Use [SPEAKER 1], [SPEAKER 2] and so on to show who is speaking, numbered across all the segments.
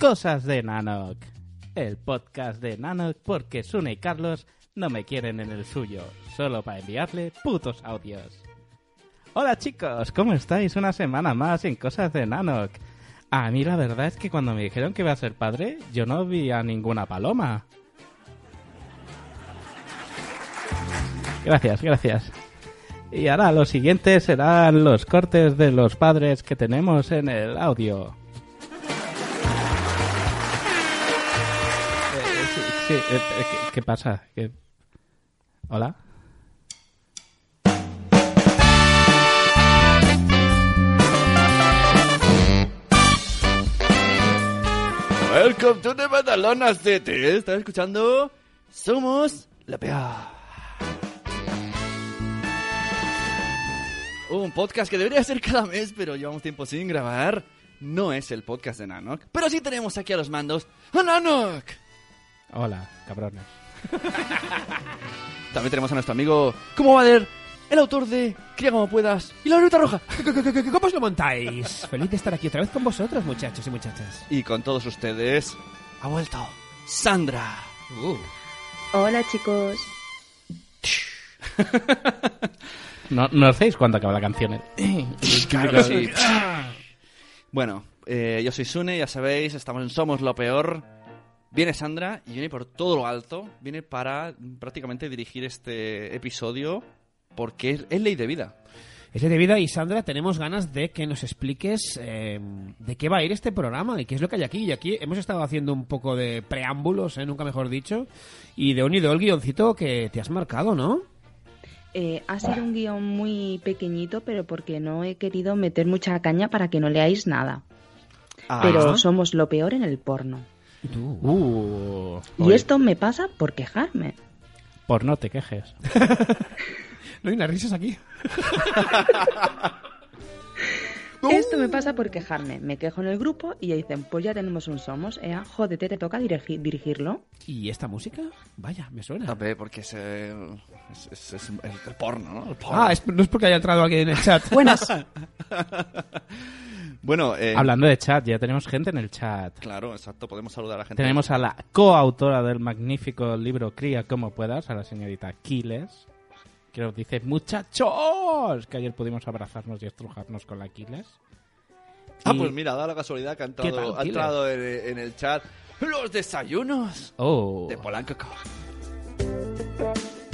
[SPEAKER 1] Cosas de Nanoc. El podcast de Nanoc porque Sune y Carlos no me quieren en el suyo, solo para enviarle putos audios. Hola chicos, ¿cómo estáis? Una semana más en Cosas de Nanoc. A mí la verdad es que cuando me dijeron que iba a ser padre, yo no vi a ninguna paloma. Gracias, gracias. Y ahora lo siguiente serán los cortes de los padres que tenemos en el audio. Eh, sí, sí, eh, eh, ¿qué, qué pasa? ¿Qué- ¿Hola?
[SPEAKER 2] Welcome to the Badalona City. ¿Estás escuchando? Somos la peor. Un podcast que debería ser cada mes, pero llevamos tiempo sin grabar. No es el podcast de Nanok, pero sí tenemos aquí a los mandos a Nanok.
[SPEAKER 1] Hola, cabrones.
[SPEAKER 2] También tenemos a nuestro amigo Como Vader, el autor de Cría como puedas y La Ruta Roja.
[SPEAKER 3] ¿Cómo os lo montáis? Feliz de estar aquí otra vez con vosotros, muchachos y muchachas.
[SPEAKER 2] Y con todos ustedes ha vuelto Sandra. Uh.
[SPEAKER 4] Hola chicos.
[SPEAKER 1] No, no os dais cuenta que va la canción. eh?
[SPEAKER 2] Sí. Bueno, eh, yo soy Sune, ya sabéis, estamos en Somos lo Peor. Viene Sandra y viene por todo lo alto. Viene para mm, prácticamente dirigir este episodio porque es, es ley de vida.
[SPEAKER 3] Es de vida y Sandra, tenemos ganas de que nos expliques eh, de qué va a ir este programa y qué es lo que hay aquí. Y aquí hemos estado haciendo un poco de preámbulos, eh, nunca mejor dicho, y de un y de el guioncito que te has marcado, ¿no?
[SPEAKER 4] Eh, ha
[SPEAKER 1] Ah.
[SPEAKER 4] sido un guión muy pequeñito, pero porque no he querido meter mucha caña para que no leáis nada.
[SPEAKER 1] Ah,
[SPEAKER 4] Pero somos lo peor en el porno.
[SPEAKER 1] Uh,
[SPEAKER 4] Y
[SPEAKER 1] oye,
[SPEAKER 4] esto me pasa por quejarme.
[SPEAKER 1] Por no te quejes.
[SPEAKER 3] No hay unas risas aquí.
[SPEAKER 1] ¡Uh!
[SPEAKER 4] Esto me pasa por quejarme. Me quejo en el grupo y ya dicen, pues ya tenemos un somos. Eh, jódete, te toca dirigi- dirigirlo.
[SPEAKER 3] ¿Y esta música? Vaya, me suena.
[SPEAKER 2] Hombre, porque es, eh, es- es- es el, el porno, ¿no? El porno.
[SPEAKER 3] Ah, es- no es porque haya entrado alguien en el chat.
[SPEAKER 4] Buenas.
[SPEAKER 2] Bueno, eh,
[SPEAKER 1] Hablando de chat, ya tenemos gente en el chat.
[SPEAKER 2] claro, exacto, podemos saludar a la gente.
[SPEAKER 1] Tenemos a la coautora del magnífico libro Cría como puedas, a la señorita Aquiles, que nos dice, muchachos, que ayer pudimos abrazarnos y estrujarnos con la Aquiles.
[SPEAKER 2] Ah,
[SPEAKER 1] Y-
[SPEAKER 2] pues mira, da la casualidad que ha
[SPEAKER 3] ¿Qué tal,
[SPEAKER 2] entrado, ha
[SPEAKER 3] Killer?
[SPEAKER 2] entrado en, en el chat los desayunos.
[SPEAKER 1] Oh,
[SPEAKER 2] de Polanco Cock.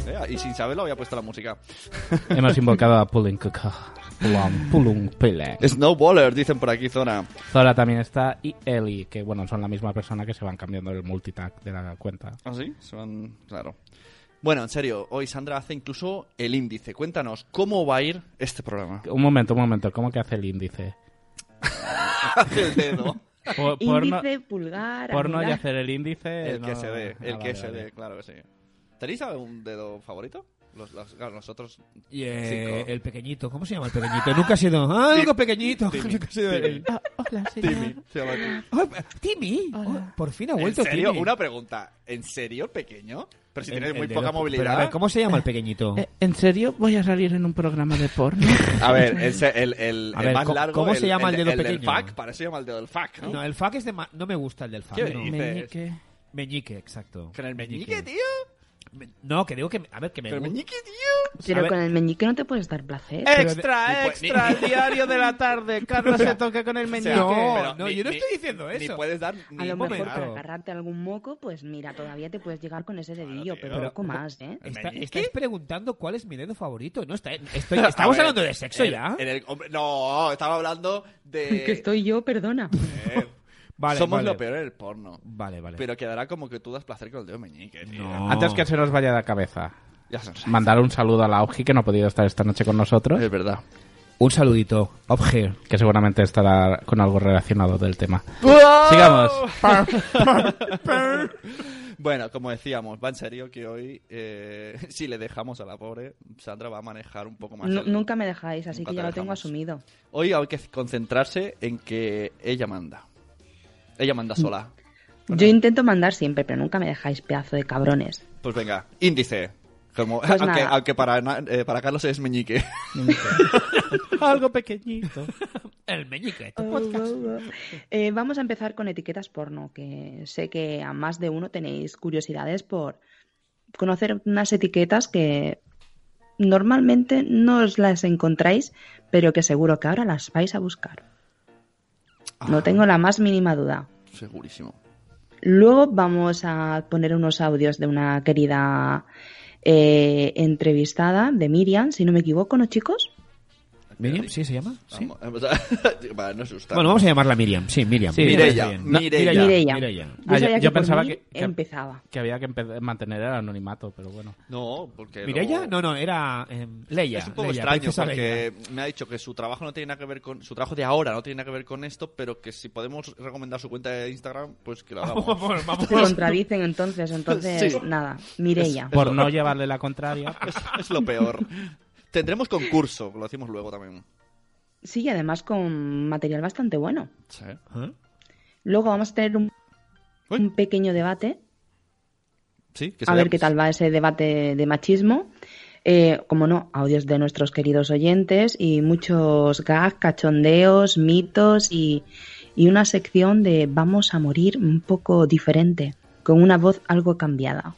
[SPEAKER 2] Eh, y sin saberlo había puesto la música.
[SPEAKER 1] hemos invocado a Pulling Cuca. Pulum, Pulum, Pile.
[SPEAKER 2] Snowballer, dicen por aquí, Zona.
[SPEAKER 1] Zora también está y Eli, que bueno, son la misma persona que se van cambiando el multitag de la cuenta.
[SPEAKER 2] ¿Ah, sí? Se van- Claro. Bueno, en serio, hoy Sandra hace incluso el índice. Cuéntanos, ¿cómo va a ir este programa?
[SPEAKER 1] Un momento, un momento, ¿cómo que hace el índice?
[SPEAKER 2] Hace el dedo.
[SPEAKER 1] Por, porno,
[SPEAKER 4] Índice, pulgar,
[SPEAKER 1] porno y
[SPEAKER 4] anular.
[SPEAKER 1] hacer el índice.
[SPEAKER 2] El que
[SPEAKER 1] no-
[SPEAKER 2] se ve, el
[SPEAKER 1] Ah,
[SPEAKER 2] que
[SPEAKER 1] vale,
[SPEAKER 2] se
[SPEAKER 1] vale.
[SPEAKER 2] ve, claro que sí. ¿Tenéis algún dedo favorito? Los, los- claro, nosotros.
[SPEAKER 3] Y, eh,
[SPEAKER 2] Cinco.
[SPEAKER 3] el pequeñito, ¿cómo se llama el pequeñito? Nunca ha sido... ¡Ah, algo pequeñito!
[SPEAKER 2] Timmy,
[SPEAKER 3] Nunca ha sido
[SPEAKER 2] Timmy.
[SPEAKER 3] el-
[SPEAKER 5] Ah,
[SPEAKER 4] Ah,
[SPEAKER 1] hola,
[SPEAKER 2] Timmy. se llama-
[SPEAKER 3] ¡Oh, Timmy! Oh, por fin ha
[SPEAKER 2] ¿En
[SPEAKER 3] vuelto
[SPEAKER 2] serio?
[SPEAKER 3] Timmy.
[SPEAKER 2] Una pregunta. ¿En serio, pequeño? Pero si
[SPEAKER 3] El-
[SPEAKER 2] tienes
[SPEAKER 3] el
[SPEAKER 2] muy
[SPEAKER 3] dedo-
[SPEAKER 2] poca
[SPEAKER 3] Pero a ver,
[SPEAKER 2] movilidad.
[SPEAKER 3] ¿cómo se llama el pequeñito?
[SPEAKER 1] Eh, ¿En serio voy a salir en un programa de porno?
[SPEAKER 2] A ver, el, se- el, el,
[SPEAKER 3] A
[SPEAKER 2] el
[SPEAKER 3] ver,
[SPEAKER 2] más
[SPEAKER 3] ¿cómo-
[SPEAKER 2] largo.
[SPEAKER 3] cómo se llama el dedo
[SPEAKER 2] del
[SPEAKER 3] pequeño?
[SPEAKER 2] fac, para eso se llama el dedo del fac, ¿no?
[SPEAKER 3] No, el fac es de... ma- No me gusta el del fac.
[SPEAKER 2] ¿Qué
[SPEAKER 3] no.
[SPEAKER 2] dices?
[SPEAKER 3] Meñique, exacto.
[SPEAKER 2] Con el meñique, tío.
[SPEAKER 3] Me- No, que digo que... A ver, que me
[SPEAKER 2] Con el
[SPEAKER 3] gusta.
[SPEAKER 2] meñique, tío.
[SPEAKER 3] A
[SPEAKER 4] Pero
[SPEAKER 3] ver.
[SPEAKER 4] con el meñique no te puedes dar placer.
[SPEAKER 2] Ni
[SPEAKER 1] Extra,
[SPEAKER 2] pu-
[SPEAKER 1] extra,
[SPEAKER 2] ni-
[SPEAKER 1] el diario de la tarde. Carlos se toca con el meñique.
[SPEAKER 3] No,
[SPEAKER 2] pero
[SPEAKER 3] no, yo no estoy diciendo eso.
[SPEAKER 2] Ni puedes dar
[SPEAKER 4] A
[SPEAKER 2] ni
[SPEAKER 4] lo mejor
[SPEAKER 3] un momento.
[SPEAKER 4] para agarrarte algún moco, pues mira, todavía te puedes llegar con ese dedillo,
[SPEAKER 2] tío.
[SPEAKER 4] pero poco más, ¿eh?
[SPEAKER 2] ¿El
[SPEAKER 3] Está-
[SPEAKER 2] meñique?
[SPEAKER 3] estáis preguntando cuál es mi dedo favorito. No, está, estoy-
[SPEAKER 2] A
[SPEAKER 3] estamos
[SPEAKER 2] ver,
[SPEAKER 3] hablando de sexo
[SPEAKER 2] en-
[SPEAKER 3] ya.
[SPEAKER 2] en el- hombre, no, estaba hablando de.
[SPEAKER 4] Que estoy yo, perdona.
[SPEAKER 2] Eh,
[SPEAKER 3] Vale,
[SPEAKER 2] somos
[SPEAKER 3] vale.
[SPEAKER 2] lo peor en el porno.
[SPEAKER 3] Vale, vale.
[SPEAKER 2] Pero quedará como que tú das placer con el dedo meñique, tío.
[SPEAKER 3] No.
[SPEAKER 1] Antes que se nos vaya de la cabeza,
[SPEAKER 2] Ya se nos ha-
[SPEAKER 1] mandar un saludo a la Oji que no ha podido estar esta noche con nosotros,
[SPEAKER 2] Es verdad.
[SPEAKER 3] Un saludito. Up here.
[SPEAKER 1] que seguramente estará con algo relacionado del tema. Sigamos.
[SPEAKER 2] Bueno, como decíamos, va en serio que hoy, eh, si le dejamos a la pobre, Sandra va a manejar un poco más.
[SPEAKER 4] Nu-
[SPEAKER 2] el-
[SPEAKER 4] nunca me dejáis, así
[SPEAKER 2] Nunca
[SPEAKER 4] que ya
[SPEAKER 2] te
[SPEAKER 4] lo tengo
[SPEAKER 2] dejamos.
[SPEAKER 4] asumido.
[SPEAKER 2] Hoy hay que concentrarse en que ella manda. Ella manda sola.
[SPEAKER 4] Yo intento mandar siempre, pero nunca me dejáis, pedazo de cabrones.
[SPEAKER 2] Pues venga, índice. Como,
[SPEAKER 4] Pues
[SPEAKER 2] aunque
[SPEAKER 4] nada.
[SPEAKER 2] aunque para, na- eh, para Carlos es meñique.
[SPEAKER 1] Algo pequeñito.
[SPEAKER 3] El meñique
[SPEAKER 4] Ah,
[SPEAKER 3] de tu podcast.
[SPEAKER 4] Eh, vamos a empezar con etiquetas porno, que sé que a más de uno tenéis curiosidades por conocer unas etiquetas que normalmente no os las encontráis, pero que seguro que ahora las vais a buscar. No tengo la más mínima duda.
[SPEAKER 2] Segurísimo.
[SPEAKER 4] Luego vamos a poner unos audios de una querida eh, entrevistada de Miriam, si no me equivoco, ¿no, chicos?
[SPEAKER 3] ¿Miriam? ¿Sí se llama? ¿Sí?
[SPEAKER 2] Vamos, vamos a- para no
[SPEAKER 4] ah.
[SPEAKER 2] asustar.
[SPEAKER 3] Bueno, vamos a llamarla Miriam. Sí, Miriam.
[SPEAKER 1] Sí,
[SPEAKER 3] Miriam
[SPEAKER 2] Mireia,
[SPEAKER 3] está bien.
[SPEAKER 2] Mireia.
[SPEAKER 4] Mireia.
[SPEAKER 3] Mireia, Mireia.
[SPEAKER 1] Ah, yo-
[SPEAKER 4] sabía
[SPEAKER 1] yo
[SPEAKER 4] por
[SPEAKER 1] pensaba
[SPEAKER 4] mí
[SPEAKER 1] que- que-
[SPEAKER 4] empezaba.
[SPEAKER 1] Que había que empe- mantener el anonimato, pero bueno.
[SPEAKER 2] No, porque.
[SPEAKER 3] ¿Mireia?
[SPEAKER 2] luego-
[SPEAKER 3] No, no, era eh, Leia.
[SPEAKER 2] Es un poco
[SPEAKER 3] Leia,
[SPEAKER 2] extraño
[SPEAKER 3] princesa Leia.
[SPEAKER 2] porque me ha dicho que su trabajo no tiene nada que ver con. Su trabajo de ahora no tiene nada que ver con esto, pero que si podemos recomendar su cuenta de Instagram, pues que lo hagamos.
[SPEAKER 3] Vamos, vamos.
[SPEAKER 4] Se contradicen entonces, entonces
[SPEAKER 2] Sí.
[SPEAKER 4] nada, Mireia.
[SPEAKER 2] Es
[SPEAKER 1] Por
[SPEAKER 2] lo-
[SPEAKER 1] no llevarle la contraria.
[SPEAKER 2] es, es lo peor. Tendremos concurso, lo decimos luego también.
[SPEAKER 4] Sí, y además con material bastante bueno.
[SPEAKER 2] Sí.
[SPEAKER 3] ¿Eh?
[SPEAKER 4] Luego vamos a tener un,
[SPEAKER 2] Uy.
[SPEAKER 4] un pequeño debate,
[SPEAKER 2] que
[SPEAKER 4] a
[SPEAKER 2] se
[SPEAKER 4] ver
[SPEAKER 2] llama-
[SPEAKER 4] qué tal va ese debate de machismo. Eh, como no, audios de nuestros queridos oyentes y muchos gags, cachondeos, mitos y, y una sección de vamos a morir un poco diferente, con una voz algo cambiada.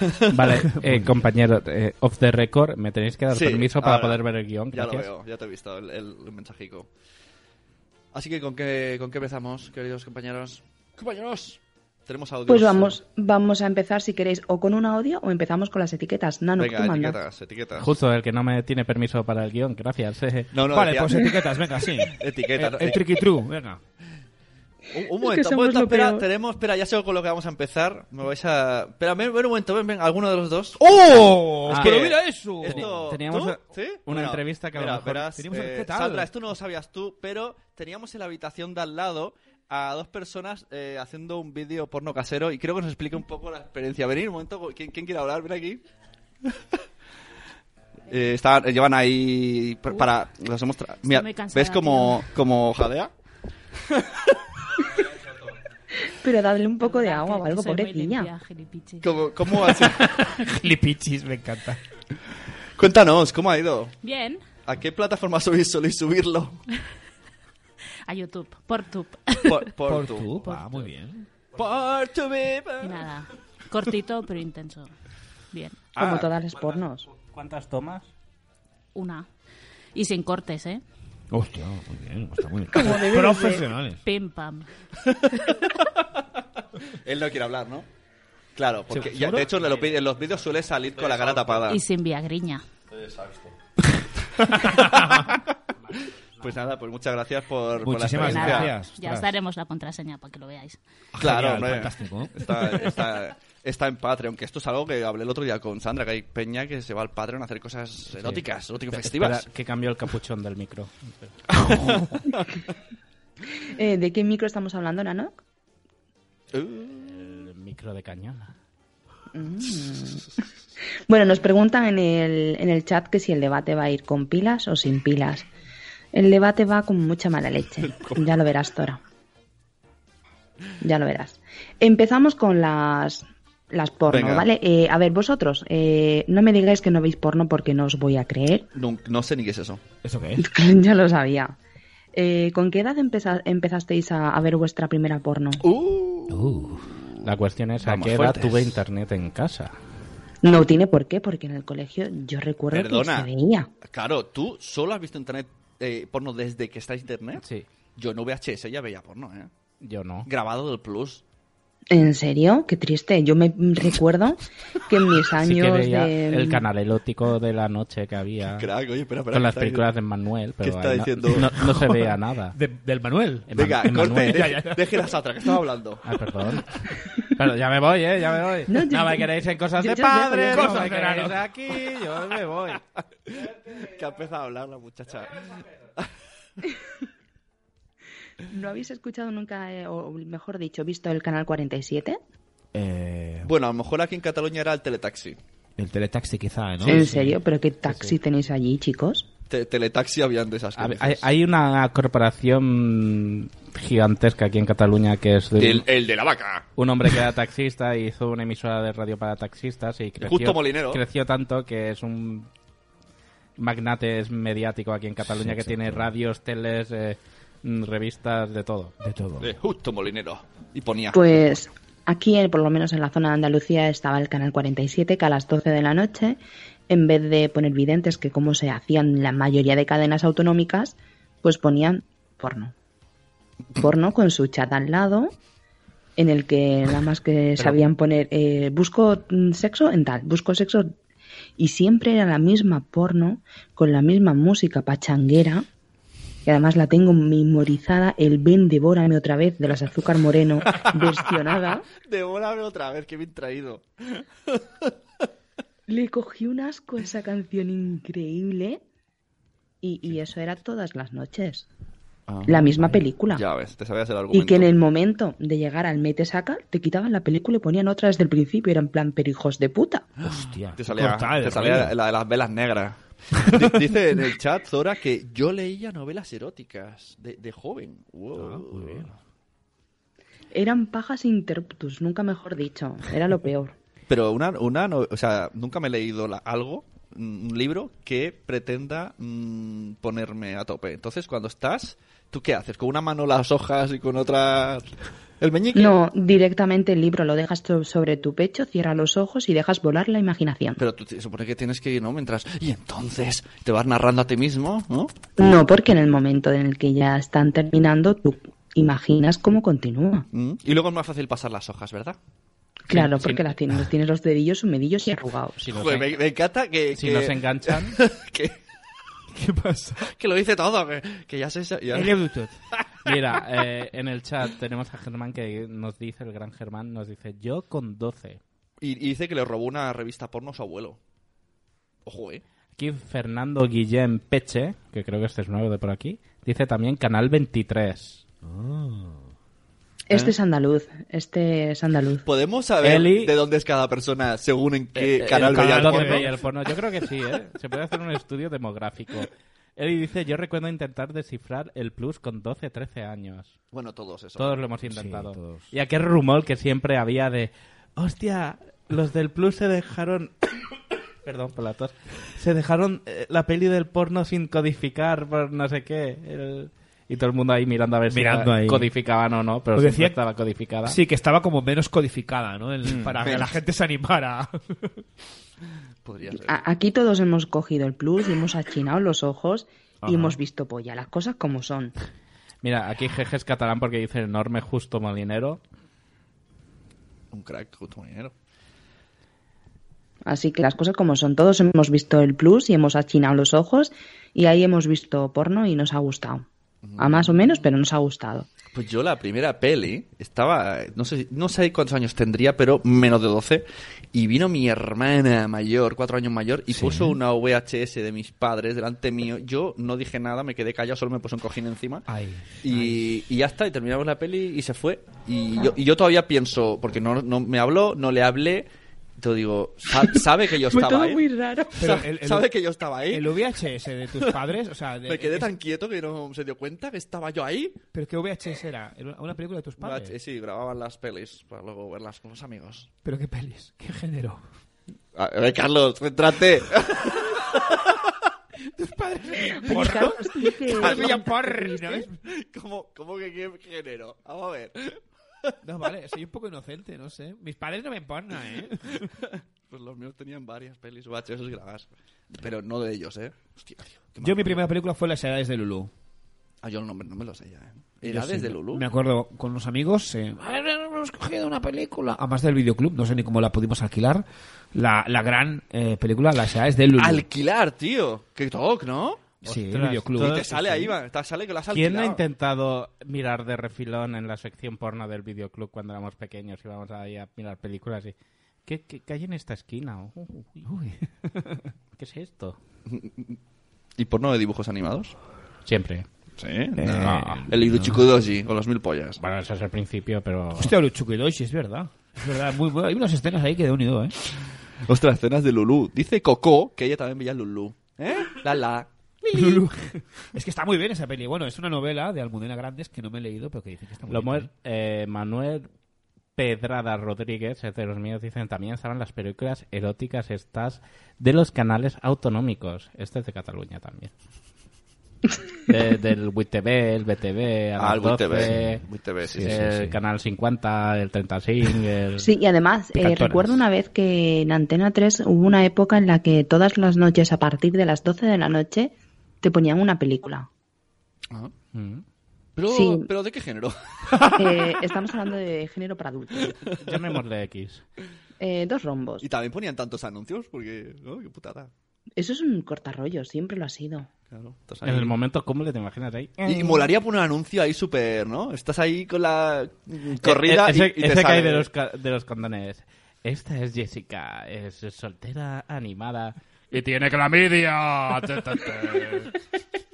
[SPEAKER 1] Vale, eh, compañero, eh, off the record, me tenéis que dar
[SPEAKER 2] Sí,
[SPEAKER 1] permiso para
[SPEAKER 2] ahora.
[SPEAKER 1] poder ver el guión.
[SPEAKER 2] Ya lo
[SPEAKER 1] gracias.
[SPEAKER 2] veo, ya te he visto el, el- el mensajico. Así que, ¿con qué, ¿con qué empezamos, queridos compañeros? ¡Compañeros! Tenemos audio.
[SPEAKER 4] Pues vamos, vamos a empezar, si queréis, o con un audio o empezamos con las etiquetas. Nano, ¿qué
[SPEAKER 2] Venga,
[SPEAKER 4] tú mandas?
[SPEAKER 2] etiquetas, etiquetas.
[SPEAKER 1] Justo el que no me tiene permiso para el guión, gracias. eh.
[SPEAKER 2] No, no,
[SPEAKER 3] Vale,
[SPEAKER 2] decía-
[SPEAKER 3] pues etiquetas, venga, sí.
[SPEAKER 2] Etiqueta,
[SPEAKER 3] El-
[SPEAKER 2] ¿no?
[SPEAKER 3] El tricky true, venga.
[SPEAKER 2] Un,
[SPEAKER 3] Eh,
[SPEAKER 2] un momento, un
[SPEAKER 4] somos
[SPEAKER 2] momento,
[SPEAKER 4] lo
[SPEAKER 2] espera,
[SPEAKER 4] peor.
[SPEAKER 2] tenemos, espera, ya sé con lo que vamos a empezar. Me vais a. Espera, ven, ven un momento, ven, ven, alguno de los dos.
[SPEAKER 3] ¡Oh!
[SPEAKER 1] Ah,
[SPEAKER 3] ¡Pero
[SPEAKER 2] que-
[SPEAKER 3] mira eso!
[SPEAKER 2] Esto,
[SPEAKER 1] Teníamos
[SPEAKER 2] ¿tú?
[SPEAKER 1] una-
[SPEAKER 2] ¿Sí?
[SPEAKER 1] una
[SPEAKER 2] Bueno,
[SPEAKER 1] entrevista que a lo
[SPEAKER 2] mira,
[SPEAKER 1] mejor
[SPEAKER 2] verás,
[SPEAKER 3] teníamos-
[SPEAKER 2] eh,
[SPEAKER 3] ¿qué tal?
[SPEAKER 2] Sandra, esto no lo sabías tú, pero teníamos en la habitación de al lado a dos personas eh, haciendo un vídeo porno casero y creo que nos explica un poco la experiencia. Venid un momento, ¿quién, quién quiere hablar? Ven aquí. Eh, está- eh, llevan ahí pa- para los hemos tra- Mira,
[SPEAKER 6] muy cansada,
[SPEAKER 2] ves como como jadea
[SPEAKER 4] Pero dadle un poco de agua o algo,
[SPEAKER 6] Soy muy
[SPEAKER 4] pobrecilla.
[SPEAKER 6] limpia, gilipiches.
[SPEAKER 2] como cómo ha sido?
[SPEAKER 3] Lipichis, me encanta.
[SPEAKER 2] Cuéntanos cómo ha ido.
[SPEAKER 6] Bien,
[SPEAKER 2] ¿A qué plataforma sois soléis subirlo?
[SPEAKER 6] a YouTube, por tub.
[SPEAKER 2] Por, por
[SPEAKER 3] Por
[SPEAKER 2] tu-
[SPEAKER 3] tu, ah, muy bien.
[SPEAKER 2] Por tu
[SPEAKER 6] Y
[SPEAKER 2] baby.
[SPEAKER 6] nada, cortito pero intenso. Bien,
[SPEAKER 4] Como
[SPEAKER 2] Ah,
[SPEAKER 4] todas las pornos.
[SPEAKER 1] ¿Cuántas tomas?
[SPEAKER 6] una. Y sin cortes, ¿eh?
[SPEAKER 3] Hostia, muy bien, está muy bien.
[SPEAKER 4] debe de
[SPEAKER 3] Profesionales.
[SPEAKER 6] Pim pam.
[SPEAKER 2] Él no quiere hablar, ¿no? Claro, porque
[SPEAKER 3] ¿Seguro?
[SPEAKER 2] ya, de hecho en los, vídeos- en los vídeos suele salir con la cara tapada.
[SPEAKER 6] Y sin viagriña.
[SPEAKER 2] Pues nada, pues muchas gracias por, por la
[SPEAKER 3] Muchísimas
[SPEAKER 2] experiencia.
[SPEAKER 3] gracias.
[SPEAKER 6] Ya
[SPEAKER 3] Ostras. Ah,
[SPEAKER 6] os daremos la contraseña para que lo veáis.
[SPEAKER 2] Claro,
[SPEAKER 3] Genial,
[SPEAKER 2] hombre.
[SPEAKER 3] fantástico.
[SPEAKER 2] Está, está- está en Patreon, que esto es algo que hablé el otro día con Sandra, que hay peña que se va al Patreon a hacer cosas eróticas, erótico-festivas.
[SPEAKER 1] que cambió el capuchón del micro.
[SPEAKER 4] Eh, ¿De qué micro estamos hablando, Nano?
[SPEAKER 2] Uh,
[SPEAKER 1] El micro de cañón.
[SPEAKER 4] Mm. Bueno, nos preguntan en el, en el chat que si el debate va a ir con pilas o sin pilas. El debate va con mucha mala leche. Ya lo verás, Tora. Ya lo verás. Empezamos con las, las porno,
[SPEAKER 2] Venga.
[SPEAKER 4] ¿vale? Eh, a ver, vosotros, eh, no me digáis que no veis porno porque no os voy a creer.
[SPEAKER 2] no, no sé ni qué es eso.
[SPEAKER 3] ¿Eso qué es?
[SPEAKER 4] ya lo sabía. Eh, ¿Con qué edad empeza- empezasteis a, a ver vuestra primera porno?
[SPEAKER 2] Uh,
[SPEAKER 1] La cuestión es a
[SPEAKER 2] Vamos
[SPEAKER 1] qué edad
[SPEAKER 2] fuertes.
[SPEAKER 1] tuve internet en casa.
[SPEAKER 4] No tiene por qué, porque en el colegio yo recuerdo
[SPEAKER 2] Perdona.
[SPEAKER 4] que se veía.
[SPEAKER 2] claro, ¿tú solo has visto internet eh, porno desde que está internet?
[SPEAKER 1] Sí,
[SPEAKER 2] Yo no VHS, ya veía porno, ¿eh?
[SPEAKER 1] yo no.
[SPEAKER 2] Grabado del Plus.
[SPEAKER 4] ¿En serio? Qué triste. Yo me recuerdo que en mis
[SPEAKER 1] Sí que
[SPEAKER 4] años
[SPEAKER 1] veía
[SPEAKER 4] de...
[SPEAKER 1] el canal elótico de la noche que había
[SPEAKER 2] Crack, oye, espera, espera.
[SPEAKER 1] con
[SPEAKER 2] ¿qué
[SPEAKER 1] las
[SPEAKER 2] está
[SPEAKER 1] películas de Manuel, pero
[SPEAKER 2] está
[SPEAKER 1] ahí no-
[SPEAKER 2] diciendo?
[SPEAKER 1] No, no se veía nada.
[SPEAKER 3] De- del Manuel.
[SPEAKER 1] Eman-
[SPEAKER 2] Venga, corte,
[SPEAKER 1] Emanuel.
[SPEAKER 2] deje- deje la satra, que estaba hablando.
[SPEAKER 1] Ah, perdón. Claro, ya me voy, ¿eh? Ya me voy.
[SPEAKER 4] No,
[SPEAKER 1] No,
[SPEAKER 4] yo-
[SPEAKER 1] me queréis en cosas
[SPEAKER 4] yo- yo
[SPEAKER 1] de
[SPEAKER 4] sé,
[SPEAKER 1] padre,
[SPEAKER 4] yo sé.
[SPEAKER 1] no me
[SPEAKER 3] Cosas de
[SPEAKER 1] queréis
[SPEAKER 3] nano.
[SPEAKER 1] aquí, yo me voy.
[SPEAKER 2] Que ha empezado a hablar la muchacha.
[SPEAKER 4] ¿No habéis escuchado nunca, eh, o mejor dicho, visto el canal 47?
[SPEAKER 3] Eh,
[SPEAKER 2] Bueno, a lo mejor aquí en Cataluña era el teletaxi.
[SPEAKER 3] el teletaxi quizá, ¿no?
[SPEAKER 4] ¿En
[SPEAKER 3] Sí.
[SPEAKER 4] serio? ¿Pero qué taxi tenéis allí, chicos?
[SPEAKER 2] Te- teletaxi habían de esas
[SPEAKER 1] A ver,
[SPEAKER 2] cosas.
[SPEAKER 1] hay, hay una corporación gigantesca aquí en Cataluña que es de
[SPEAKER 2] El, el de la vaca.
[SPEAKER 1] un hombre que era taxista y hizo una emisora de radio para taxistas y creció,
[SPEAKER 2] Justo Molinero.
[SPEAKER 1] creció tanto que es un magnate mediático aquí en Cataluña que tiene radios, teles, eh, mm, revistas de todo.
[SPEAKER 3] De todo.
[SPEAKER 2] De Eh, justo molinero. Y ponía.
[SPEAKER 4] Pues aquí, eh, por lo menos en la zona de Andalucía, estaba el canal 47, que a las 12 de la noche, en vez de poner videntes, que como se hacían la mayoría de cadenas autonómicas, pues ponían porno. Porno con su chat al lado, en el que nada más que sabían poner eh, busco mm, sexo en tal, busco sexo. Y siempre era la misma porno, con la misma música pachanguera. Y además la tengo memorizada, el ven, devórame otra vez, de las azúcar moreno, versionada.
[SPEAKER 2] Devórame otra vez, que bien traído.
[SPEAKER 4] Le cogí un asco a esa canción increíble. Y, y eso era todas las noches.
[SPEAKER 3] Ah,
[SPEAKER 4] la misma película.
[SPEAKER 2] Ya ves, te sabías el argumento.
[SPEAKER 4] Y que en el momento de llegar al mete saca, te quitaban la película y ponían otra desde el principio. Era en plan perijos de puta.
[SPEAKER 3] Hostia.
[SPEAKER 2] Te salía,
[SPEAKER 3] Cortada,
[SPEAKER 2] te salía
[SPEAKER 3] rollo.
[SPEAKER 2] la de las velas negras. Di- Dice en el chat Zora que yo leía novelas eróticas de, de joven. Wow.
[SPEAKER 3] Ah, muy bien.
[SPEAKER 4] Eran pajas interruptus, nunca mejor dicho. Era lo peor.
[SPEAKER 2] Pero una, una no- o sea, nunca me he leído la- algo, un un libro que pretenda mm, ponerme a tope. Entonces, cuando estás, ¿tú qué haces? ¿Con una mano las hojas y con otra el meñique?
[SPEAKER 4] No, directamente el libro lo dejas to- sobre tu pecho, cierras los ojos y dejas volar la imaginación.
[SPEAKER 2] Pero tú te supone que tienes que ir, ¿no? Mientras... Y entonces te vas narrando a ti mismo, ¿no?
[SPEAKER 4] No, porque en el momento en el que ya están terminando, tú imaginas cómo continúa.
[SPEAKER 2] Mm. Y luego es más fácil pasar las hojas, ¿verdad?
[SPEAKER 4] Claro,
[SPEAKER 1] sí.
[SPEAKER 4] porque las tienes, tienes los dedillos humedillos y arrugados.
[SPEAKER 1] Si nos,
[SPEAKER 2] Joder,
[SPEAKER 1] en-
[SPEAKER 2] me, me encanta que...
[SPEAKER 1] si
[SPEAKER 2] que-
[SPEAKER 1] nos enganchan.
[SPEAKER 2] que,
[SPEAKER 3] ¿Qué pasa?
[SPEAKER 2] que lo dice todo, que, que ya se... ya-
[SPEAKER 1] Mira, eh, en el chat tenemos a Germán que nos dice, el gran Germán, nos dice, yo con 12.
[SPEAKER 2] Y, y dice que le robó una revista porno a su abuelo. Ojo, ¿eh?
[SPEAKER 1] Aquí Fernando Guillén Peche, que creo que este es nuevo de por aquí, dice también Canal 23.
[SPEAKER 4] Este es andaluz, este es andaluz.
[SPEAKER 2] ¿Eh? ¿Podemos saber
[SPEAKER 1] Eli-
[SPEAKER 2] de dónde es cada persona según en
[SPEAKER 1] Eh,
[SPEAKER 2] qué canal
[SPEAKER 1] El
[SPEAKER 2] veía Eh, el
[SPEAKER 1] donde
[SPEAKER 2] porno?
[SPEAKER 1] veía el porno. Yo creo que sí, ¿eh? Se puede hacer un estudio demográfico. Eli dice, yo recuerdo intentar descifrar el plus con 12, 13 años.
[SPEAKER 2] Bueno, todos eso.
[SPEAKER 1] Todos lo hemos intentado.
[SPEAKER 3] Sí, todos.
[SPEAKER 1] Y aquel rumor que siempre había de, hostia, los del Plus se dejaron, perdón por la tos, se dejaron eh, la peli del porno sin codificar por no sé qué. el- Y todo el mundo ahí mirando a ver si
[SPEAKER 3] Mirando
[SPEAKER 1] la
[SPEAKER 3] ahí.
[SPEAKER 1] Pues codificaban o no, pero
[SPEAKER 3] Os
[SPEAKER 1] siempre
[SPEAKER 3] decía-
[SPEAKER 1] estaba codificada. Hmm.
[SPEAKER 3] Sí, que estaba como menos codificada, ¿no? El- para que la
[SPEAKER 2] menos.
[SPEAKER 3] gente se animara.
[SPEAKER 2] Podría ser.
[SPEAKER 4] A- aquí todos hemos cogido el plus y hemos achinado los ojos y hemos visto polla, las cosas como son.
[SPEAKER 1] Mira, aquí jeje es catalán porque dice enorme justo molinero.
[SPEAKER 2] Un crack con tu dinero.
[SPEAKER 4] Así que las cosas como son, todos hemos visto el plus y hemos achinado los ojos y ahí hemos visto porno y nos ha gustado.
[SPEAKER 2] Mm.
[SPEAKER 4] A más o menos, pero nos ha gustado.
[SPEAKER 2] Pues yo la primera peli estaba, no sé, no sé cuántos años tendría, pero menos de 12. Y vino mi hermana mayor, cuatro años mayor, y puso una VHS de mis padres delante mío. Yo no dije nada, me quedé callado, solo me puso un cojín encima.
[SPEAKER 3] Ay.
[SPEAKER 2] Y, y ya está, y terminamos la peli y se fue. Y yo, y yo todavía pienso, porque no, no me habló, no le hablé. Yo digo, sa- sabe que yo
[SPEAKER 4] Fue todo
[SPEAKER 2] estaba ahí.
[SPEAKER 4] muy raro.
[SPEAKER 3] Pero
[SPEAKER 2] Sa-
[SPEAKER 3] el- el-
[SPEAKER 2] sabe que yo estaba ahí.
[SPEAKER 3] El VHS de tus padres, o sea... de-
[SPEAKER 2] Me quedé tan quieto que no se dio cuenta que estaba yo ahí.
[SPEAKER 3] ¿Pero qué VHS era? ¿Era una- ¿Una película de tus padres?
[SPEAKER 2] Eh, Sí, grababan las pelis para luego verlas con los amigos.
[SPEAKER 3] ¿Pero qué pelis? ¿Qué género?
[SPEAKER 2] A ver, Carlos, céntrate.
[SPEAKER 3] ¿Tus padres?
[SPEAKER 4] Oye, Carlos, tú que-
[SPEAKER 3] Había porno. ¿eh?
[SPEAKER 2] ¿Cómo, cómo que qué género? Vamos a ver.
[SPEAKER 3] No, vale, soy un poco inocente, no sé. Mis padres no me porno, ¿eh?
[SPEAKER 2] Pues los míos tenían varias pelis baches grabadas. Pero no de ellos, ¿eh? Hostia, tío. qué
[SPEAKER 3] Yo
[SPEAKER 2] mal.
[SPEAKER 3] mi primera película fue Las Edades de Lulú.
[SPEAKER 2] Ah, yo el nombre no me lo sé ya, ¿eh?
[SPEAKER 3] Yo
[SPEAKER 2] ¿Edades
[SPEAKER 3] sí,
[SPEAKER 2] de Lulú?
[SPEAKER 3] Me acuerdo con unos amigos. eh, "A ver, hemos cogido una película. Además del videoclub, no sé ni cómo la pudimos alquilar. La, la gran eh, película, Las edades de Lulu.
[SPEAKER 2] Alquilar, tío. Qué toc, ¿no?
[SPEAKER 3] Sí,
[SPEAKER 1] Ostras,
[SPEAKER 3] videoclub.
[SPEAKER 1] todo-
[SPEAKER 2] Te sale ahí, va. Te sale que lo has alquilado.
[SPEAKER 1] ¿Quién ha intentado mirar de refilón en la sección porno del videoclub cuando éramos pequeños y íbamos ahí a mirar películas? Y... ¿Qué, qué, qué hay en esta esquina? Uy, ¿Qué es esto?
[SPEAKER 2] ¿Y porno de dibujos animados?
[SPEAKER 1] Siempre. Ah.
[SPEAKER 2] Sí. El Iruchiku Doji con los mil pollas.
[SPEAKER 1] Bueno, eso es el principio, pero...
[SPEAKER 3] Hostia, los Chukidoshi, es verdad. Es verdad, muy bueno. Hay unas escenas ahí que de unido, ¿eh?
[SPEAKER 2] Ostras, escenas de Lulú. Dice Coco que ella también veía Lulú. ¿Eh? La la.
[SPEAKER 3] Lulú. Es que está muy bien esa peli. Bueno, es una novela de Almudena Grandes que no me he leído, pero que dicen que está muy
[SPEAKER 1] Lo
[SPEAKER 3] bien.
[SPEAKER 1] muer- eh, Manuel Pedrada Rodríguez, es de los míos, dicen también estaban las películas eróticas estas de los canales autonómicos. Este es de Cataluña también. de- del WITV, el BTV, a
[SPEAKER 2] Ah, el
[SPEAKER 1] las 12,
[SPEAKER 2] WITV, WITV, sí, sí,
[SPEAKER 1] el
[SPEAKER 3] sí, sí.
[SPEAKER 1] canal 50, el 35, el...
[SPEAKER 4] Sí, y además, eh,
[SPEAKER 1] Picantonas.
[SPEAKER 4] recuerdo una vez que en Antena 3 hubo una época en la que todas las noches, a partir de las 12 de la noche, te ponían una película.
[SPEAKER 2] Ah.
[SPEAKER 1] Mm.
[SPEAKER 2] Pero,
[SPEAKER 4] Sí.
[SPEAKER 2] pero ¿de qué género?
[SPEAKER 4] Eh, estamos hablando de género para adultos.
[SPEAKER 1] Llamémosle X.
[SPEAKER 4] Eh, dos rombos.
[SPEAKER 2] Y también ponían tantos anuncios, porque. ¿no? ¡Qué putada!
[SPEAKER 4] Eso es un cortarrollo, siempre lo ha sido.
[SPEAKER 2] Claro, estás ahí.
[SPEAKER 1] En el momento cumbre, ¿te imaginas ahí?
[SPEAKER 4] Eh.
[SPEAKER 2] Y molaría poner un anuncio ahí súper, ¿no? Estás ahí con la mm, corrida
[SPEAKER 1] Eh, ese,
[SPEAKER 2] y, y te
[SPEAKER 1] ese que hay
[SPEAKER 2] sale-
[SPEAKER 1] de los, ca- de los condones. Esta es Jessica, es soltera, animada y tiene clamidia. Te, te, te.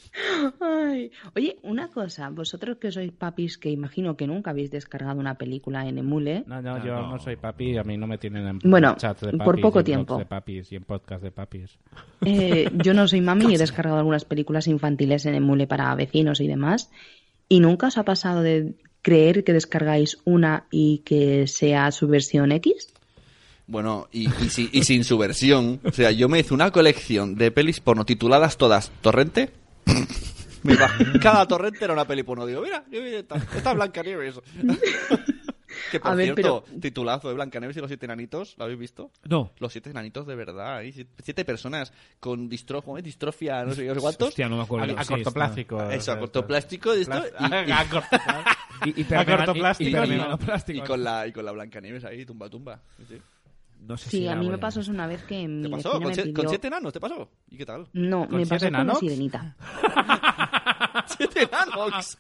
[SPEAKER 4] Ay. Oye, una cosa, vosotros que sois papis, que imagino que nunca habéis descargado una película en Emule,
[SPEAKER 1] No, Ah, no, yo
[SPEAKER 3] No.
[SPEAKER 1] no. soy papi, a mí no me tienen en
[SPEAKER 4] Bueno,
[SPEAKER 1] chats de
[SPEAKER 4] por
[SPEAKER 1] papis,
[SPEAKER 4] poco
[SPEAKER 1] y en blogs
[SPEAKER 4] tiempo.
[SPEAKER 1] de papis y en podcast de papis.
[SPEAKER 4] eh, yo no soy mami y he descargado algunas películas infantiles en Emule para vecinos y demás, y nunca os ha pasado de creer que descargáis una y que sea su versión X.
[SPEAKER 2] Bueno, y, y si- y sin su versión. O sea, yo me hice una colección de pelis porno tituladas todas Torrente. Me iba- Cada torrente era una peli porno. Digo, mira, mira, esta, esta Blanca Nieves. que por
[SPEAKER 4] A ver,
[SPEAKER 2] cierto, titulazo de Blanca Nieves y los siete enanitos, ¿lo habéis visto?
[SPEAKER 3] No.
[SPEAKER 2] Los siete enanitos de verdad, hay si- siete personas con distrofo, ¿eh? distrofia, no sé, qué, no sé cuántos.
[SPEAKER 3] Hostia, no me acuerdo.
[SPEAKER 1] A, a
[SPEAKER 3] Sí,
[SPEAKER 1] cortoplástico.
[SPEAKER 2] Eso, a cortoplástico de esto,
[SPEAKER 1] Plas-
[SPEAKER 2] y- y-
[SPEAKER 1] a cortoplástico.
[SPEAKER 3] está. Y, y
[SPEAKER 1] A
[SPEAKER 3] permega-
[SPEAKER 1] cortoplástico,
[SPEAKER 3] y- y
[SPEAKER 1] ¿no?
[SPEAKER 2] y
[SPEAKER 3] permeganoplásticos.
[SPEAKER 2] con la y con la Blanca Nieves ahí, tumba tumba. Sí.
[SPEAKER 3] No sé
[SPEAKER 4] Sí,
[SPEAKER 3] si
[SPEAKER 4] a
[SPEAKER 3] la
[SPEAKER 4] mí
[SPEAKER 3] voy
[SPEAKER 4] me pasó eso una vez que mi
[SPEAKER 2] ¿Te pasó?
[SPEAKER 4] vecina
[SPEAKER 2] ¿Con,
[SPEAKER 4] me
[SPEAKER 2] sie- con
[SPEAKER 4] pidió-
[SPEAKER 2] siete enanos te pasó? ¿Y qué tal?
[SPEAKER 4] No,
[SPEAKER 1] ¿Con
[SPEAKER 4] me
[SPEAKER 1] siete
[SPEAKER 4] pasó con la
[SPEAKER 1] enanos?
[SPEAKER 4] sirenita.
[SPEAKER 2] ¡Siete enanos!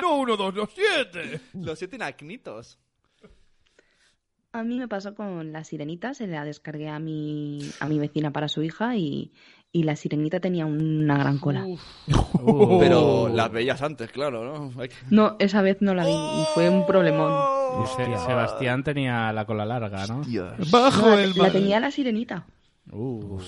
[SPEAKER 3] No, uno, dos, los siete.
[SPEAKER 2] Los siete enacnitos.
[SPEAKER 4] A mí me pasó con la sirenita, se la descargué a mi, a mi vecina para su hija y, y la sirenita tenía una gran cola.
[SPEAKER 1] Uh.
[SPEAKER 2] Pero las veías antes, claro, ¿no? Hay que-
[SPEAKER 4] No, esa vez no la vi y fue un problemón.
[SPEAKER 2] ¡Oh!
[SPEAKER 1] Y Se-
[SPEAKER 3] Hostia.
[SPEAKER 1] Sebastián tenía la cola larga, ¿no?
[SPEAKER 2] Dios.
[SPEAKER 4] No, la, la tenía la sirenita.
[SPEAKER 1] Uh,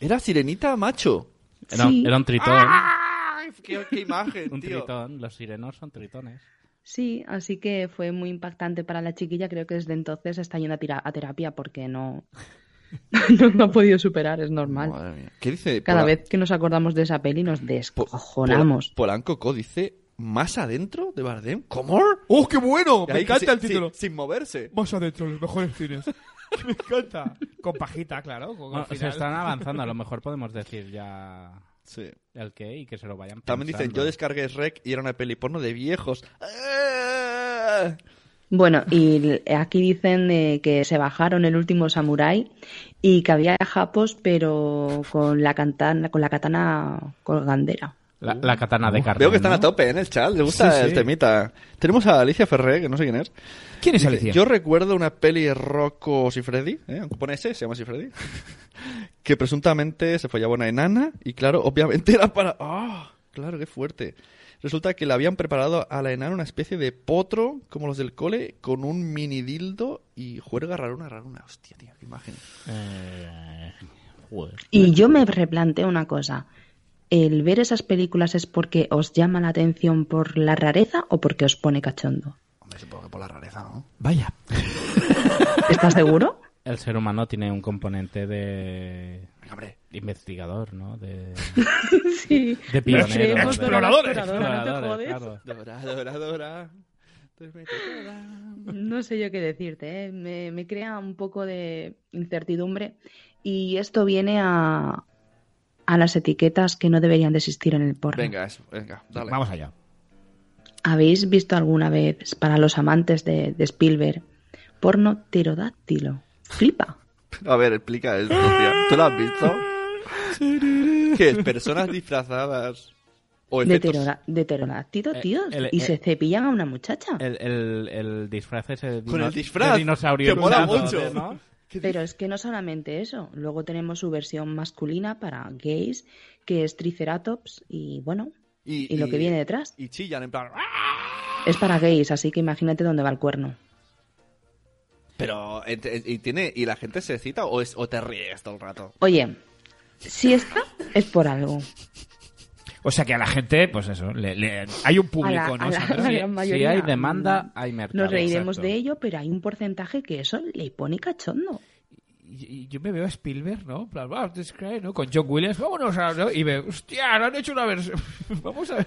[SPEAKER 2] Era sirenita macho.
[SPEAKER 1] era, un-
[SPEAKER 4] Sí.
[SPEAKER 1] era un tritón.
[SPEAKER 2] ¡Ay, qué, qué imagen,
[SPEAKER 1] un
[SPEAKER 2] tío!
[SPEAKER 1] tritón. Los sirenos son tritones.
[SPEAKER 4] Sí, así que fue muy impactante para la chiquilla. Creo que desde entonces está yendo a, tira- a terapia porque no, no lo ha podido superar, es normal.
[SPEAKER 2] Madre mía. ¿Qué dice?
[SPEAKER 4] Cada
[SPEAKER 2] Pola-
[SPEAKER 4] vez que nos acordamos de esa peli nos
[SPEAKER 2] Po-
[SPEAKER 4] descojonamos.
[SPEAKER 2] Pola- Polanco Co dice más adentro de Bardem. ¿Cómo?
[SPEAKER 3] ¡Oh, qué bueno!
[SPEAKER 2] Y
[SPEAKER 3] Me
[SPEAKER 2] ahí
[SPEAKER 3] encanta
[SPEAKER 2] sin-
[SPEAKER 3] el título.
[SPEAKER 2] Sin, sin moverse.
[SPEAKER 3] Más adentro, los mejores cines. Me encanta. Con pajita, claro. Con,
[SPEAKER 1] Bueno,
[SPEAKER 3] al
[SPEAKER 1] se
[SPEAKER 3] final.
[SPEAKER 1] están avanzando, a lo mejor podemos decir ya
[SPEAKER 2] Sí.
[SPEAKER 1] el qué y que se lo vayan
[SPEAKER 2] También dicen,
[SPEAKER 1] pensando.
[SPEAKER 2] yo descargué Shrek y era una peli porno de viejos. ¡Ah!
[SPEAKER 4] Bueno, y l- aquí dicen eh, que se bajaron el último samurái y que había japos, pero con la, cantana, con la katana colgandera.
[SPEAKER 1] La,
[SPEAKER 2] Uh.
[SPEAKER 1] la katana de carne.
[SPEAKER 2] Veo que están
[SPEAKER 1] ¿no?
[SPEAKER 2] a tope ¿eh? en el chat, les gusta
[SPEAKER 3] Sí, sí.
[SPEAKER 2] el temita. Tenemos a Alicia Ferré, que no sé quién es.
[SPEAKER 3] ¿Quién es
[SPEAKER 2] Dice,
[SPEAKER 3] Alicia?
[SPEAKER 2] Yo recuerdo una peli de Rocco Sifredi, ¿eh? aunque pone ese, se llama Sifredi, que presuntamente se follaba una enana y claro, obviamente era para... ¡Ah! Claro, qué fuerte. Resulta que le habían preparado a la enana una especie de potro, como los del cole, con un mini dildo y juerga raruna, raruna. Hostia, tío, qué imagen.
[SPEAKER 1] Eh, joder.
[SPEAKER 4] Y yo me replanteo una cosa. ¿El ver esas películas es porque os llama la atención por la rareza o porque os pone cachondo?
[SPEAKER 2] Hombre, supongo que por la rareza, ¿no?
[SPEAKER 3] Vaya.
[SPEAKER 4] ¿Estás seguro?
[SPEAKER 1] El ser humano tiene un componente de
[SPEAKER 2] Venga, hombre.
[SPEAKER 1] investigador, ¿no? De,
[SPEAKER 4] Sí.
[SPEAKER 1] de pionero.
[SPEAKER 4] creemos,
[SPEAKER 1] de-
[SPEAKER 4] Exploradores.
[SPEAKER 1] de
[SPEAKER 4] exploradora, no te jodes.
[SPEAKER 1] claro.
[SPEAKER 2] Dora, dora, dora. Te meto dora.
[SPEAKER 4] No sé yo qué decirte, ¿eh? me, me crea un poco de incertidumbre y esto viene a, a las etiquetas que no deberían de existir en el porno.
[SPEAKER 2] Venga, eso, venga, dale.
[SPEAKER 3] Vamos allá.
[SPEAKER 4] ¿Habéis visto alguna vez, para los amantes de, de Spielberg, porno pterodáctilo? Flipa.
[SPEAKER 2] A ver, explica esto, tío. ¿Tú lo has visto? ¿Qué es? ¿Personas disfrazadas? ¿O
[SPEAKER 4] De,
[SPEAKER 2] efectos?
[SPEAKER 4] pterora- de pterodáctilo,
[SPEAKER 1] Eh,
[SPEAKER 4] tíos.
[SPEAKER 1] el-
[SPEAKER 4] y
[SPEAKER 1] el-
[SPEAKER 4] se cepillan a una muchacha.
[SPEAKER 1] El, el, el disfraz ese de,
[SPEAKER 2] Con el
[SPEAKER 1] dino-
[SPEAKER 2] disfraz,
[SPEAKER 1] de dinosaurio.
[SPEAKER 2] que mola
[SPEAKER 1] cruzado,
[SPEAKER 2] mucho.
[SPEAKER 1] ¿no?
[SPEAKER 2] ¿Qué
[SPEAKER 4] Pero es que no solamente eso. Luego tenemos su versión masculina para gays, que es Triceratops y bueno, y lo que viene detrás.
[SPEAKER 2] Y chillan en plan. "¡Ah!".
[SPEAKER 4] Es para gays, así que imagínate dónde va el cuerno.
[SPEAKER 2] Pero. ent- ent- Y, tiene, ¿Y la gente se excita o, es, o te ríes todo el rato?
[SPEAKER 4] Oye, si está, es por algo.
[SPEAKER 3] O sea que a la gente, pues eso, le- le- hay un
[SPEAKER 4] A la-
[SPEAKER 3] público, ¿no?
[SPEAKER 4] a la-
[SPEAKER 3] Sandra?
[SPEAKER 1] Si-
[SPEAKER 4] gran
[SPEAKER 1] si
[SPEAKER 4] mayoría,
[SPEAKER 1] hay demanda, hay mercado.
[SPEAKER 4] Nos reiremos
[SPEAKER 3] exacto.
[SPEAKER 4] de ello, pero hay un porcentaje que eso le pone cachondo.
[SPEAKER 3] y- y yo me veo a Spielberg, ¿no? En plan, wow, this guy, ¿no? Con John Williams, vámonos a... ¿no? Y veo, hostia, ahora han hecho una versión... Vamos a ver...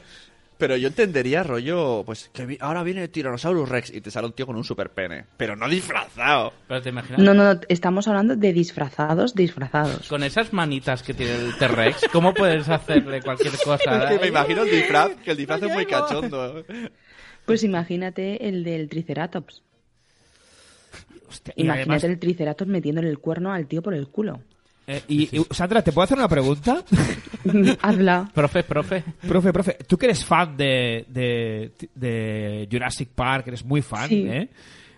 [SPEAKER 2] Pero yo entendería, rollo, pues que vi- ahora viene el Tyrannosaurus Rex y te sale un tío con un super pene. Pero no disfrazado.
[SPEAKER 1] Pero te imaginas.
[SPEAKER 4] No, no, no, estamos hablando de disfrazados, disfrazados.
[SPEAKER 1] Con esas manitas que tiene el T-Rex, ¿cómo puedes hacerle cualquier cosa? eh?
[SPEAKER 2] Es que me imagino el disfraz, que el disfraz es muy cachondo.
[SPEAKER 4] Pues imagínate el del Triceratops.
[SPEAKER 3] Hostia, y
[SPEAKER 4] Imagínate
[SPEAKER 3] además-
[SPEAKER 4] el Triceratops metiéndole el cuerno al tío por el culo.
[SPEAKER 3] eh, y, y, Sandra, ¿te puedo hacer una pregunta?
[SPEAKER 4] Habla.
[SPEAKER 1] Profe, profe.
[SPEAKER 3] Profe, profe, tú que eres fan de, de, de Jurassic Park, eres muy fan,
[SPEAKER 4] Sí.
[SPEAKER 3] ¿eh?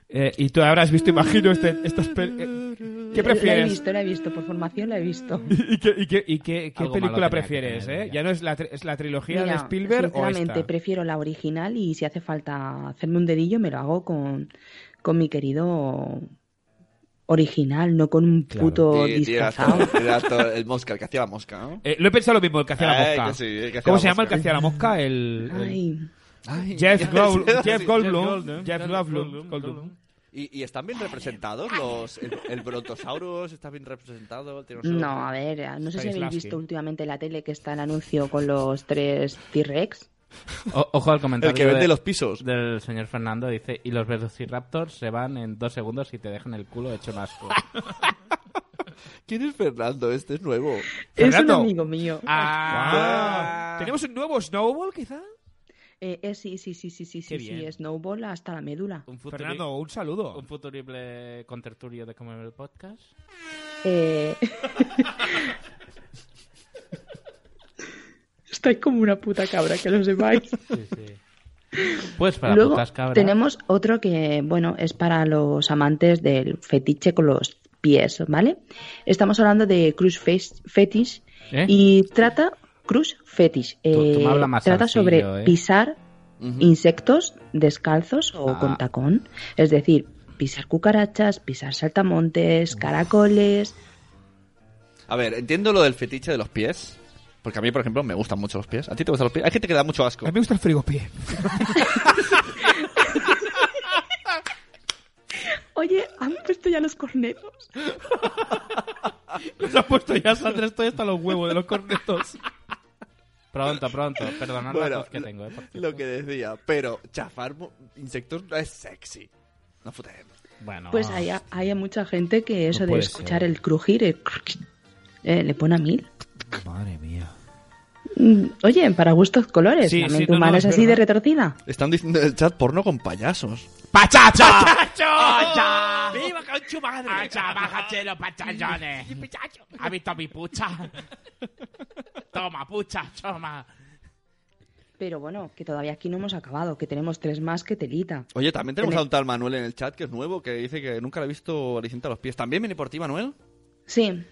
[SPEAKER 3] Eh, Y tú habrás visto, imagino, este, estas pel- eh,
[SPEAKER 4] La
[SPEAKER 3] ¿Qué
[SPEAKER 4] he
[SPEAKER 3] prefieres?
[SPEAKER 4] visto, la he visto, por formación la he visto.
[SPEAKER 3] ¿Y qué, y qué- y qué- qué
[SPEAKER 1] Algo malo
[SPEAKER 3] película
[SPEAKER 1] tenía que
[SPEAKER 3] prefieres,
[SPEAKER 1] tener
[SPEAKER 3] eh?
[SPEAKER 1] ella.
[SPEAKER 3] Ya no es la, tri- es la trilogía de
[SPEAKER 4] Mira,
[SPEAKER 3] Spielberg o
[SPEAKER 4] sinceramente,
[SPEAKER 3] esta.
[SPEAKER 4] prefiero la original y si hace falta hacerme un dedillo, me lo hago con, con mi querido original, no con un
[SPEAKER 3] Claro.
[SPEAKER 4] puto
[SPEAKER 2] Sí, tío, era
[SPEAKER 4] disfrazado.
[SPEAKER 2] todo- era todo el mosca, el que hacía la mosca, ¿no?
[SPEAKER 3] Eh, lo he pensado lo mismo, el que hacía
[SPEAKER 2] Ay,
[SPEAKER 3] la mosca.
[SPEAKER 2] que sí, el que hacía
[SPEAKER 3] ¿Cómo
[SPEAKER 2] la
[SPEAKER 3] se llama el
[SPEAKER 2] mosca?
[SPEAKER 3] que hacía la mosca? El, el-
[SPEAKER 4] Ay,
[SPEAKER 3] Jeff, Gold-
[SPEAKER 2] sí,
[SPEAKER 3] Jeff
[SPEAKER 2] sí,
[SPEAKER 3] Goldblum. Jeff Goldblum. Goldblum.
[SPEAKER 2] ¿Y, y están bien representados los... El, el brontosaurus está bien representado, el Tyrannosaurus
[SPEAKER 4] no, a ver, no sé si habéis
[SPEAKER 3] Stanislavski.
[SPEAKER 4] visto últimamente en la tele que está el anuncio con los tres T-Rex.
[SPEAKER 1] O- ojo al comentario.
[SPEAKER 2] El que vende
[SPEAKER 1] de-
[SPEAKER 2] los pisos.
[SPEAKER 1] Del señor Fernando dice: Y los Velociraptors se van en dos segundos y te dejan el culo hecho un asco.
[SPEAKER 2] ¿Quién es Fernando? Este es nuevo.
[SPEAKER 4] Es un
[SPEAKER 3] Fernando.
[SPEAKER 4] amigo mío.
[SPEAKER 3] Ah. ¿Tenemos un nuevo Snowball, quizá?
[SPEAKER 4] Eh, eh, sí, sí, sí, sí, sí, sí, sí,
[SPEAKER 1] bien.
[SPEAKER 4] Snowball hasta la médula.
[SPEAKER 1] Un
[SPEAKER 3] Fernando, un saludo.
[SPEAKER 1] Un futurible contertulio de comer el podcast.
[SPEAKER 4] Eh... Estoy como una puta cabra, que lo sepáis.
[SPEAKER 1] Sí, sí. Pues para
[SPEAKER 4] Luego
[SPEAKER 1] putas cabras.
[SPEAKER 4] tenemos otro que, bueno, es para los amantes del fetiche con los pies, ¿vale? Estamos hablando de Cruise Fe- Fetish
[SPEAKER 1] ¿Eh?
[SPEAKER 4] y trata Cruise Fetish.
[SPEAKER 1] Tú- tú me
[SPEAKER 4] eh,
[SPEAKER 1] habla más
[SPEAKER 4] trata
[SPEAKER 1] sencillo,
[SPEAKER 4] sobre
[SPEAKER 1] ¿eh?
[SPEAKER 4] pisar
[SPEAKER 2] Ujú.
[SPEAKER 4] insectos descalzos o
[SPEAKER 1] Ah.
[SPEAKER 4] con tacón, es decir, pisar cucarachas, pisar saltamontes, caracoles.
[SPEAKER 2] A ver, entiendo lo del fetiche de los pies. Porque a mí, por ejemplo, me gustan mucho los pies. ¿A ti te gustan los pies? Hay gente que da mucho
[SPEAKER 3] A
[SPEAKER 2] asco.
[SPEAKER 3] mí me gusta el frigopié.
[SPEAKER 4] Oye, han puesto ya los cornetos.
[SPEAKER 3] Los ha puesto ya Sandra, estoy hasta los huevos de los cornetos.
[SPEAKER 1] Pronto, pronto. Perdonad
[SPEAKER 2] Bueno,
[SPEAKER 1] la voz que
[SPEAKER 2] lo-
[SPEAKER 1] tengo. eh, por
[SPEAKER 2] Lo
[SPEAKER 1] cierto.
[SPEAKER 2] que decía, pero chafar mo- insectos no es sexy. No puta mierda.
[SPEAKER 1] Bueno,
[SPEAKER 4] Pues hay, a- hay a mucha gente que eso de
[SPEAKER 1] puede
[SPEAKER 4] escuchar
[SPEAKER 1] ser.
[SPEAKER 4] el crujir el cruc- eh, le pone a mil.
[SPEAKER 3] Madre mía.
[SPEAKER 4] Mm, Oye, para gustos colores,
[SPEAKER 3] Sí,
[SPEAKER 4] la
[SPEAKER 3] sí,
[SPEAKER 4] mente
[SPEAKER 3] no, no,
[SPEAKER 4] humana
[SPEAKER 3] es
[SPEAKER 4] es así de
[SPEAKER 3] verdad.
[SPEAKER 4] retorcida.
[SPEAKER 2] Están diciendo en el chat porno con payasos.
[SPEAKER 3] ¡Pachacho! ¡Pachacho! ¡Viva con su madre!
[SPEAKER 7] bájate los pantalones! ¿Has visto mi pucha? Toma, pucha, toma.
[SPEAKER 4] Pero bueno, que todavía aquí no hemos acabado, que tenemos tres más que telita.
[SPEAKER 2] Oye, también tenemos
[SPEAKER 4] Tele-
[SPEAKER 2] a un tal Manuel en el chat que es nuevo, que dice que nunca le ha visto Aliciente a los pies. ¿También viene por ti, Manuel?
[SPEAKER 4] Sí.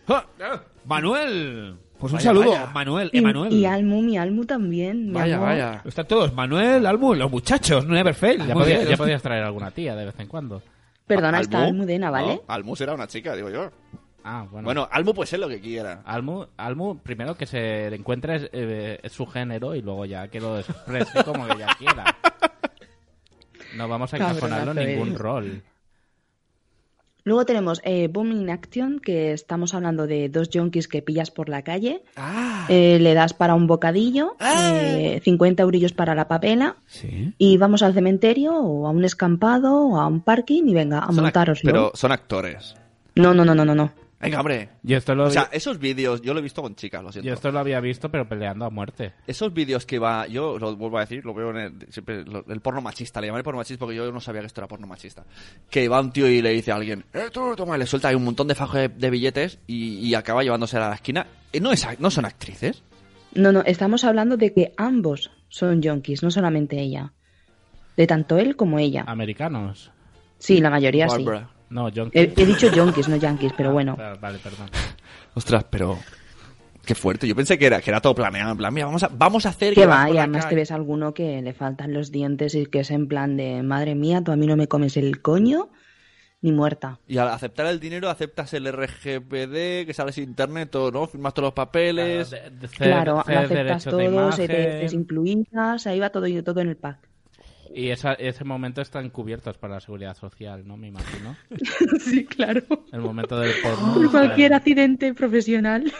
[SPEAKER 3] Manuel. Pues un
[SPEAKER 2] Vaya,
[SPEAKER 3] saludo,
[SPEAKER 2] vaya.
[SPEAKER 3] Manuel,
[SPEAKER 4] Y,
[SPEAKER 3] Emanuel.
[SPEAKER 4] y Almu, mi Almu también. mi amor.
[SPEAKER 3] Están todos, Manuel, Almu, los muchachos, no Never Fail.
[SPEAKER 1] ya,
[SPEAKER 3] Muy
[SPEAKER 1] podía-
[SPEAKER 3] bien.
[SPEAKER 1] ya podías traer alguna tía de vez en cuando.
[SPEAKER 4] Perdona,
[SPEAKER 2] Al-
[SPEAKER 4] está Almudena, ¿vale?
[SPEAKER 2] No, Almu será una chica, digo yo.
[SPEAKER 1] Ah, bueno.
[SPEAKER 2] Bueno, Almu puede ser lo que quiera.
[SPEAKER 1] Almu, Almu, primero que se encuentre eh, su género y luego ya que lo exprese como ella quiera. No vamos a encajonarlo en
[SPEAKER 4] Cabronazo
[SPEAKER 1] ningún
[SPEAKER 4] eres.
[SPEAKER 1] rol.
[SPEAKER 4] Luego tenemos eh, Boom in Action, que estamos hablando de dos yonkis que pillas por la calle.
[SPEAKER 3] Ah.
[SPEAKER 4] eh, le das para un bocadillo, eh, 50 eurillos para la papela.
[SPEAKER 3] Sí.
[SPEAKER 4] Y vamos al cementerio o a un escampado o a un parking y venga, a
[SPEAKER 2] Son act-
[SPEAKER 4] montároslo.
[SPEAKER 2] Pero son actores.
[SPEAKER 4] No, no, no, no, no, no.
[SPEAKER 2] Venga, hombre.
[SPEAKER 1] Yo esto lo,
[SPEAKER 2] O sea,
[SPEAKER 1] había-
[SPEAKER 2] esos vídeos yo lo he visto con chicas, lo siento.
[SPEAKER 1] yo esto lo había visto, pero peleando a muerte.
[SPEAKER 2] Esos vídeos que va, yo lo vuelvo a decir, lo veo en el, siempre, lo- el porno machista, le llamaré porno machista porque yo no sabía que esto era porno machista. Que va un tío y le dice a alguien, eh, tú, toma, y le suelta ahí un montón de fajos de, de billetes y, y acaba llevándose a la esquina. Eh, no, es, ac- no son actrices.
[SPEAKER 4] No, no, estamos hablando de que ambos son yonkis, no solamente ella. De tanto él como ella.
[SPEAKER 1] Americanos.
[SPEAKER 4] Sí, la mayoría sí.
[SPEAKER 2] Barbara.
[SPEAKER 1] No, John.
[SPEAKER 4] He, he dicho yonkis, no yankees, pero bueno.
[SPEAKER 1] Ah, Vale, perdón.
[SPEAKER 2] Ostras, pero. Qué fuerte. Yo pensé que era, que era todo planeado. En plan, mira, vamos a, vamos a hacer.
[SPEAKER 4] Que
[SPEAKER 2] que
[SPEAKER 4] va,
[SPEAKER 2] vas por
[SPEAKER 4] y
[SPEAKER 2] la
[SPEAKER 4] además te
[SPEAKER 2] calle.
[SPEAKER 4] ves alguno que le faltan los dientes y que es en plan de, madre mía, tú a mí no me comes el coño ni muerta.
[SPEAKER 2] Y al aceptar el dinero, aceptas el RGPD, que sales en internet, todo, ¿no? Firmas todos los papeles.
[SPEAKER 1] De- de-
[SPEAKER 4] Claro,
[SPEAKER 1] ceder
[SPEAKER 4] lo aceptas
[SPEAKER 1] derechos de
[SPEAKER 4] todo, se te
[SPEAKER 1] imagen.
[SPEAKER 4] desincluidas, ahí va todo, todo en el pack.
[SPEAKER 1] Y esa- ese momento están cubiertos para la seguridad social, ¿no? Me imagino.
[SPEAKER 4] sí, claro. Oh,
[SPEAKER 1] El momento del
[SPEAKER 4] Por
[SPEAKER 1] porno.
[SPEAKER 4] cualquier accidente profesional.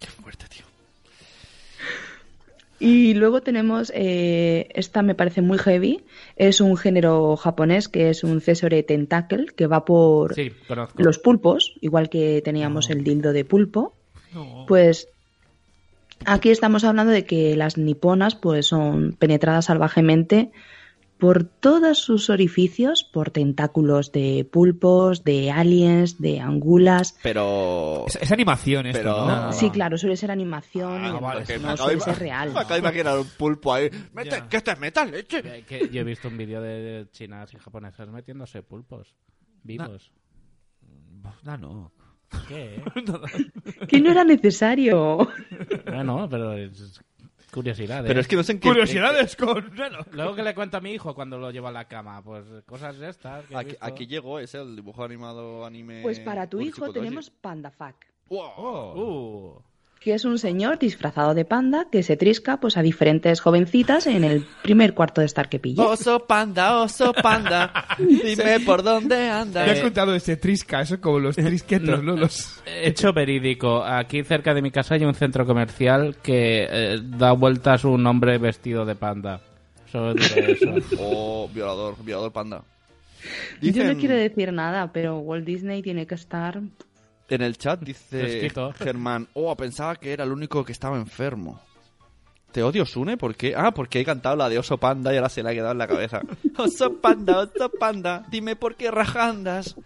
[SPEAKER 2] Qué fuerte, tío.
[SPEAKER 4] Y luego tenemos, eh, esta me parece muy heavy, es un género japonés que es un Cesore Tentacle, que va por
[SPEAKER 1] Sí, conozco.
[SPEAKER 4] los pulpos, igual que teníamos el dildo de pulpo. Pues aquí estamos hablando de que las niponas pues son penetradas salvajemente por todos sus orificios, por tentáculos de pulpos, de aliens, de angulas.
[SPEAKER 2] Pero.
[SPEAKER 3] Es, es animación esto,
[SPEAKER 2] Pero-
[SPEAKER 3] ¿no?
[SPEAKER 2] Ah.
[SPEAKER 4] Sí, claro, suele ser animación, y
[SPEAKER 2] Ah,
[SPEAKER 4] demás,
[SPEAKER 2] vale, que me
[SPEAKER 4] no
[SPEAKER 2] acabo
[SPEAKER 4] suele
[SPEAKER 2] de-
[SPEAKER 4] ser real.
[SPEAKER 2] Me acabo de imaginar un pulpo ahí. Mete-
[SPEAKER 3] Ya.
[SPEAKER 2] ¿Qué este es metal, leche?
[SPEAKER 1] Que- que yo he visto un vídeo de- de chinas y japonesas metiéndose pulpos vivos.
[SPEAKER 3] No, no.
[SPEAKER 1] ¿Qué?
[SPEAKER 4] Que no era necesario.
[SPEAKER 1] Bueno, pero es curiosidad.
[SPEAKER 2] Pero es que no sé en qué.
[SPEAKER 3] Curiosidades con... no, no.
[SPEAKER 1] Luego que le cuento a mi hijo cuando lo lleva a la cama, pues cosas de estas. que he
[SPEAKER 2] Aquí,
[SPEAKER 1] visto.
[SPEAKER 2] aquí llegó, es el dibujo animado anime.
[SPEAKER 4] Pues para tu hijo
[SPEAKER 2] Uchicotoshi.
[SPEAKER 4] tenemos Pandafac,
[SPEAKER 2] Wow.
[SPEAKER 1] Uh,
[SPEAKER 4] que es un señor disfrazado de panda que se trisca pues a diferentes jovencitas en el primer cuarto de estar que pille.
[SPEAKER 2] Uh. Oso panda, oso panda, dime por dónde anda.
[SPEAKER 3] Te has contado ese este trisca, eso como los trisquetos, ¿no? Los...
[SPEAKER 1] hecho verídico. Aquí cerca de mi casa hay un centro comercial que eh, da vueltas un hombre vestido de panda. Solo diré eso.
[SPEAKER 2] Oh, violador, violador panda.
[SPEAKER 4] Yo
[SPEAKER 2] Dicen-
[SPEAKER 4] no quiero decir nada, pero Walt Disney tiene que estar
[SPEAKER 2] En el chat dice
[SPEAKER 1] Fresquito.
[SPEAKER 2] Germán, oh, pensaba que era el único que estaba enfermo. ¿Te odio, Sune? ¿Por qué? Ah, porque he cantado la de Oso Panda y ahora se la ha quedado en la cabeza. Oso Panda, Oso Panda, dime por qué rajandas.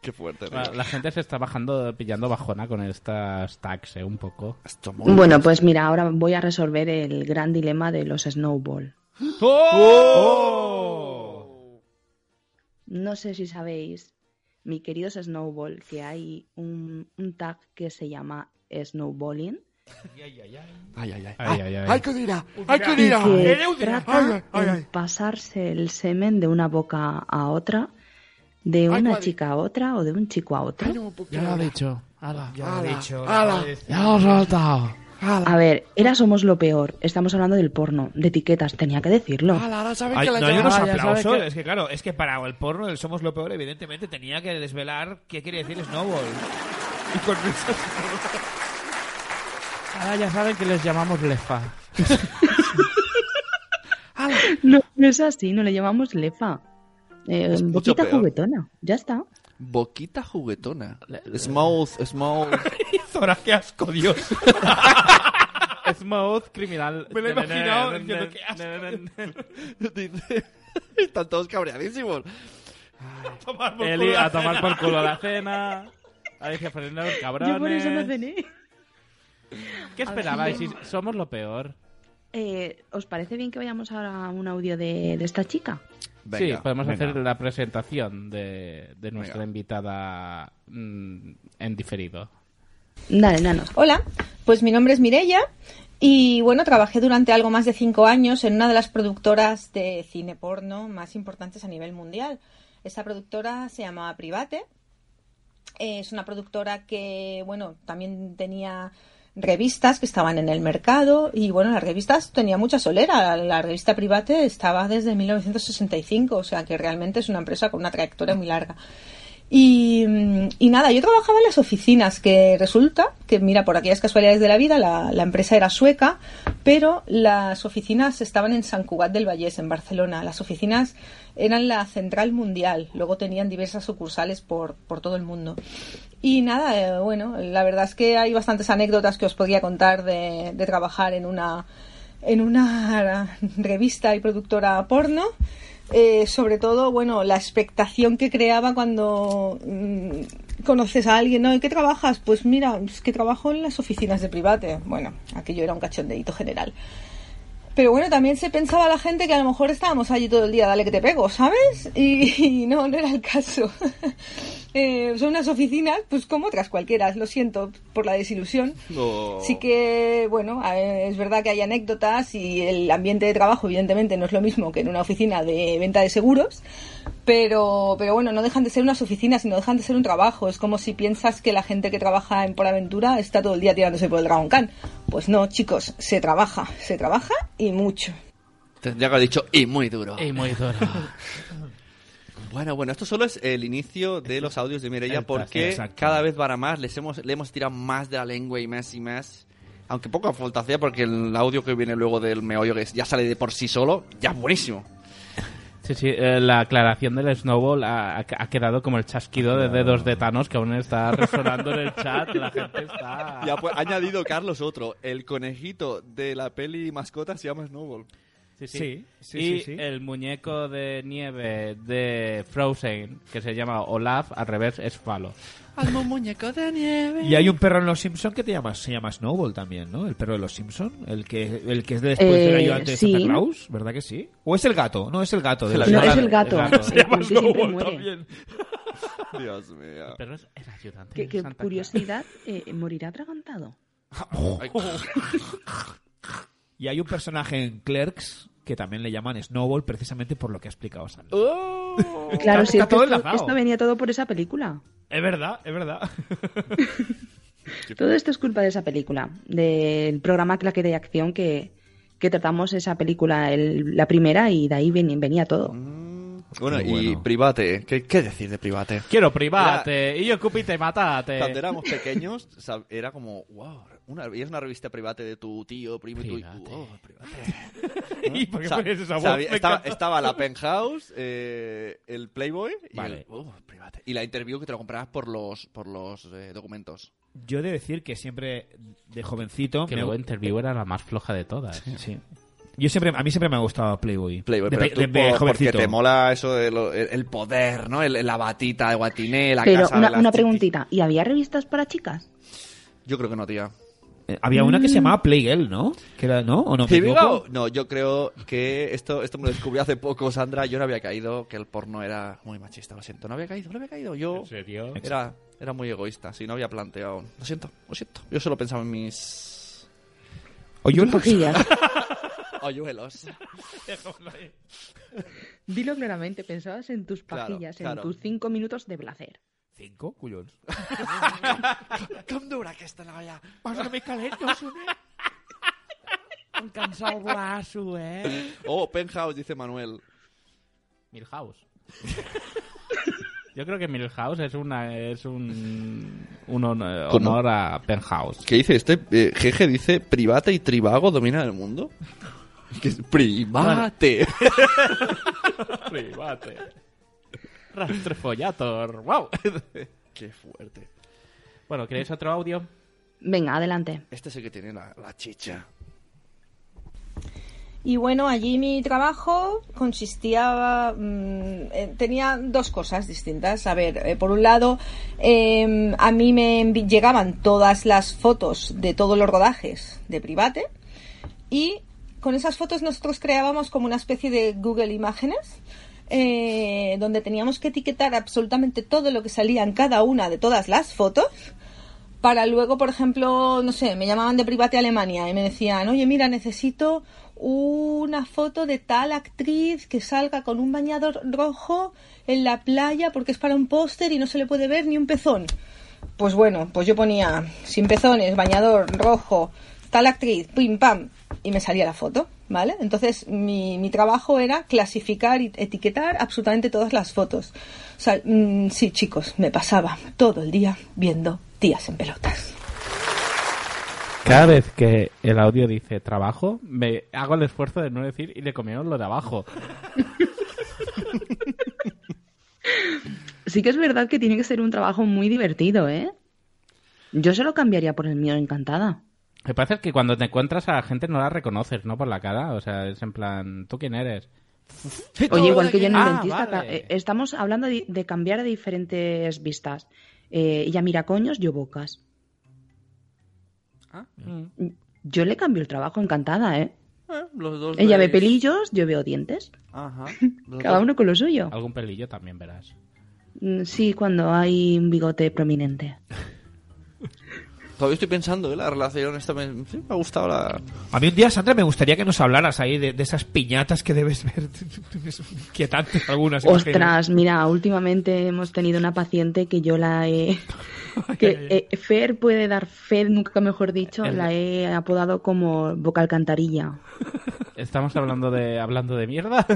[SPEAKER 2] qué fuerte, ¿no?
[SPEAKER 1] La gente se está bajando, pillando bajona con estas tags, eh, un poco.
[SPEAKER 2] Esto mola.
[SPEAKER 4] Bueno, pues mira, ahora voy a resolver el gran dilema de los snowball. ¡Oh! No sé si sabéis, mi queridos snowball, que hay un, un tag que se llama snowballing
[SPEAKER 2] Ay, Ah, ay, ay.
[SPEAKER 1] Ay, Ah, ay, ay.
[SPEAKER 2] qué dirá!
[SPEAKER 4] y que trata de pasarse el semen de una boca a otra, de una chica a otra o de un chico a otro.
[SPEAKER 1] Ya lo ha dicho.
[SPEAKER 3] Ya lo he dicho.
[SPEAKER 2] Ah,
[SPEAKER 1] Ya lo he soltado.
[SPEAKER 4] A ver, era somos lo peor. Estamos hablando del porno, de etiquetas, tenía que decirlo.
[SPEAKER 1] Ah,
[SPEAKER 3] Ay, no hay unos
[SPEAKER 1] llamaba, Ah, ya sabes
[SPEAKER 3] aplausos.
[SPEAKER 1] que-
[SPEAKER 3] Es que claro, es que para el porno del Somos lo Peor, evidentemente, tenía que desvelar qué quiere decir Snowball. Y con risas.
[SPEAKER 1] Ahora ya saben que les llamamos lefa.
[SPEAKER 4] No, no es así, no le llamamos lefa. Eh,
[SPEAKER 2] Es mucho
[SPEAKER 4] boquita
[SPEAKER 2] peor.
[SPEAKER 4] juguetona, ya está.
[SPEAKER 2] Boquita juguetona. Smooth, smooth.
[SPEAKER 3] Zora, qué asco, Dios.
[SPEAKER 1] Smooth criminal.
[SPEAKER 3] Me lo he imaginado diciendo, "Qué asco".
[SPEAKER 2] Dice- Están todos cabreadísimos.
[SPEAKER 3] Tomar por
[SPEAKER 1] Eli
[SPEAKER 3] culo la
[SPEAKER 1] a tomar
[SPEAKER 3] cena.
[SPEAKER 1] por culo la cena. Alicia Fernández, cabrones.
[SPEAKER 4] Yo por eso no cené.
[SPEAKER 1] ¿Qué esperabais? Si somos lo peor.
[SPEAKER 4] Eh, ¿Os parece bien que vayamos ahora a un audio de, de esta chica?
[SPEAKER 2] Venga,
[SPEAKER 1] sí, podemos
[SPEAKER 2] venga.
[SPEAKER 1] hacer la presentación de, de nuestra
[SPEAKER 2] Venga.
[SPEAKER 1] invitada mm, en diferido.
[SPEAKER 4] Dale, nanos.
[SPEAKER 8] Hola, pues mi nombre es Mirella y bueno, trabajé durante algo más de cinco años en una de las productoras de cine porno más importantes a nivel mundial. Esta productora se llamaba Private. Eh, Es una productora que, bueno, también tenía revistas que estaban en el mercado y bueno, las revistas tenía mucha solera. La, la revista Private estaba desde 1965, o sea que realmente es una empresa con una trayectoria muy larga. Y, mm, y nada, yo trabajaba en las oficinas, que resulta que, mira, por aquellas casualidades de la vida, la, la empresa era sueca, pero las oficinas estaban en San Cugat del Vallés, en Barcelona. Las oficinas eran la central mundial, luego tenían diversas sucursales por, por todo el mundo. Y nada, eh, bueno, la verdad es que hay bastantes anécdotas que os podría contar de, de trabajar en una, en una revista y productora porno. Eh, sobre todo, bueno, la expectación que creaba cuando mm, conoces a alguien, ¿no? ¿En qué trabajas? Pues mira, es que trabajo en las oficinas de private. Bueno, aquello era un cachondeito general. Pero bueno, también se pensaba la gente que a lo mejor estábamos allí todo el día, dale que te pego, ¿sabes? Y, y no, no era el caso. Eh, son unas oficinas, pues como otras cualquiera, lo siento por la desilusión.
[SPEAKER 2] Oh.
[SPEAKER 8] Sí que, bueno, a- es verdad que hay anécdotas y el ambiente de trabajo evidentemente no es lo mismo que en una oficina de venta de seguros, pero, pero bueno, no dejan de ser unas oficinas y no dejan de ser un trabajo. Es como si piensas que la gente que trabaja en Por Aventura está todo el día tirándose por el Dragon Khan. Pues no, chicos, se trabaja, se trabaja y mucho.
[SPEAKER 2] Tendría que haber dicho, y muy duro.
[SPEAKER 1] Y muy duro.
[SPEAKER 2] Bueno, bueno, esto solo es el inicio de los audios de Mireia
[SPEAKER 3] Exacto,
[SPEAKER 2] porque
[SPEAKER 3] exacto.
[SPEAKER 2] cada vez van a más, les hemos, le hemos tirado más de la lengua y más y más. Aunque poca falta hacía porque el audio que viene luego del meollo que ya sale de por sí solo, ya es buenísimo.
[SPEAKER 1] Sí, sí, eh, la aclaración del Snowball ha, ha- ha quedado como el chasquido de dedos de Thanos que aún está resonando en el chat. La gente está.
[SPEAKER 2] Ya pues, ha añadido Carlos otro, el conejito de la peli mascota se llama Snowball.
[SPEAKER 1] Sí,
[SPEAKER 3] Sí, sí,
[SPEAKER 1] y
[SPEAKER 3] sí, sí.
[SPEAKER 1] el muñeco de nieve de Frozen, que se llama Olaf, al revés es Falo.
[SPEAKER 2] Algo muñeco de nieve.
[SPEAKER 3] Y hay un perro en Los Simpson que te llama, se llama Snowball también, ¿no? El perro de Los Simpson, el que, el que es de después
[SPEAKER 4] Eh,
[SPEAKER 3] del ayudante
[SPEAKER 4] sí.
[SPEAKER 3] de Santa Claus, ¿verdad que sí? ¿O es el gato? No, es el gato. De la
[SPEAKER 1] No,
[SPEAKER 4] No,
[SPEAKER 1] Claro,
[SPEAKER 4] es el gato.
[SPEAKER 1] el gato.
[SPEAKER 4] Sí, sí, siempre muere.
[SPEAKER 2] Dios mío.
[SPEAKER 1] Pero es el ayudante.
[SPEAKER 4] Qué,
[SPEAKER 1] de
[SPEAKER 4] qué
[SPEAKER 1] Santa Claus.
[SPEAKER 4] curiosidad, eh, morirá atragantado.
[SPEAKER 2] Ay,
[SPEAKER 3] Oh. Y hay un personaje en Clerks que también le llaman Snowball precisamente por lo que ha explicado Sandra.
[SPEAKER 4] Claro, sí,
[SPEAKER 3] Oh. está
[SPEAKER 4] es que
[SPEAKER 3] todo
[SPEAKER 4] esto,
[SPEAKER 3] enlazado.
[SPEAKER 4] esto venía todo por esa película.
[SPEAKER 3] Es verdad, es verdad.
[SPEAKER 4] Todo esto es culpa de esa película, del programa Claqueta y Acción que, que tratamos esa película, el- la primera, y de ahí ven- venía todo.
[SPEAKER 2] Bueno,
[SPEAKER 3] Qué
[SPEAKER 2] y
[SPEAKER 3] bueno.
[SPEAKER 2] Private, ¿eh? ¿qué, qué decir de Private?
[SPEAKER 1] Quiero privarte, Eh, y yo cupite matate.
[SPEAKER 2] Cuando éramos pequeños, sab- era como, wow, una, y es una revista private de tu tío, primo y tú, y tú,
[SPEAKER 1] Private.
[SPEAKER 2] "Oh, private.
[SPEAKER 3] ¿Y por qué
[SPEAKER 2] Sa-
[SPEAKER 3] pones esa voz?
[SPEAKER 2] sabía-
[SPEAKER 3] Me
[SPEAKER 2] estaba,
[SPEAKER 3] encanta.
[SPEAKER 2] estaba la penthouse, eh, el Playboy y,
[SPEAKER 3] Vale.
[SPEAKER 2] el- "Oh, private". y la interview que te lo comprabas por los, por los eh, documentos.
[SPEAKER 3] Yo he de decir que siempre, de jovencito...
[SPEAKER 1] Que
[SPEAKER 3] me-
[SPEAKER 1] luego Interview era la más floja de todas.
[SPEAKER 3] Sí. Yo siempre, a mí siempre me ha gustado Playboy.
[SPEAKER 2] Playboy,
[SPEAKER 3] de,
[SPEAKER 2] pero
[SPEAKER 3] pe-
[SPEAKER 2] tú
[SPEAKER 3] de pe-
[SPEAKER 2] por- porque
[SPEAKER 3] jovencito.
[SPEAKER 2] te mola eso del el poder, ¿no? El- la batita de Guatiné, la
[SPEAKER 4] Pero
[SPEAKER 2] casa de
[SPEAKER 4] una,
[SPEAKER 2] las
[SPEAKER 4] una
[SPEAKER 2] chiquis.
[SPEAKER 4] preguntita, ¿y había revistas para chicas?
[SPEAKER 2] Yo creo que no, tía.
[SPEAKER 3] Eh, Había una que
[SPEAKER 1] Mm.
[SPEAKER 4] Mm.
[SPEAKER 3] se llamaba Playgirl, ¿no? Que era, ¿no? ¿O no? me
[SPEAKER 2] ¿Te digo?
[SPEAKER 3] equivoco?
[SPEAKER 2] No, yo creo que esto, esto me lo descubrí hace poco, Sandra. Yo no había caído que el porno era muy machista, lo siento. No había caído, no había caído. Yo
[SPEAKER 1] serio?
[SPEAKER 2] era, era muy egoísta, sí, no había planteado. Lo siento, lo siento. Yo solo pensaba en mis
[SPEAKER 3] Hoyuelos.
[SPEAKER 4] Cogías.
[SPEAKER 2] hoyuelos.
[SPEAKER 4] Dilo claramente, pensabas en tus
[SPEAKER 2] Claro,
[SPEAKER 4] pajillas,
[SPEAKER 2] claro.
[SPEAKER 4] en tus cinco minutos de placer.
[SPEAKER 3] Cinco cuyons.
[SPEAKER 2] Com dura aquesta noia?
[SPEAKER 3] Vas una mica lent, no sube.
[SPEAKER 1] Em cansa el brazo, eh?
[SPEAKER 2] Oh, Penthouse, dice Manuel.
[SPEAKER 1] Milhouse. Yo creo que Milhouse es una es un, un honor,
[SPEAKER 2] ¿Cómo?
[SPEAKER 1] honor a Penthouse.
[SPEAKER 2] ¿Qué dice este? Eh, Jeje dice, private y tribago dominan el mundo. Que es private.
[SPEAKER 1] Private. Rastrefollator. Wow.
[SPEAKER 2] Qué fuerte.
[SPEAKER 1] Bueno, ¿queréis otro audio?
[SPEAKER 4] Venga, adelante.
[SPEAKER 2] Este sí que tiene la, la chicha.
[SPEAKER 8] Y bueno, allí mi trabajo consistía, mm, eh, tenía dos cosas distintas. A ver, eh, por un lado, eh, a mí me envi- llegaban todas las fotos de todos los rodajes de Private y con esas fotos nosotros creábamos como una especie de Google Imágenes. eh, donde teníamos que etiquetar absolutamente todo lo que salía en cada una de todas las fotos para luego, por ejemplo, no sé, me llamaban de Private Alemania y me decían, oye, mira, necesito una foto de tal actriz que salga con un bañador rojo en la playa porque es para un póster y no se le puede ver ni un pezón. Pues bueno, pues yo ponía sin pezones, bañador rojo, tal actriz, pim pam, y me salía la foto, ¿vale? Entonces mi, mi trabajo era clasificar y etiquetar absolutamente todas las fotos. O sea, mm, sí, chicos, me pasaba todo el día viendo tías en pelotas.
[SPEAKER 1] Cada vez que el audio dice trabajo, me hago el esfuerzo de no decir y le comieron lo de abajo.
[SPEAKER 4] Sí que es verdad que tiene que ser un trabajo muy divertido, ¿eh? Yo se lo cambiaría por el mío, encantada.
[SPEAKER 1] Me parece que cuando te encuentras a la gente no la reconoces, ¿no? Por la cara. O sea, es en plan, ¿tú quién eres?
[SPEAKER 4] Oye, igual que yo en el
[SPEAKER 1] Ah,
[SPEAKER 4] dentista,
[SPEAKER 1] vale.
[SPEAKER 4] ta- eh, estamos hablando de, de cambiar de diferentes vistas. Eh, ella mira coños, yo bocas.
[SPEAKER 1] Ah,
[SPEAKER 2] Ah,
[SPEAKER 1] mm.
[SPEAKER 4] Yo le cambio el trabajo, encantada, ¿eh?
[SPEAKER 2] Eh, los dos
[SPEAKER 4] Ella ve
[SPEAKER 2] veis-
[SPEAKER 4] pelillos, yo veo dientes.
[SPEAKER 2] Ajá.
[SPEAKER 4] Cada uno con lo suyo.
[SPEAKER 1] Algún pelillo también verás.
[SPEAKER 4] Mm, Sí, cuando hay un bigote prominente.
[SPEAKER 2] Todavía estoy pensando, ¿eh? La relación esta me, sí, me ha gustado la...
[SPEAKER 3] A mí un día, Sandra, me gustaría que nos hablaras ahí de, de esas piñatas que debes ver. Inquietantes algunas. imagino.
[SPEAKER 4] Ostras, mira, últimamente hemos tenido una paciente que yo la he... que eh, Fer puede dar fe, nunca mejor dicho,
[SPEAKER 1] El-
[SPEAKER 4] la he apodado como boca alcantarilla.
[SPEAKER 1] Estamos hablando de hablando de mierda,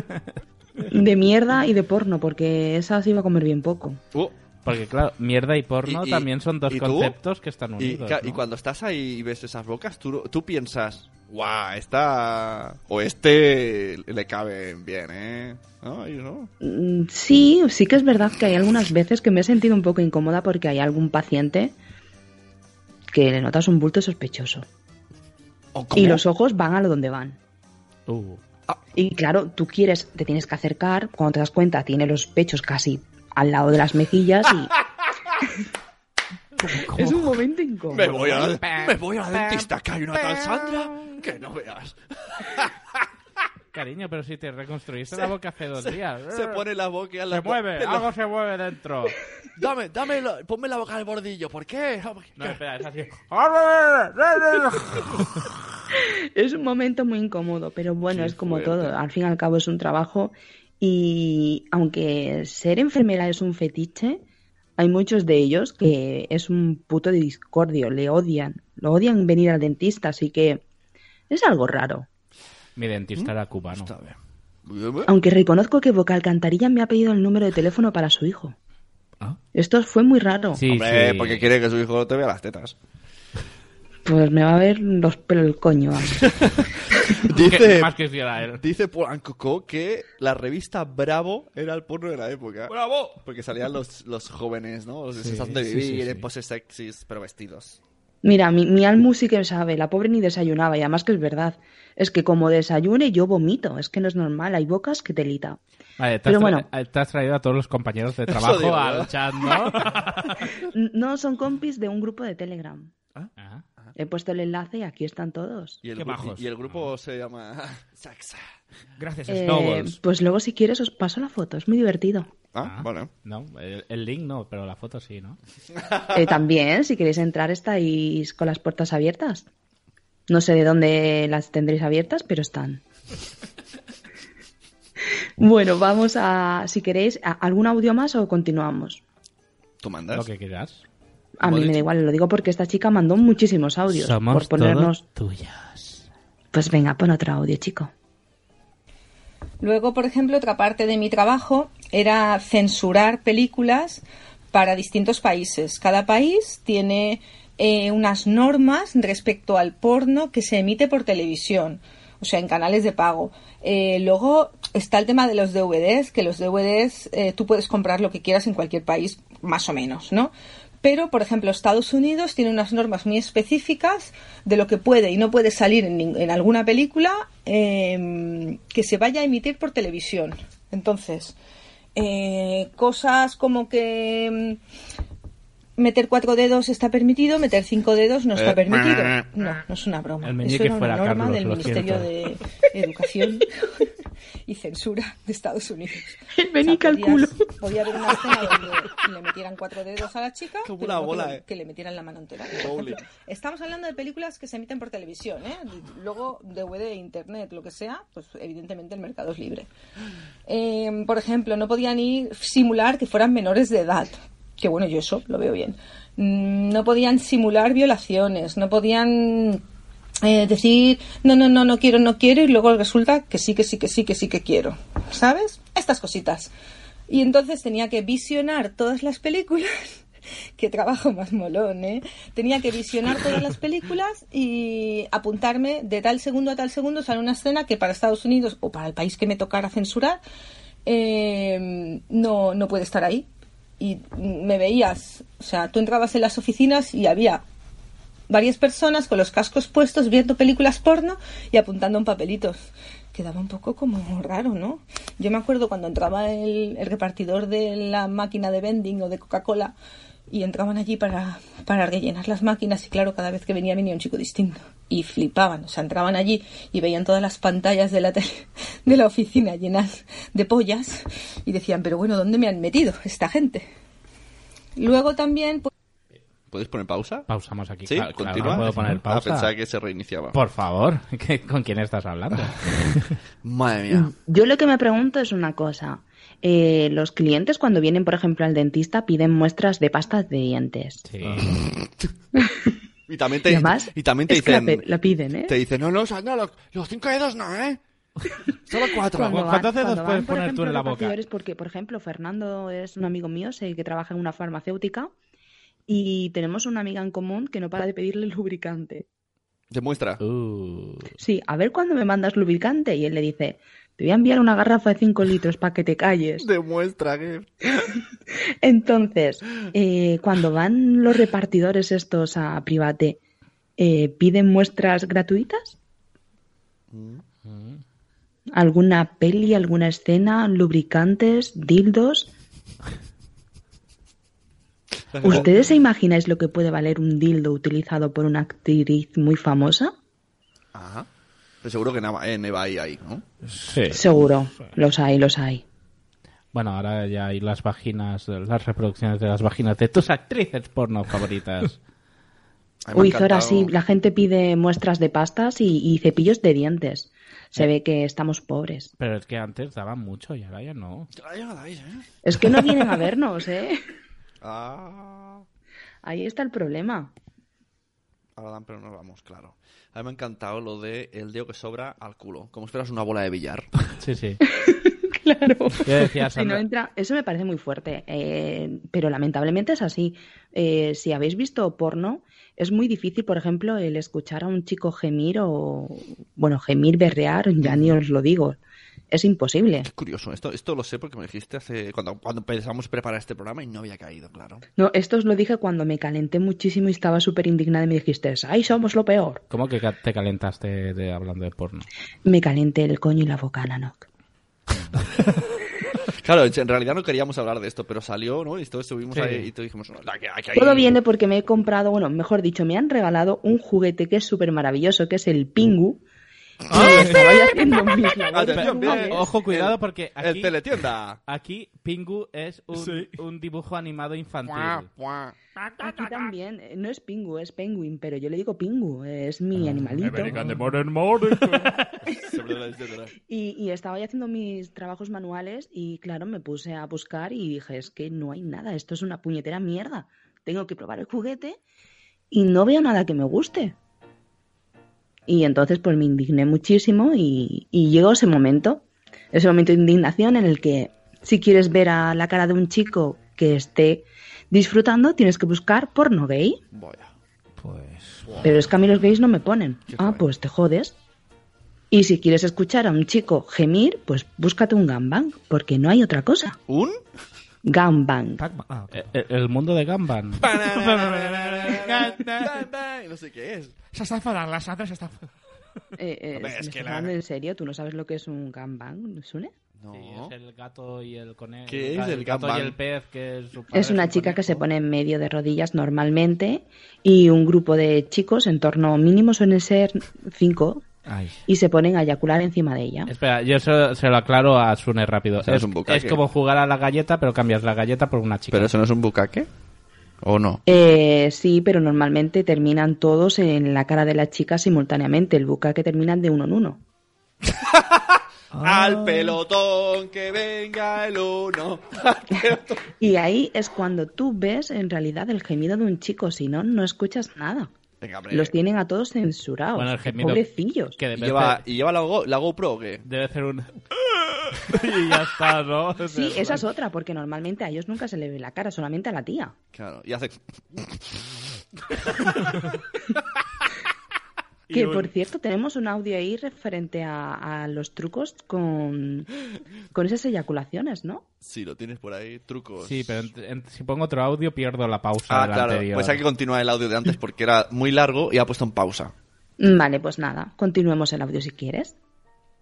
[SPEAKER 4] De mierda y de porno, porque esa se iba a comer bien poco.
[SPEAKER 2] Uh,
[SPEAKER 1] porque claro, mierda y porno
[SPEAKER 2] Y- y-
[SPEAKER 1] también son dos
[SPEAKER 2] ¿y tú?
[SPEAKER 1] conceptos que están
[SPEAKER 2] y,
[SPEAKER 1] unidos.
[SPEAKER 2] ca-
[SPEAKER 1] ¿no?
[SPEAKER 2] y cuando estás ahí y ves esas bocas, tú, tú piensas... ¡Guau! Esta... O este le cabe bien, ¿eh? No, yo no.
[SPEAKER 4] Mm, Sí, sí que es verdad que hay algunas veces que me he sentido un poco incómoda porque hay algún paciente que le notas un bulto sospechoso.
[SPEAKER 2] ¿O
[SPEAKER 4] Y
[SPEAKER 2] cómo?
[SPEAKER 4] los ojos van a lo donde van.
[SPEAKER 1] Uh,
[SPEAKER 4] Y claro, tú quieres, te tienes que acercar, cuando te das cuenta tiene los pechos casi al lado de las mejillas y... Es un momento incómodo.
[SPEAKER 2] Me voy, a, me voy a la dentista, que hay una tal Sandra que no veas.
[SPEAKER 1] Cariño, pero si te reconstruiste la boca hace dos días.
[SPEAKER 2] Se pone la boca y
[SPEAKER 1] Se mueve,
[SPEAKER 2] Pero-
[SPEAKER 1] algo se mueve dentro.
[SPEAKER 2] Dame, dame, la- ponme la boca al bordillo. ¿Por qué?
[SPEAKER 1] No, espera, es así.
[SPEAKER 4] Es un momento muy incómodo, pero bueno,
[SPEAKER 2] Qué
[SPEAKER 4] es como
[SPEAKER 2] fuerte.
[SPEAKER 4] todo. Al fin y al cabo es un trabajo y aunque ser enfermera es un fetiche, hay muchos de ellos que es un puto de discordio, le odian, lo odian venir al dentista, así que es algo raro.
[SPEAKER 1] Mi dentista era cubano.
[SPEAKER 2] ¿Mm? Está bien. Bien,
[SPEAKER 4] Aunque reconozco que Boca Alcantarilla me ha pedido el número de teléfono para su hijo. Esto fue muy raro.
[SPEAKER 1] Ah. Sí,
[SPEAKER 2] Hombre,
[SPEAKER 1] sí.
[SPEAKER 2] porque quiere que su hijo te vea las tetas.
[SPEAKER 4] Pues me va a ver los pelos el coño.
[SPEAKER 1] Que-
[SPEAKER 2] Dice,
[SPEAKER 1] más que si era él.
[SPEAKER 2] dice Polanco que la revista Bravo era el porno de la época. ¡Bravo! Porque salían los, los jóvenes, ¿no? Los deseando de
[SPEAKER 1] sí,
[SPEAKER 2] vivir,
[SPEAKER 1] sí, sí.
[SPEAKER 2] en poses sexys, pero vestidos.
[SPEAKER 4] Mira, mi, mi almu sí que sabe, la pobre ni desayunaba, y además que es verdad. Es que como desayune yo vomito, es que no es normal, hay bocas que telita.
[SPEAKER 1] Vale, te, has
[SPEAKER 4] Pero
[SPEAKER 1] tra-
[SPEAKER 4] bueno.
[SPEAKER 1] eh, te has traído a todos los compañeros de trabajo
[SPEAKER 2] digo,
[SPEAKER 1] al
[SPEAKER 2] ¿verdad?
[SPEAKER 1] chat, ¿no?
[SPEAKER 4] N- No, son compis de un grupo de Telegram.
[SPEAKER 1] Ah.
[SPEAKER 4] He puesto el enlace y aquí están todos.
[SPEAKER 2] Y el,
[SPEAKER 1] Qué Ah.
[SPEAKER 2] gru-
[SPEAKER 1] bajos.
[SPEAKER 2] y el grupo se llama Saxa.
[SPEAKER 3] Gracias,
[SPEAKER 4] Eh,
[SPEAKER 3] Snowballs.
[SPEAKER 4] pues luego si quieres os paso la foto, es muy divertido.
[SPEAKER 2] Ah,
[SPEAKER 1] Ah.
[SPEAKER 2] bueno.
[SPEAKER 1] No, el, el link no, pero la foto sí, ¿no?
[SPEAKER 4] Eh, también, si queréis entrar, estáis con las puertas abiertas. No sé de dónde las tendréis abiertas, pero están. Bueno, vamos a, si queréis, a- ¿algún audio más o continuamos?
[SPEAKER 2] ¿Tú mandas?
[SPEAKER 1] Lo que quieras.
[SPEAKER 4] A mí
[SPEAKER 2] Vale.
[SPEAKER 4] me da igual, lo digo porque esta chica mandó muchísimos audios. por ponernos.
[SPEAKER 1] tuyos.
[SPEAKER 4] Pues venga, pon otro audio, chico.
[SPEAKER 8] Luego, por ejemplo, otra parte de mi trabajo era censurar películas para distintos países. Cada país tiene eh, unas normas respecto al porno que se emite por televisión, o sea, en canales de pago. Eh, luego está el tema de los DVDs, que los DVDs eh, tú puedes comprar lo que quieras en cualquier país, más o menos, ¿no? Pero, por ejemplo, Estados Unidos tiene unas normas muy específicas de lo que puede y no puede salir en, nin- en alguna película eh, que se vaya a emitir por televisión. Entonces, eh, cosas como que mm, meter cuatro dedos está permitido, meter cinco dedos no está permitido. No, no es una broma.
[SPEAKER 1] El
[SPEAKER 8] Eso
[SPEAKER 1] meñique
[SPEAKER 8] era una
[SPEAKER 1] fuera,
[SPEAKER 8] norma
[SPEAKER 1] Carlos,
[SPEAKER 8] del
[SPEAKER 1] lo
[SPEAKER 8] Ministerio de
[SPEAKER 1] siento.
[SPEAKER 8] Educación y Censura de Estados Unidos.
[SPEAKER 4] El meñique al
[SPEAKER 8] podías-
[SPEAKER 4] culo.
[SPEAKER 8] Podía haber una escena donde le metieran cuatro dedos a la chica,
[SPEAKER 2] Como
[SPEAKER 8] pero
[SPEAKER 2] una
[SPEAKER 8] no
[SPEAKER 2] bola,
[SPEAKER 8] que, le,
[SPEAKER 2] eh.
[SPEAKER 8] que le metieran la mano entera.
[SPEAKER 2] Bowling.
[SPEAKER 8] Estamos hablando de películas que se emiten por televisión, ¿eh? Luego DVD, internet, lo que sea, pues evidentemente el mercado es libre. Eh, por ejemplo, no podían ir simular que fueran menores de edad. Que bueno, yo eso lo veo bien. Mm, No podían simular violaciones, no podían eh, decir no, no, no, no quiero, no quiero y luego resulta que sí, que sí, que sí, que sí que quiero. ¿Sabes? Estas cositas. Y entonces tenía que visionar todas las películas. Qué trabajo más molón, ¿eh? Tenía que visionar todas las películas y apuntarme de tal segundo a tal segundo sale una escena que para Estados Unidos o para el país que me tocara censurar eh, no, no puede estar ahí. Y me veías, o sea, tú entrabas en las oficinas y había varias personas con los cascos puestos viendo películas porno y apuntando en papelitos. Quedaba un poco como raro, ¿no? Yo me acuerdo cuando entraba el, el repartidor de la máquina de vending o de Coca-Cola y entraban allí para, para rellenar las máquinas y claro, cada vez que venía venía un chico distinto y flipaban, o sea, entraban allí y veían todas las pantallas de la tele- de la oficina llenas de pollas y decían, pero bueno, ¿dónde me han metido esta gente? Luego también pues,
[SPEAKER 2] ¿Puedes poner pausa?
[SPEAKER 1] Pausamos aquí.
[SPEAKER 2] Sí,
[SPEAKER 1] claro, claro,
[SPEAKER 2] continúa.
[SPEAKER 1] no puedo poner
[SPEAKER 2] Ah,
[SPEAKER 1] pausa.
[SPEAKER 2] pensaba que se reiniciaba.
[SPEAKER 1] Por favor, ¿qué- ¿con quién estás hablando?
[SPEAKER 2] Madre mía.
[SPEAKER 4] Yo lo que me pregunto es una cosa. Eh, los clientes cuando vienen, por ejemplo, al dentista piden muestras de pastas de dientes.
[SPEAKER 1] Sí.
[SPEAKER 2] Y también
[SPEAKER 4] Y
[SPEAKER 2] te,
[SPEAKER 4] además,
[SPEAKER 2] y también te
[SPEAKER 4] es que la
[SPEAKER 2] dicen...
[SPEAKER 4] pe- la piden, ¿eh?
[SPEAKER 2] Te dicen, no, no, o sea, no, los, los cinco dedos no, ¿eh? Solo cuatro.
[SPEAKER 1] Cuando-
[SPEAKER 4] van-
[SPEAKER 1] ¿Cuántos dedos
[SPEAKER 4] cuando van, por
[SPEAKER 1] puedes poner tú en
[SPEAKER 4] ejemplo,
[SPEAKER 1] la
[SPEAKER 4] los
[SPEAKER 1] boca?
[SPEAKER 4] bastidores, Porque, por ejemplo, Fernando es un amigo mío, sé que trabaja en una farmacéutica y tenemos una amiga en común que no para de pedirle lubricante.
[SPEAKER 2] Demuestra.
[SPEAKER 1] Uh,
[SPEAKER 4] Sí, a ver cuándo me mandas lubricante. Y él le dice, te voy a enviar una garrafa de 5 litros para que te calles.
[SPEAKER 2] Demuestra que...
[SPEAKER 4] Entonces, eh, cuando van los repartidores estos a Private, eh, ¿piden muestras gratuitas? ¿Alguna peli, alguna escena, lubricantes, dildos? ¿Ustedes se imagináis lo que puede valer un dildo utilizado por una actriz muy famosa?
[SPEAKER 2] Ajá. Pero seguro que Neva, eh, Neva ahí, ahí, ¿no?
[SPEAKER 1] sí.
[SPEAKER 4] Seguro, los hay, los hay.
[SPEAKER 1] Bueno, ahora ya hay las vaginas, las reproducciones de las vaginas de tus actrices porno favoritas.
[SPEAKER 2] Ay, me ha
[SPEAKER 4] Uy, Zora,
[SPEAKER 2] encantado.
[SPEAKER 4] sí, la gente pide muestras de pastas y, y cepillos de dientes. Se ve que estamos pobres.
[SPEAKER 1] Pero es que antes daban mucho y ahora ya no.
[SPEAKER 2] Ay, ya la dais, ¿eh?
[SPEAKER 4] Es que no vienen a vernos, ¿eh?
[SPEAKER 2] Ah,
[SPEAKER 4] Ahí está el problema.
[SPEAKER 2] ahora dan, pero nos vamos, claro. A mí me ha encantado lo de el dedo que sobra al culo. Como esperas una bola de billar.
[SPEAKER 1] Sí, sí.
[SPEAKER 4] Claro.
[SPEAKER 1] Yo decía,
[SPEAKER 4] Si no
[SPEAKER 1] Sandra-
[SPEAKER 4] entra, eso me parece muy fuerte, eh, pero lamentablemente es así. Eh, si habéis visto porno, es muy difícil, por ejemplo, el escuchar a un chico gemir o, bueno, gemir, berrear, ya ni os lo digo. Es imposible.
[SPEAKER 2] Qué curioso. Esto, esto lo sé porque me lo dijiste hace cuando, cuando empezamos a preparar este programa y no había caído, claro.
[SPEAKER 4] No, esto os lo dije cuando me calenté muchísimo y estaba súper indignada y me dijiste, ¡ay, somos lo peor!
[SPEAKER 1] ¿Cómo que ca- te calentaste de- hablando de porno?
[SPEAKER 4] Me calenté el coño y la boca, Nanoc.
[SPEAKER 2] Claro, en realidad no queríamos hablar de esto, pero salió, ¿no? Y todos estuvimos
[SPEAKER 1] Sí.
[SPEAKER 2] ahí y todos dijimos, "No, hay que- hay que ir".
[SPEAKER 4] Todo viene porque me he comprado, bueno, mejor dicho, me han regalado un juguete que es súper maravilloso, que es el Pingu. Y estaba yo haciendo mis labores
[SPEAKER 2] Atención,
[SPEAKER 4] manuales.
[SPEAKER 2] bien.
[SPEAKER 1] Ah, Ojo, cuidado, porque
[SPEAKER 2] El
[SPEAKER 1] aquí-
[SPEAKER 2] teletienda.
[SPEAKER 1] Aquí Pingu es un, un dibujo animado infantil.
[SPEAKER 4] Aquí también, eh, no es Pingu, es Penguin, pero yo le digo Pingu, eh, es
[SPEAKER 1] Ah,
[SPEAKER 4] mi animalito. Y, y estaba yo haciendo mis trabajos manuales y claro, me puse a buscar y dije, es que no hay nada, esto es una puñetera mierda. Tengo que probar el juguete y no veo nada que me guste. Y entonces pues me indigné muchísimo y, y llegó ese momento, ese momento de indignación en el que si quieres ver a la cara de un chico que esté disfrutando, tienes que buscar porno gay.
[SPEAKER 2] Vaya.
[SPEAKER 3] Pues,
[SPEAKER 4] Pero es que a mí los gays no me ponen.
[SPEAKER 2] Qué
[SPEAKER 4] Ah,
[SPEAKER 2] joder.
[SPEAKER 4] pues te jodes. Y si quieres escuchar a un chico gemir, pues búscate un gangbang, porque no hay otra cosa.
[SPEAKER 2] ¿Un? Ah,
[SPEAKER 4] Gangbang.
[SPEAKER 1] Eh, eh, El, mundo de Gamban.
[SPEAKER 2] no sé qué es.
[SPEAKER 3] Se está enfadando, la Sandra se está enfadando.
[SPEAKER 4] Eh, eh,
[SPEAKER 2] Hombre,
[SPEAKER 4] ¿me
[SPEAKER 2] es que
[SPEAKER 4] estás
[SPEAKER 2] la-
[SPEAKER 4] hablando en serio? ¿Tú no sabes lo que es un gangbang, Sune?
[SPEAKER 2] No.
[SPEAKER 1] el gato y el conejo.
[SPEAKER 2] ¿Qué el es ga- el el gato y Gangbang? el
[SPEAKER 1] pez que es
[SPEAKER 4] Es una chica que se pone en medio de rodillas normalmente y un grupo de chicos, en torno mínimo suelen ser cinco, y se ponen a eyacular encima de ella.
[SPEAKER 1] Espera, yo se, se lo aclaro a Sune rápido.
[SPEAKER 2] Eso es
[SPEAKER 1] es,
[SPEAKER 2] un bucaque.
[SPEAKER 1] es como jugar a la galleta, pero cambias la galleta por una chica.
[SPEAKER 2] ¿Pero eso no es un bucaque? ¿O no?
[SPEAKER 4] Eh, sí, pero normalmente terminan todos en la cara de la chica simultáneamente. El buca que terminan de uno en uno.
[SPEAKER 2] Al pelotón que venga el uno.
[SPEAKER 4] Y ahí es cuando tú ves en realidad el gemido de un chico, si no, no escuchas nada.
[SPEAKER 2] Venga, hombre.
[SPEAKER 4] Los tienen a todos censurados.
[SPEAKER 1] Bueno, el gemido
[SPEAKER 4] Pobrecillos.
[SPEAKER 1] que
[SPEAKER 2] ¿Y
[SPEAKER 1] debe,
[SPEAKER 2] lleva,
[SPEAKER 1] ser-
[SPEAKER 2] ¿Y lleva la, Go- la GoPro o qué?
[SPEAKER 1] debe ser un... y ya está, ¿no?
[SPEAKER 4] Sí, esa es otra, porque normalmente a ellos nunca se le ve la cara, solamente a la tía.
[SPEAKER 2] Claro, y hace...
[SPEAKER 4] Que por cierto, tenemos un audio ahí referente a, a los trucos con, con esas eyaculaciones, ¿no?
[SPEAKER 2] Sí, lo tienes por ahí, trucos.
[SPEAKER 1] Sí, pero en- en- si pongo otro audio pierdo la pausa
[SPEAKER 2] Ah,
[SPEAKER 1] del
[SPEAKER 2] claro,
[SPEAKER 1] anterior.
[SPEAKER 2] pues hay que continuar el audio de antes porque era muy largo y ha puesto en pausa.
[SPEAKER 4] Vale, pues nada, continuemos el audio si quieres.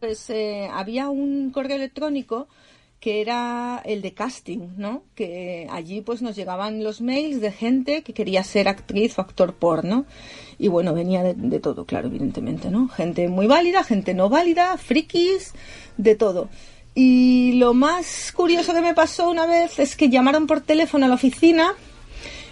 [SPEAKER 8] pues eh, había un correo electrónico que era el de casting, ¿no? Que allí pues nos llegaban los mails de gente que quería ser actriz o actor porno. Y bueno, venía de, de todo, claro, evidentemente, ¿no? Gente muy válida, gente no válida, frikis, de todo. Y lo más curioso que me pasó una vez es que llamaron por teléfono a la oficina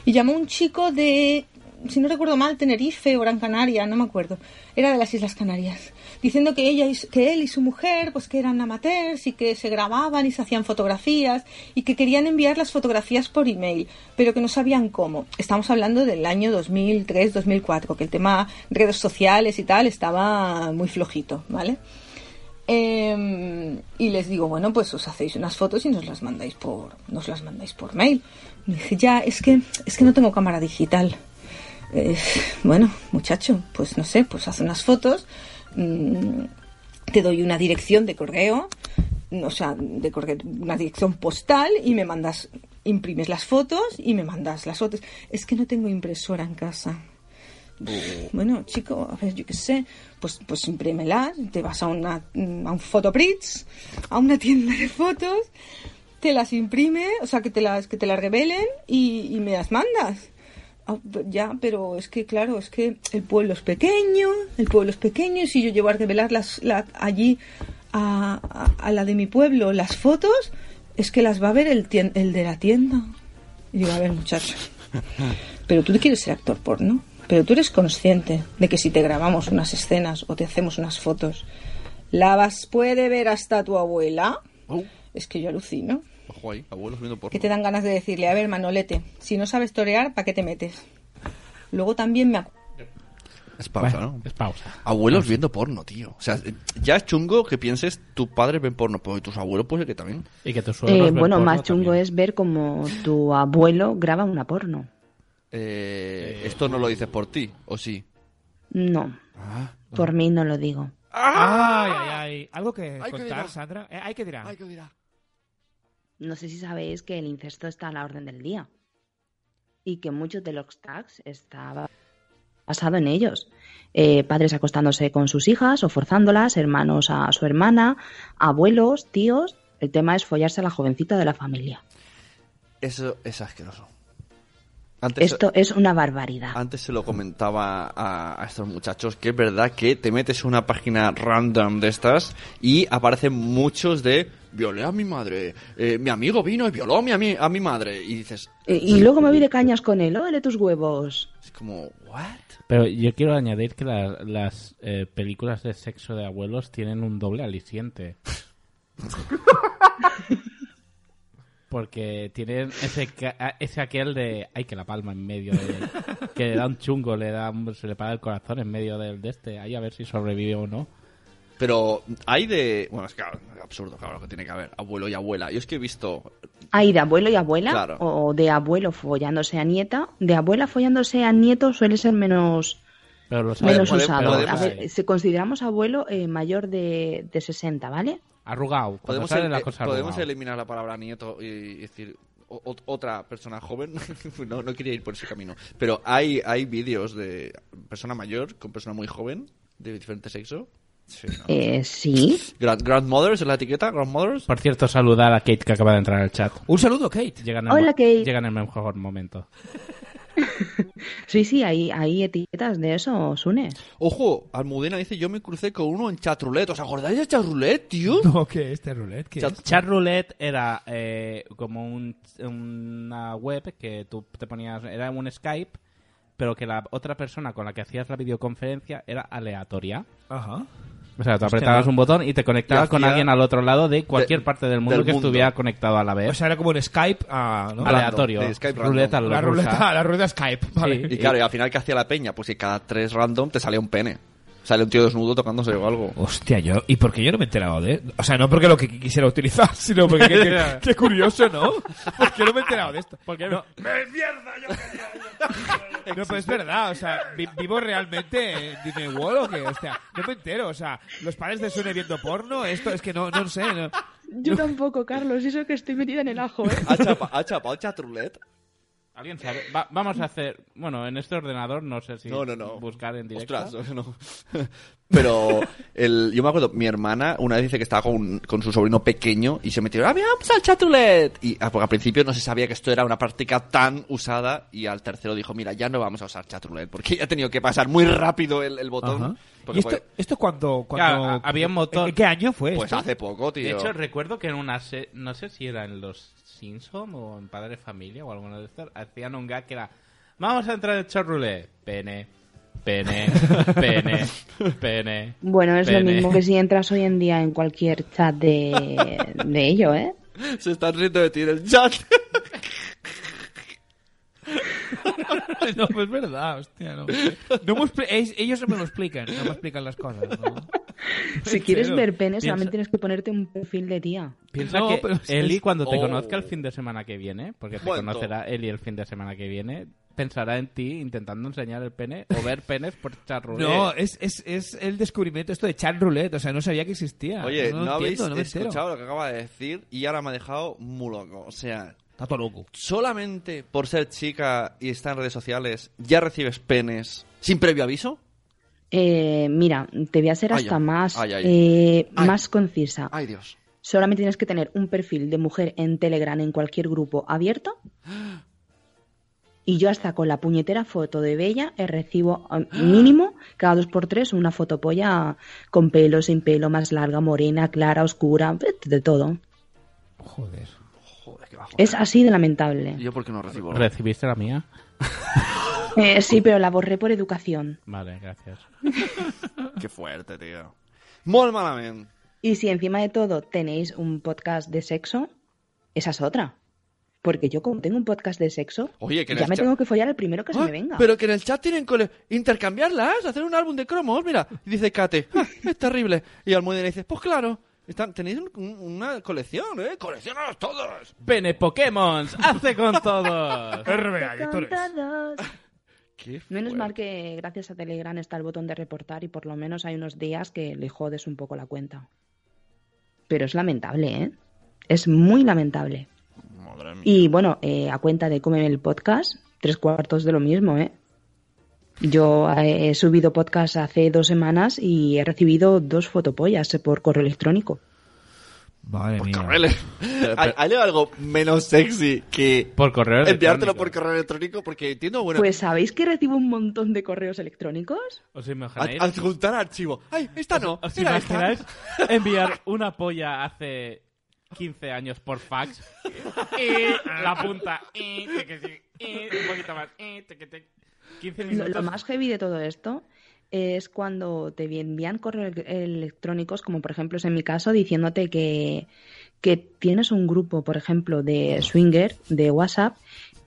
[SPEAKER 8] y llamó un chico de, si no recuerdo mal, Tenerife o Gran Canaria, no me acuerdo, era de las Islas Canarias, diciendo que ella y su- que él y su mujer pues que eran amateurs y que se grababan y se hacían fotografías y que querían enviar las fotografías por email, pero que no sabían cómo. Estamos hablando del año 2003-2004, que el tema redes sociales y tal estaba muy flojito, ¿vale? Eh, y les digo, bueno, pues os hacéis unas fotos y nos las mandáis por, nos las mandáis por mail. Me dije, ya, es que, es que no tengo cámara digital. Eh, bueno, muchacho, pues no sé, pues haz unas fotos, mm, te doy una dirección de correo, mm, o sea, de correo, una dirección postal y me mandas, imprimes las fotos y me mandas las fotos. Es que no tengo impresora en casa. Bueno, chico, a ver, yo qué sé, pues, pues imprímelas, te vas a, una, mm, a un Photoprints, a una tienda de fotos, te las imprime, o sea, que te las, que te las revelen y, y me las mandas. Ah, pe- Ya, pero es que, claro, es que el pueblo es pequeño, el pueblo es pequeño, y si yo llevo a revelar las, la- allí a, a- a la de mi pueblo las fotos, es que las va a ver el, tien- el de la tienda. Y digo, a ver, muchacho, pero tú quieres ser actor porno. Pero tú eres consciente de que si te grabamos unas escenas o te hacemos unas fotos, ¿la vas- puede ver hasta tu abuela?
[SPEAKER 2] Oh,
[SPEAKER 8] Es que yo alucino.
[SPEAKER 2] ojo ahí, abuelos viendo porno.
[SPEAKER 8] Que te dan ganas de decirle, a ver, Manolete, si no sabes torear, ¿para qué te metes? Luego también me acu-
[SPEAKER 2] Es pausa,
[SPEAKER 1] Bueno,
[SPEAKER 2] ¿no?
[SPEAKER 1] Es pausa.
[SPEAKER 2] Abuelos viendo porno, tío. O sea, ya es chungo que pienses tus padres ven porno, pero tus abuelos puede que también.
[SPEAKER 1] Y que tus
[SPEAKER 4] Eh,
[SPEAKER 1] suegros ven
[SPEAKER 4] bueno,
[SPEAKER 1] porno
[SPEAKER 4] más chungo
[SPEAKER 1] también.
[SPEAKER 4] es ver como tu abuelo graba una porno.
[SPEAKER 2] Eh, Esto no lo dices por ti, ¿o sí?
[SPEAKER 4] No,
[SPEAKER 3] Ah,
[SPEAKER 4] por mí no lo digo.
[SPEAKER 3] Ay, ay, ay. Eh, ¿Algo que
[SPEAKER 2] Ay, qué dirá.
[SPEAKER 3] contar, Sandra? Eh, hay que tirar.
[SPEAKER 2] Ay, qué dirá.
[SPEAKER 4] No sé si sabéis que el incesto está a la orden del día y que muchos de los tags estaba basado en ellos. Eh, padres acostándose con sus hijas o forzándolas, hermanos a su hermana, abuelos, tíos. El tema es follarse a la jovencita de la familia.
[SPEAKER 2] Eso es asqueroso. Antes,
[SPEAKER 4] Esto es una barbaridad.
[SPEAKER 2] antes se lo comentaba a, a estos muchachos que es verdad que te metes en una página random de estas y aparecen muchos de violé a mi madre, eh, mi amigo vino y violó a mi, a, mi, a mi madre. Y dices,
[SPEAKER 4] Eh, y luego me vi de cañas con él, órale tus huevos.
[SPEAKER 2] es como, ¿what?
[SPEAKER 1] Pero yo quiero añadir que la- las eh, películas de sexo de abuelos tienen un doble aliciente. Porque tienen ese, ca- a- ese aquel de. Ay, que la palma en medio de. Que le da un chungo, le da un- se le para el corazón en medio del de este. Ahí a ver si sobrevive o no.
[SPEAKER 2] Pero hay de... Bueno, es que claro, absurdo, claro, que tiene que haber abuelo y abuela. Yo es que he visto
[SPEAKER 4] Hay de abuelo y abuela,
[SPEAKER 2] Claro.
[SPEAKER 4] o de abuelo follándose a nieta. De abuela follándose a nieto suele ser menos,
[SPEAKER 1] Pero los
[SPEAKER 2] Bueno,
[SPEAKER 4] menos
[SPEAKER 2] Pues puede-
[SPEAKER 4] usado.
[SPEAKER 2] puede
[SPEAKER 4] a
[SPEAKER 2] pasar.
[SPEAKER 4] ver, si consideramos abuelo eh, mayor de, de 60, ¿vale?
[SPEAKER 1] Arrugado.
[SPEAKER 2] Podemos,
[SPEAKER 1] Podemos sale
[SPEAKER 2] el-
[SPEAKER 1] la
[SPEAKER 2] eh,
[SPEAKER 1] cosa
[SPEAKER 2] podemos
[SPEAKER 1] arrugado.
[SPEAKER 2] eliminar la palabra nieto y decir o- ot- otra persona joven. no, no quería ir por ese camino. Pero hay, hay vídeos de persona mayor con persona muy joven de diferente sexo. Sí, ¿no?
[SPEAKER 4] Eh, sí.
[SPEAKER 2] Grand- grandmothers es la etiqueta, grandmothers.
[SPEAKER 1] Por cierto, saludar a Kate que acaba de entrar al chat.
[SPEAKER 3] Un saludo, Kate.
[SPEAKER 1] Llegan
[SPEAKER 4] Hola, Kate.
[SPEAKER 1] Llegan en el mejor momento.
[SPEAKER 4] Sí, sí, hay, hay etiquetas de eso, Sune.
[SPEAKER 2] Ojo, Almudena dice yo me crucé con uno en chatroulette. ¿Os acordáis de chatroulette, tío?
[SPEAKER 3] No, ¿qué es? ¿Este roulette? ¿Qué
[SPEAKER 2] Chat-
[SPEAKER 3] es?
[SPEAKER 1] Chat Roulette era eh, como un- una web que tú te ponías, era un Skype, pero que la otra persona con la que hacías la videoconferencia era aleatoria.
[SPEAKER 3] Ajá.
[SPEAKER 1] O sea, tú apretabas un botón y te conectabas
[SPEAKER 2] Y
[SPEAKER 1] con
[SPEAKER 2] hacía-
[SPEAKER 1] alguien al otro lado de cualquier
[SPEAKER 2] de-
[SPEAKER 1] parte del mundo
[SPEAKER 2] del
[SPEAKER 1] que
[SPEAKER 2] mundo.
[SPEAKER 1] estuviera conectado a la vez.
[SPEAKER 3] O sea, era como un Skype, ah, ¿no?
[SPEAKER 2] Vale.
[SPEAKER 1] aleatorio.
[SPEAKER 2] de Skype random.
[SPEAKER 1] ruleta
[SPEAKER 3] La
[SPEAKER 1] rusa.
[SPEAKER 3] ruleta, la ruleta Skype, vale.
[SPEAKER 1] Sí.
[SPEAKER 2] Y claro, y al final, ¿qué hacía la peña? Pues que cada tres random te salía un pene. Sale un tío desnudo tocándose o algo.
[SPEAKER 3] Hostia, yo. ¿Y por qué yo no me he enterado de.? O sea, no porque lo que qu- quisiera utilizar, sino porque. Qué, qué- qué curioso, ¿no? ¿Por qué no me he enterado de esto? Porque no. No, pero es verdad, o sea, vi- vivo realmente en Disney World o qué, o sea, no me entero, o sea, los padres de Sune viendo porno, esto es que no, no sé, no.
[SPEAKER 4] Yo tampoco, Carlos, eso que estoy metida en el ajo, ¿eh?
[SPEAKER 2] ¿Ha chapa- ha chapado chatroulette?
[SPEAKER 1] ¿Alguien sabe? Va- vamos a hacer... Bueno, en este ordenador no sé si
[SPEAKER 2] No, no, no.
[SPEAKER 1] buscar en directo.
[SPEAKER 2] Ostras, no, no. Pero el, yo me acuerdo, mi hermana una vez dice que estaba con, con su sobrino pequeño y se metió, ¡Ah, mira, vamos al chatulet! Y ah, porque al principio no se sabía que esto era una práctica tan usada y al tercero dijo, mira, ya no vamos a usar chatulet porque ya ha tenido que pasar muy rápido el, el botón.
[SPEAKER 3] Ajá.
[SPEAKER 2] Porque
[SPEAKER 3] ¿Y esto,
[SPEAKER 2] fue-
[SPEAKER 3] esto cuándo?
[SPEAKER 1] Claro,
[SPEAKER 3] cuándo-
[SPEAKER 1] a- había un motor.
[SPEAKER 3] ¿En qué año fue
[SPEAKER 2] pues
[SPEAKER 3] esto?
[SPEAKER 2] hace poco, tío.
[SPEAKER 1] De hecho, recuerdo que en una se- no sé si era en los Simpson o en Padre Familia o alguna de estas, hacían un gag que era vamos a entrar en chorrule, pene, pene, pene, pene.
[SPEAKER 4] Bueno, es lo
[SPEAKER 1] pene".
[SPEAKER 4] mismo que si entras hoy en día en cualquier chat de, de ello, ¿eh?
[SPEAKER 2] Se están riendo de ti en el chat.
[SPEAKER 3] no, pues es verdad, hostia. No. No me expli- es- ellos no me lo explican, no me explican las cosas. ¿no?
[SPEAKER 4] Si quieres
[SPEAKER 3] Pero
[SPEAKER 4] ver penes,
[SPEAKER 3] piensa-
[SPEAKER 4] solamente tienes que ponerte un perfil de tía.
[SPEAKER 1] Piensa
[SPEAKER 3] No,
[SPEAKER 1] que
[SPEAKER 3] pero es-
[SPEAKER 1] Eli cuando te
[SPEAKER 2] Oh.
[SPEAKER 1] conozca el fin de semana que viene, porque te
[SPEAKER 2] Momento.
[SPEAKER 1] conocerá Eli el fin de semana que viene, pensará en ti intentando enseñar el pene o ver penes por charrule.
[SPEAKER 3] No, es, es, es el descubrimiento esto de chat roulette, o sea, no sabía que existía.
[SPEAKER 2] Oye, no,
[SPEAKER 3] no, lo
[SPEAKER 2] habéis
[SPEAKER 3] entiendo, no me entero.
[SPEAKER 2] escuchado lo que acaba de decir y ahora me ha dejado muy loco. O sea,
[SPEAKER 3] Está todo loco.
[SPEAKER 2] solamente por ser chica y estar en redes sociales, ya recibes penes sin previo aviso.
[SPEAKER 4] Eh, mira, te voy a ser
[SPEAKER 2] Ay,
[SPEAKER 4] hasta
[SPEAKER 2] ay.
[SPEAKER 4] más,
[SPEAKER 2] Ay, ay.
[SPEAKER 4] eh,
[SPEAKER 2] Ay.
[SPEAKER 4] más concisa.
[SPEAKER 2] Ay, Dios.
[SPEAKER 4] Solamente tienes que tener un perfil de mujer en Telegram en cualquier grupo abierto. Y yo hasta con la puñetera foto de Bella eh, recibo eh, mínimo cada dos por tres una fotopolla con pelo, sin pelo, más larga, morena, clara, oscura, eh, de todo.
[SPEAKER 9] ¿Ah?
[SPEAKER 3] Joder.
[SPEAKER 2] Joder, qué bajo.
[SPEAKER 4] Es así de lamentable.
[SPEAKER 2] ¿Y yo por qué no recibo?
[SPEAKER 1] ¿Recibiste la mía?
[SPEAKER 4] Eh, sí, pero la borré por educación.
[SPEAKER 1] Vale, gracias.
[SPEAKER 2] Qué fuerte, tío. Molt malament.
[SPEAKER 4] Y si encima de todo tenéis un podcast de sexo, esa es otra. Porque yo como tengo un podcast de sexo,
[SPEAKER 2] Oye, que en
[SPEAKER 4] ya
[SPEAKER 2] el
[SPEAKER 4] me
[SPEAKER 2] chat-
[SPEAKER 4] tengo que follar el primero que se
[SPEAKER 2] Ah,
[SPEAKER 4] me venga.
[SPEAKER 2] Pero que en el chat tienen cole... intercambiarlas, hacer un álbum de cromos, mira. Y dice Kate, "Ah, es terrible. Y Almudena dice, pues claro, están... tenéis un- un- una colección, ¿eh? Coleccionalos todos.
[SPEAKER 1] Pene Pokémon, hace con todos.
[SPEAKER 3] RBA,
[SPEAKER 4] Con todos.
[SPEAKER 2] Qué
[SPEAKER 4] Menos
[SPEAKER 2] fuerte.
[SPEAKER 4] mal que gracias a Telegram está el botón de reportar y por lo menos hay unos días que le jodes un poco la cuenta. Pero es lamentable, ¿eh? Es muy lamentable.
[SPEAKER 2] Madre mía.
[SPEAKER 4] Y bueno, eh, a cuenta de Cómeme el podcast, tres cuartos de lo mismo, ¿eh? Yo eh, he subido podcast hace dos semanas y he recibido dos fotopollas por correo electrónico.
[SPEAKER 3] Madre mía.
[SPEAKER 2] Correle. Hay, hay algo menos sexy que
[SPEAKER 1] Por correo
[SPEAKER 2] enviártelo
[SPEAKER 1] electrónico.
[SPEAKER 2] por correo electrónico porque entiendo, bueno,
[SPEAKER 4] Pues ¿sabéis que recibo un montón de correos electrónicos?
[SPEAKER 1] ¿Os imagináis?
[SPEAKER 2] ad- adjuntar archivo. Ay, esta no.
[SPEAKER 1] ¿Os
[SPEAKER 2] mira
[SPEAKER 1] imagináis
[SPEAKER 2] esta.
[SPEAKER 1] enviar una polla hace 15 años por fax? Y la punta. y, tiqui, tiqui, y, un poquito más. y, tiqui, tiqui. 15
[SPEAKER 4] Lo,
[SPEAKER 1] minutos.
[SPEAKER 4] lo más heavy de todo esto es cuando te envían correos ele- electrónicos, como por ejemplo es en mi caso, diciéndote que, que tienes un grupo, por ejemplo, de swinger, de WhatsApp,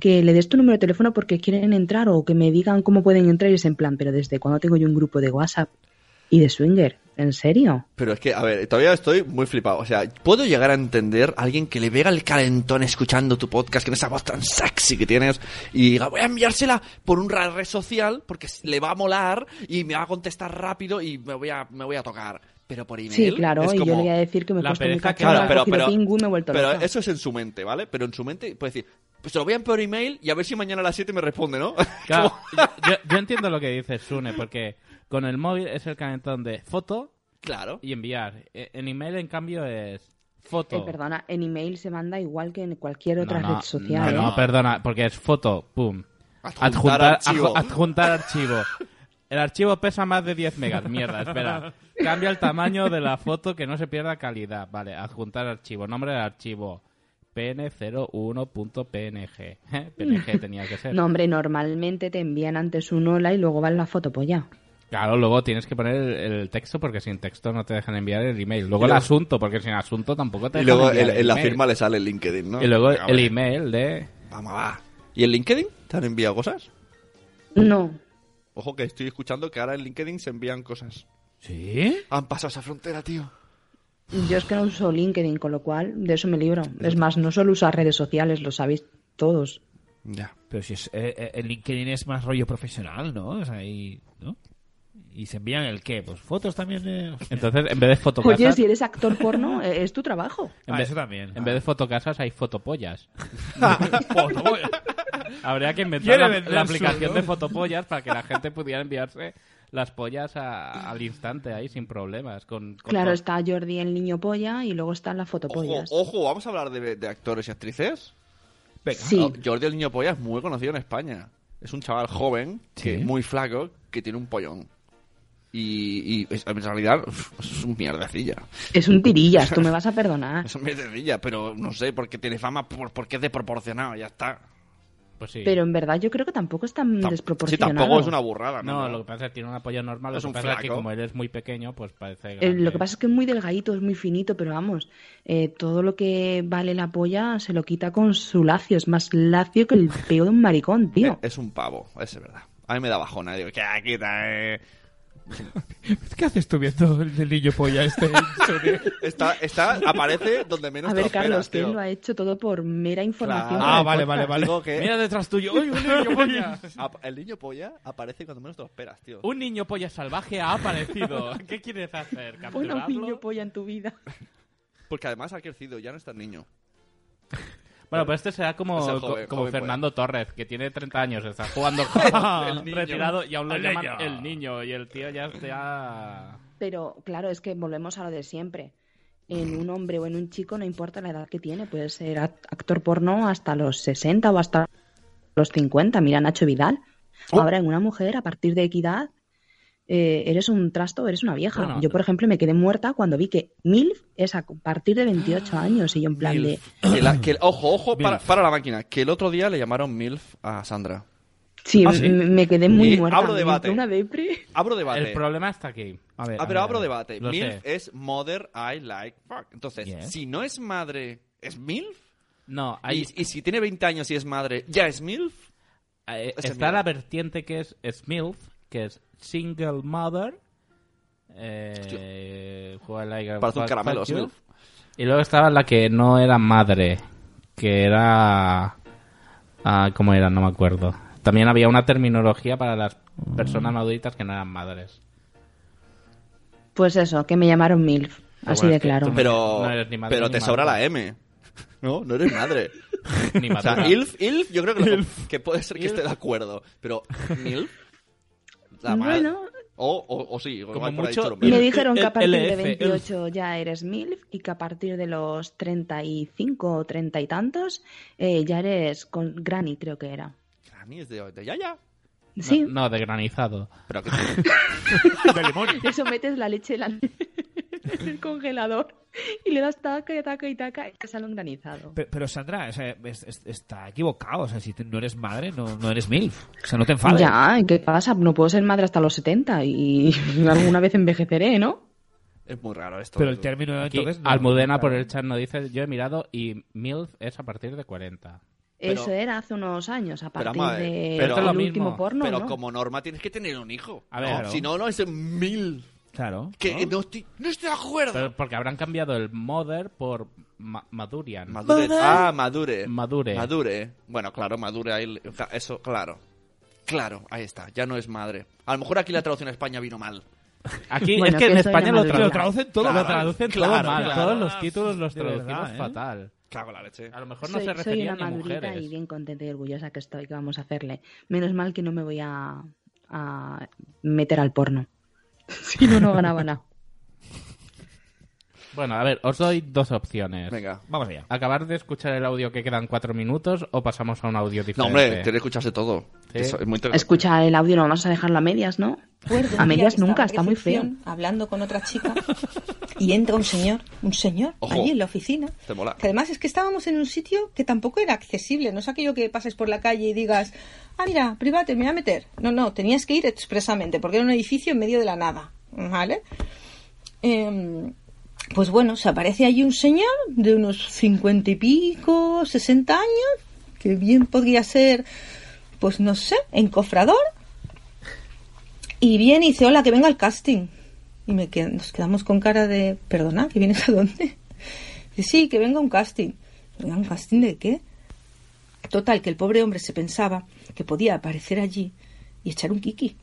[SPEAKER 4] que le des tu número de teléfono porque quieren entrar o que me digan cómo pueden entrar y es en plan, pero ¿desde cuándo tengo yo un grupo de WhatsApp y de swinger? ¿En serio?
[SPEAKER 2] Pero es que, a ver, todavía estoy muy flipado. O sea, puedo llegar a entender a alguien que le pega el calentón escuchando tu podcast, con esa voz tan sexy que tienes, y diga, voy a enviársela por un ra- red social porque s- le va a molar y me va a contestar rápido y me voy a, me voy a tocar. Pero por email.
[SPEAKER 4] Sí, claro,
[SPEAKER 2] es
[SPEAKER 4] y yo
[SPEAKER 2] como-
[SPEAKER 4] le voy a decir que me
[SPEAKER 1] la
[SPEAKER 4] cuesta muy
[SPEAKER 1] pereza que
[SPEAKER 4] cachón,
[SPEAKER 1] da.
[SPEAKER 4] he
[SPEAKER 2] Claro, pero,
[SPEAKER 4] cogido
[SPEAKER 2] pero,
[SPEAKER 4] pingüe y me he vuelto
[SPEAKER 2] pero
[SPEAKER 4] loca.
[SPEAKER 2] eso es en su mente, ¿vale? Pero en su mente puede decir, pues se lo voy a enviar por email y a ver si mañana a las 7 me responde, ¿no?
[SPEAKER 1] Claro, yo, yo entiendo lo que dice Sune, porque con el móvil es el calentón de foto
[SPEAKER 2] claro.
[SPEAKER 1] y enviar. E- En email, en cambio, es foto.
[SPEAKER 4] Eh, perdona, en email se manda igual que en cualquier otra
[SPEAKER 1] no, no,
[SPEAKER 4] red social.
[SPEAKER 1] No,
[SPEAKER 4] ¿eh?
[SPEAKER 1] no, perdona, porque es foto, pum.
[SPEAKER 2] Adjuntar
[SPEAKER 1] aj-
[SPEAKER 2] archivo.
[SPEAKER 1] adjuntar archivo. El archivo pesa más de 10 megas. Mierda, espera. Cambia el tamaño de la foto que no se pierda calidad. Vale, adjuntar archivo. Nombre del archivo. pn01.png. PNG tenía que ser.
[SPEAKER 4] No, hombre, normalmente te envían antes un hola y luego va la foto pues polla.
[SPEAKER 1] Claro, luego tienes que poner el, el texto porque sin texto no te dejan enviar el email. Luego el asunto, porque sin asunto tampoco te
[SPEAKER 2] Y
[SPEAKER 1] dejan
[SPEAKER 2] luego
[SPEAKER 1] enviar
[SPEAKER 2] en,
[SPEAKER 1] el
[SPEAKER 2] en la
[SPEAKER 1] email.
[SPEAKER 2] firma le sale el LinkedIn, ¿no?
[SPEAKER 1] Y luego
[SPEAKER 2] Venga,
[SPEAKER 1] el
[SPEAKER 2] vale.
[SPEAKER 1] email de...
[SPEAKER 2] Vamos, va. ¿Y el LinkedIn? ¿Te han enviado cosas?
[SPEAKER 4] No.
[SPEAKER 2] Ojo que estoy escuchando que ahora en LinkedIn se envían cosas.
[SPEAKER 3] ¿Sí?
[SPEAKER 2] Han pasado esa frontera, tío.
[SPEAKER 4] Yo es que no uso LinkedIn, con lo cual de eso me libro. Es más, no solo usar redes sociales, lo sabéis todos.
[SPEAKER 2] Ya.
[SPEAKER 3] Pero si es, eh, eh, el LinkedIn es más rollo profesional, ¿no? O sea, y, ¿no? y se envían el qué, pues fotos también de... Hostia.
[SPEAKER 1] Entonces, en vez de fotocasas...
[SPEAKER 4] Oye, si eres actor porno, eh, es tu trabajo.
[SPEAKER 1] en
[SPEAKER 3] Ah,
[SPEAKER 1] vez-
[SPEAKER 3] eso también.
[SPEAKER 1] En vez de fotocasas hay fotopollas.
[SPEAKER 3] Joder.
[SPEAKER 1] Habría que inventar
[SPEAKER 3] Quiere
[SPEAKER 1] la,
[SPEAKER 3] vender
[SPEAKER 1] la
[SPEAKER 3] su
[SPEAKER 1] aplicación
[SPEAKER 3] olor.
[SPEAKER 1] de fotopollas para que la gente pudiera enviarse las pollas a- al instante ahí sin problemas. Con, con
[SPEAKER 4] Claro,
[SPEAKER 1] todo.
[SPEAKER 4] está Jordi el niño polla y luego están las
[SPEAKER 2] Ojo,
[SPEAKER 4] fotopollas.
[SPEAKER 2] ojo, vamos a hablar de, de actores y actrices.
[SPEAKER 4] Sí.
[SPEAKER 2] Ah, Jordi el Niño Polla es muy conocido en España. Es un chaval joven, que
[SPEAKER 3] Sí.
[SPEAKER 2] muy flaco, que tiene un pollón. Y, y es- en realidad uf, es un mierdecilla.
[SPEAKER 4] Es un tirillas, tú me vas a perdonar.
[SPEAKER 2] Es un mierdecilla, pero no sé, porque tiene fama, por- porque es desproporcionado, ya está.
[SPEAKER 1] Pues sí.
[SPEAKER 4] Pero en verdad yo creo que tampoco es tan
[SPEAKER 2] Tam- sí,
[SPEAKER 4] desproporcionado.
[SPEAKER 2] tampoco es una burrada, ¿no?
[SPEAKER 1] No, lo que pasa es que tiene una polla normal. Lo
[SPEAKER 2] Es
[SPEAKER 1] que
[SPEAKER 2] un
[SPEAKER 1] pasa es que
[SPEAKER 2] flaco.
[SPEAKER 1] como él es muy pequeño, pues parece.
[SPEAKER 4] Eh, lo
[SPEAKER 1] grande.
[SPEAKER 4] que pasa es que es muy delgadito, es muy finito, pero vamos, eh, todo lo que vale la polla se lo quita con su lacio. Es más lacio que el peo de un maricón, tío.
[SPEAKER 2] Es, es un pavo, ese es verdad. A mí me da bajona, digo, que quita, eh.
[SPEAKER 3] ¿Qué haces tú viendo el del niño polla este?
[SPEAKER 2] Está, está, aparece donde menos
[SPEAKER 4] A
[SPEAKER 2] te
[SPEAKER 4] ver,
[SPEAKER 2] lo esperas,
[SPEAKER 4] Carlos, que
[SPEAKER 2] tío.
[SPEAKER 4] él lo ha hecho todo por mera información.
[SPEAKER 2] Claro.
[SPEAKER 4] para
[SPEAKER 3] ah,
[SPEAKER 4] el
[SPEAKER 3] vale,
[SPEAKER 4] podcast.
[SPEAKER 3] vale, vale.
[SPEAKER 2] Digo que
[SPEAKER 1] Mira detrás tuyo. ¡Uy, un niño polla!
[SPEAKER 2] ap- el niño polla aparece cuando menos te lo esperas, tío.
[SPEAKER 1] Un niño polla salvaje ha aparecido. ¿Qué quieres hacer?
[SPEAKER 4] Pon a
[SPEAKER 1] ¿Capturarlo?
[SPEAKER 4] un niño polla en tu vida.
[SPEAKER 2] Porque además ha crecido, ya no es tan niño.
[SPEAKER 1] Bueno, pero este será como,
[SPEAKER 2] Es el joven,
[SPEAKER 1] como
[SPEAKER 2] joven
[SPEAKER 1] Fernando Torres, que tiene 30 años, está jugando al juego
[SPEAKER 2] El niño.
[SPEAKER 1] retirado y aún lo
[SPEAKER 7] El
[SPEAKER 1] llaman
[SPEAKER 7] niño.
[SPEAKER 1] el niño y el tío ya está...
[SPEAKER 4] Pero claro, es que volvemos a lo de siempre. En un hombre o en un chico no importa la edad que tiene, puede ser act- actor porno hasta los 60 o hasta los 50. Mira a Nacho Vidal. Ahora en una mujer, a partir de equidad, eh, eres un trasto, eres una vieja.
[SPEAKER 1] Bueno,
[SPEAKER 4] yo, por ejemplo, me quedé muerta cuando vi que MILF es a partir de 28 años y yo en plan de...
[SPEAKER 2] Que la- que el- ojo, ojo, para,
[SPEAKER 3] Milf.
[SPEAKER 2] para la máquina. Que el otro día le llamaron MILF a Sandra.
[SPEAKER 4] Sí, mm,
[SPEAKER 3] Ah, sí.
[SPEAKER 4] m- me quedé muy
[SPEAKER 2] Y
[SPEAKER 4] muerta.
[SPEAKER 2] abro
[SPEAKER 4] me
[SPEAKER 2] debate.
[SPEAKER 4] entró Una depre.
[SPEAKER 2] Abro debate.
[SPEAKER 1] El problema está aquí. A ver,
[SPEAKER 2] Ah,
[SPEAKER 1] a ver,
[SPEAKER 2] pero
[SPEAKER 1] a
[SPEAKER 2] abro
[SPEAKER 1] ver.
[SPEAKER 2] debate.
[SPEAKER 1] Lo
[SPEAKER 2] MILF
[SPEAKER 1] sé.
[SPEAKER 2] es Mother I Like Fuck. Entonces,
[SPEAKER 1] Yes.
[SPEAKER 2] si no es madre, ¿es MILF?
[SPEAKER 1] No,
[SPEAKER 2] Y,
[SPEAKER 1] ahí
[SPEAKER 2] y si tiene 20 años y es madre, ¿ya es MILF?
[SPEAKER 1] eh,
[SPEAKER 2] ese
[SPEAKER 1] está
[SPEAKER 2] mira.
[SPEAKER 1] la vertiente que es SMILF, que es Single Mother. Eh, juega like a-
[SPEAKER 2] Parece un
[SPEAKER 1] fuck-
[SPEAKER 2] caramelo,
[SPEAKER 1] fuck you.
[SPEAKER 2] SMILF.
[SPEAKER 1] Y luego estaba la que no era madre, que era... Ah, ¿Cómo era? No me acuerdo. También había una terminología para las personas maduritas que no eran madres.
[SPEAKER 4] Pues eso, que me llamaron MILF.
[SPEAKER 1] Pero
[SPEAKER 4] Así
[SPEAKER 1] bueno,
[SPEAKER 4] de
[SPEAKER 1] es que
[SPEAKER 4] claro.
[SPEAKER 1] tú me-
[SPEAKER 2] Pero,
[SPEAKER 1] No eres ni madre
[SPEAKER 2] pero
[SPEAKER 1] ni
[SPEAKER 2] te
[SPEAKER 1] madre.
[SPEAKER 2] sobra la M. No, no eres madre.
[SPEAKER 1] Ni
[SPEAKER 2] o sea,
[SPEAKER 1] madura.
[SPEAKER 2] ILF, ILF, yo creo que, lo- que puede ser que esté de acuerdo. Pero, ¿MILF? La madre.
[SPEAKER 4] Bueno.
[SPEAKER 2] O, o, o sí,
[SPEAKER 1] Como
[SPEAKER 2] igual por ahí
[SPEAKER 1] mucho,
[SPEAKER 2] chorro,
[SPEAKER 4] Me
[SPEAKER 2] MILF.
[SPEAKER 4] dijeron que
[SPEAKER 1] el-
[SPEAKER 4] a partir de
[SPEAKER 1] LF,
[SPEAKER 4] 28 ya eres MILF y que a partir de los 35 o 30 y tantos eh, ya eres con Granny, creo que era.
[SPEAKER 2] Ah. Granny es de, de Yaya.
[SPEAKER 1] No-
[SPEAKER 4] Sí,
[SPEAKER 1] No, de granizado.
[SPEAKER 2] Pero que-
[SPEAKER 4] eso metes la leche en, la- en el congelador y le das taca y taca y taca y te sale un granizado.
[SPEAKER 3] Pero, pero, Sandra, o sea, es- es- está equivocado. O sea, si te- no eres madre, no, no eres MILF. O sea, no te enfades.
[SPEAKER 4] Ya, ¿qué pasa? No puedo ser madre hasta los 70 y alguna vez envejeceré, ¿no?
[SPEAKER 2] Es muy raro esto.
[SPEAKER 3] Pero el término
[SPEAKER 1] Aquí,
[SPEAKER 3] entonces... no-
[SPEAKER 1] Almudena por el chat nos dice, yo he mirado y MILF es a partir de 40.
[SPEAKER 2] Pero-
[SPEAKER 4] Eso era hace unos años, a
[SPEAKER 2] Pero,
[SPEAKER 4] partir
[SPEAKER 2] vamos a
[SPEAKER 4] de
[SPEAKER 2] ver, pero-
[SPEAKER 4] del
[SPEAKER 1] Esto es lo
[SPEAKER 4] último
[SPEAKER 1] mismo,
[SPEAKER 4] porno,
[SPEAKER 2] pero
[SPEAKER 4] ¿no?
[SPEAKER 2] como norma tienes que tener un hijo.
[SPEAKER 1] A ver,
[SPEAKER 2] No,
[SPEAKER 1] claro.
[SPEAKER 2] Si no, no es en mil.
[SPEAKER 3] Claro.
[SPEAKER 2] Que no, estoy, no estoy de acuerdo.
[SPEAKER 1] Pero porque habrán cambiado el mother por ma- Madurian.
[SPEAKER 2] Madure. Ah, madure.
[SPEAKER 1] Madure.
[SPEAKER 2] Madure. Bueno, claro, madure. Ahí, ja, eso, claro. Claro, ahí está. Ya no es madre. A lo mejor aquí la traducción a España vino mal.
[SPEAKER 1] Aquí
[SPEAKER 4] Bueno,
[SPEAKER 1] es que
[SPEAKER 4] que
[SPEAKER 1] en
[SPEAKER 4] eso
[SPEAKER 1] España
[SPEAKER 4] era
[SPEAKER 1] lo,
[SPEAKER 4] Madurian.
[SPEAKER 1] traducen-
[SPEAKER 4] Lo traducen
[SPEAKER 2] todo
[SPEAKER 1] lo
[SPEAKER 2] mal.
[SPEAKER 1] traducen todo
[SPEAKER 2] Claro,
[SPEAKER 1] mal.
[SPEAKER 2] claro.
[SPEAKER 1] Todos los títulos los
[SPEAKER 3] De
[SPEAKER 1] traducimos
[SPEAKER 3] verdad, ¿eh?
[SPEAKER 1] fatal.
[SPEAKER 2] Cago en la leche.
[SPEAKER 1] A lo mejor no
[SPEAKER 4] soy,
[SPEAKER 1] se
[SPEAKER 4] soy
[SPEAKER 1] referían
[SPEAKER 4] una
[SPEAKER 1] a
[SPEAKER 4] madurita
[SPEAKER 1] mujeres.
[SPEAKER 4] y bien contenta y orgullosa que estoy, que vamos a hacerle. Menos mal que no me voy a, a meter al porno. si no, no ganaba nada.
[SPEAKER 1] Bueno, a ver, os doy dos opciones.
[SPEAKER 2] Venga.
[SPEAKER 3] Vamos allá.
[SPEAKER 1] Acabar de escuchar el audio que quedan cuatro minutos o pasamos a un audio diferente.
[SPEAKER 2] No, hombre, tiene que escucharse todo.
[SPEAKER 1] Sí.
[SPEAKER 2] Eso es muy interesante.
[SPEAKER 4] Escucha el audio, no vamos a dejarlo a medias, ¿no?
[SPEAKER 8] Recuerdo un
[SPEAKER 4] A
[SPEAKER 8] día
[SPEAKER 4] medias
[SPEAKER 8] que estaba
[SPEAKER 4] nunca,
[SPEAKER 8] en
[SPEAKER 4] está muy feo.
[SPEAKER 8] recepción, Hablando con otra chica y entra un señor, un señor,
[SPEAKER 2] Ojo.
[SPEAKER 8] allí en la oficina.
[SPEAKER 2] Te mola.
[SPEAKER 8] Que además es que estábamos en un sitio que tampoco era accesible. No es aquello que pases por la calle y digas, ah, mira, private, me voy a meter. No, no, tenías que ir expresamente porque era un edificio en medio de la nada. ¿Vale? Eh, pues bueno, se aparece allí un señor de unos cincuenta y pico, sesenta años, que bien podría ser, pues no sé, encofrador. Y viene y dice, hola, que venga al casting. Y me qued- nos quedamos con cara de, perdona, ¿que vienes a dónde? Dice, sí, que venga un casting. ¿Venga un casting de qué? Total, que el pobre hombre se pensaba que podía aparecer allí y echar un kiki.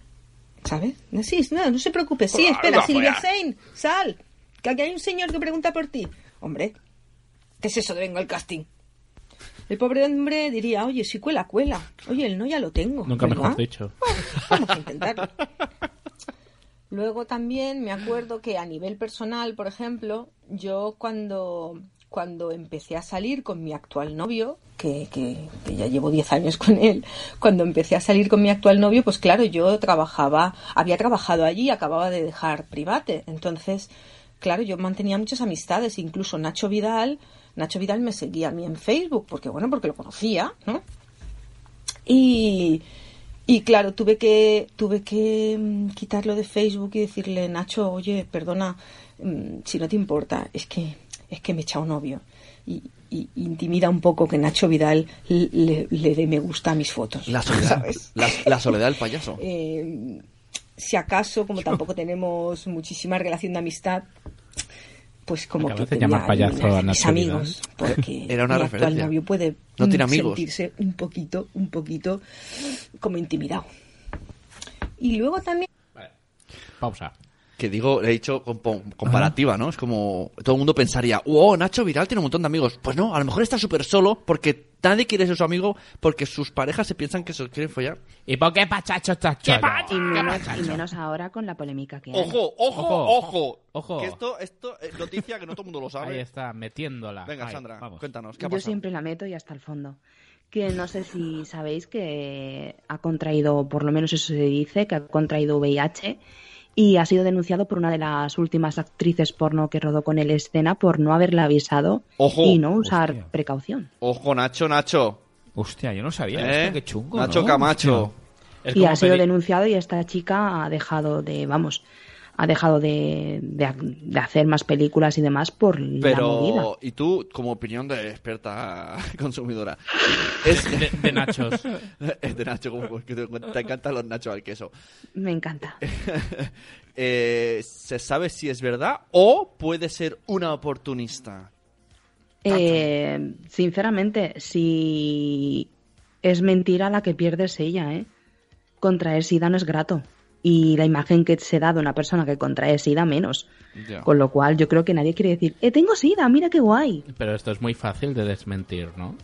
[SPEAKER 8] ¿Sabes? No, sí, no, no se preocupe. Sí, espera, Silvia Sein, sal. Que aquí hay un señor que pregunta por ti. Hombre, ¿qué es eso de vengo al casting? El pobre hombre diría, oye, si cuela, cuela. Oye, el no ya lo tengo.
[SPEAKER 1] Nunca mejor
[SPEAKER 8] ¿verdad?
[SPEAKER 1] dicho.
[SPEAKER 8] Vamos a intentarlo. Luego también me acuerdo que a nivel personal, por ejemplo, yo cuando, cuando empecé a salir con mi actual novio, que, que- que ya llevo 10 años con él, cuando empecé a salir con mi actual novio, pues claro, yo trabajaba, había trabajado allí, acababa de dejar private. Entonces, claro, yo mantenía muchas amistades, incluso Nacho Vidal, Nacho Vidal me seguía a mí en Facebook, porque bueno, porque lo conocía, ¿no? Y, y claro, tuve que, tuve que mm, quitarlo de Facebook y decirle, Nacho, oye, perdona, mm, si no te importa, es que, es que me he echado novio. Y, y intimida un poco que Nacho Vidal le, le dé me gusta a mis fotos.
[SPEAKER 2] La soledad,
[SPEAKER 8] ¿sabes?
[SPEAKER 2] la, la soledad del payaso.
[SPEAKER 8] Eh, si acaso, como tampoco tenemos muchísima relación de amistad, pues como
[SPEAKER 1] Acabas
[SPEAKER 8] que
[SPEAKER 1] de llamar
[SPEAKER 8] tenía
[SPEAKER 1] payaso
[SPEAKER 8] mis
[SPEAKER 1] a Nacho
[SPEAKER 8] amigos, porque
[SPEAKER 2] Era una
[SPEAKER 8] mi actual
[SPEAKER 2] referencia.
[SPEAKER 8] novio puede
[SPEAKER 2] No tiene
[SPEAKER 8] mm,
[SPEAKER 2] amigos.
[SPEAKER 8] sentirse un poquito, un poquito como intimidado. Y luego también
[SPEAKER 1] Pausa.
[SPEAKER 2] Que digo, he dicho compo- comparativa, ¿no? Es como todo el mundo pensaría, wow, Nacho Viral tiene un montón de amigos. Pues no, a lo mejor está súper solo porque nadie quiere ser su amigo porque sus parejas se piensan que se los quieren follar.
[SPEAKER 7] ¿Y por qué pachacho estás
[SPEAKER 1] ¿Qué
[SPEAKER 7] cholo?
[SPEAKER 1] pacho?
[SPEAKER 4] Y menos, y
[SPEAKER 7] pachacho?
[SPEAKER 4] menos ahora con la polémica que hay.
[SPEAKER 2] Ojo, ojo,
[SPEAKER 1] Ojo,
[SPEAKER 2] ojo.
[SPEAKER 1] ojo.
[SPEAKER 2] Que esto, esto es noticia que no todo el mundo lo
[SPEAKER 1] Ahí
[SPEAKER 2] sabe.
[SPEAKER 1] está, metiéndola.
[SPEAKER 2] Venga,
[SPEAKER 1] Ahí,
[SPEAKER 2] Sandra,
[SPEAKER 1] vamos.
[SPEAKER 2] cuéntanos, Pues, ¿qué ha
[SPEAKER 4] Yo
[SPEAKER 2] pasado?
[SPEAKER 4] siempre la meto y hasta el fondo. Que no sé si sabéis que ha contraído, por lo menos eso se dice, que ha contraído VIH y ha sido denunciado por una de las últimas actrices porno que rodó con él escena por no haberla avisado
[SPEAKER 2] Ojo.
[SPEAKER 4] y no usar
[SPEAKER 3] Hostia.
[SPEAKER 4] precaución.
[SPEAKER 2] Ojo, Nacho, Nacho.
[SPEAKER 3] Hostia, yo no sabía
[SPEAKER 2] ¿eh?
[SPEAKER 3] esto, qué chungo,
[SPEAKER 2] Nacho
[SPEAKER 3] ¿no?
[SPEAKER 2] Camacho.
[SPEAKER 3] Hostia.
[SPEAKER 1] Es
[SPEAKER 4] y
[SPEAKER 1] como
[SPEAKER 4] ha sido
[SPEAKER 1] peli-
[SPEAKER 4] denunciado y esta chica ha dejado de, vamos, ha dejado de, de- de hacer más películas y demás por la movida.
[SPEAKER 2] Pero, y tú, como opinión de experta consumidora, es
[SPEAKER 1] de, de Nachos.
[SPEAKER 2] es de Nacho, como que te, te encantan los nachos al queso.
[SPEAKER 4] Me encanta.
[SPEAKER 2] Eh, ¿Se sabe si es verdad o puede ser una oportunista?
[SPEAKER 4] Eh, sinceramente, si es mentira la que pierdes ella, ¿eh? Contraer SIDA no es grato. Y la imagen que se da de una persona que contrae SIDA menos. Con lo cual, yo creo que nadie quiere decir, eh, tengo SIDA, mira qué guay.
[SPEAKER 1] Pero esto es muy fácil de desmentir, ¿no?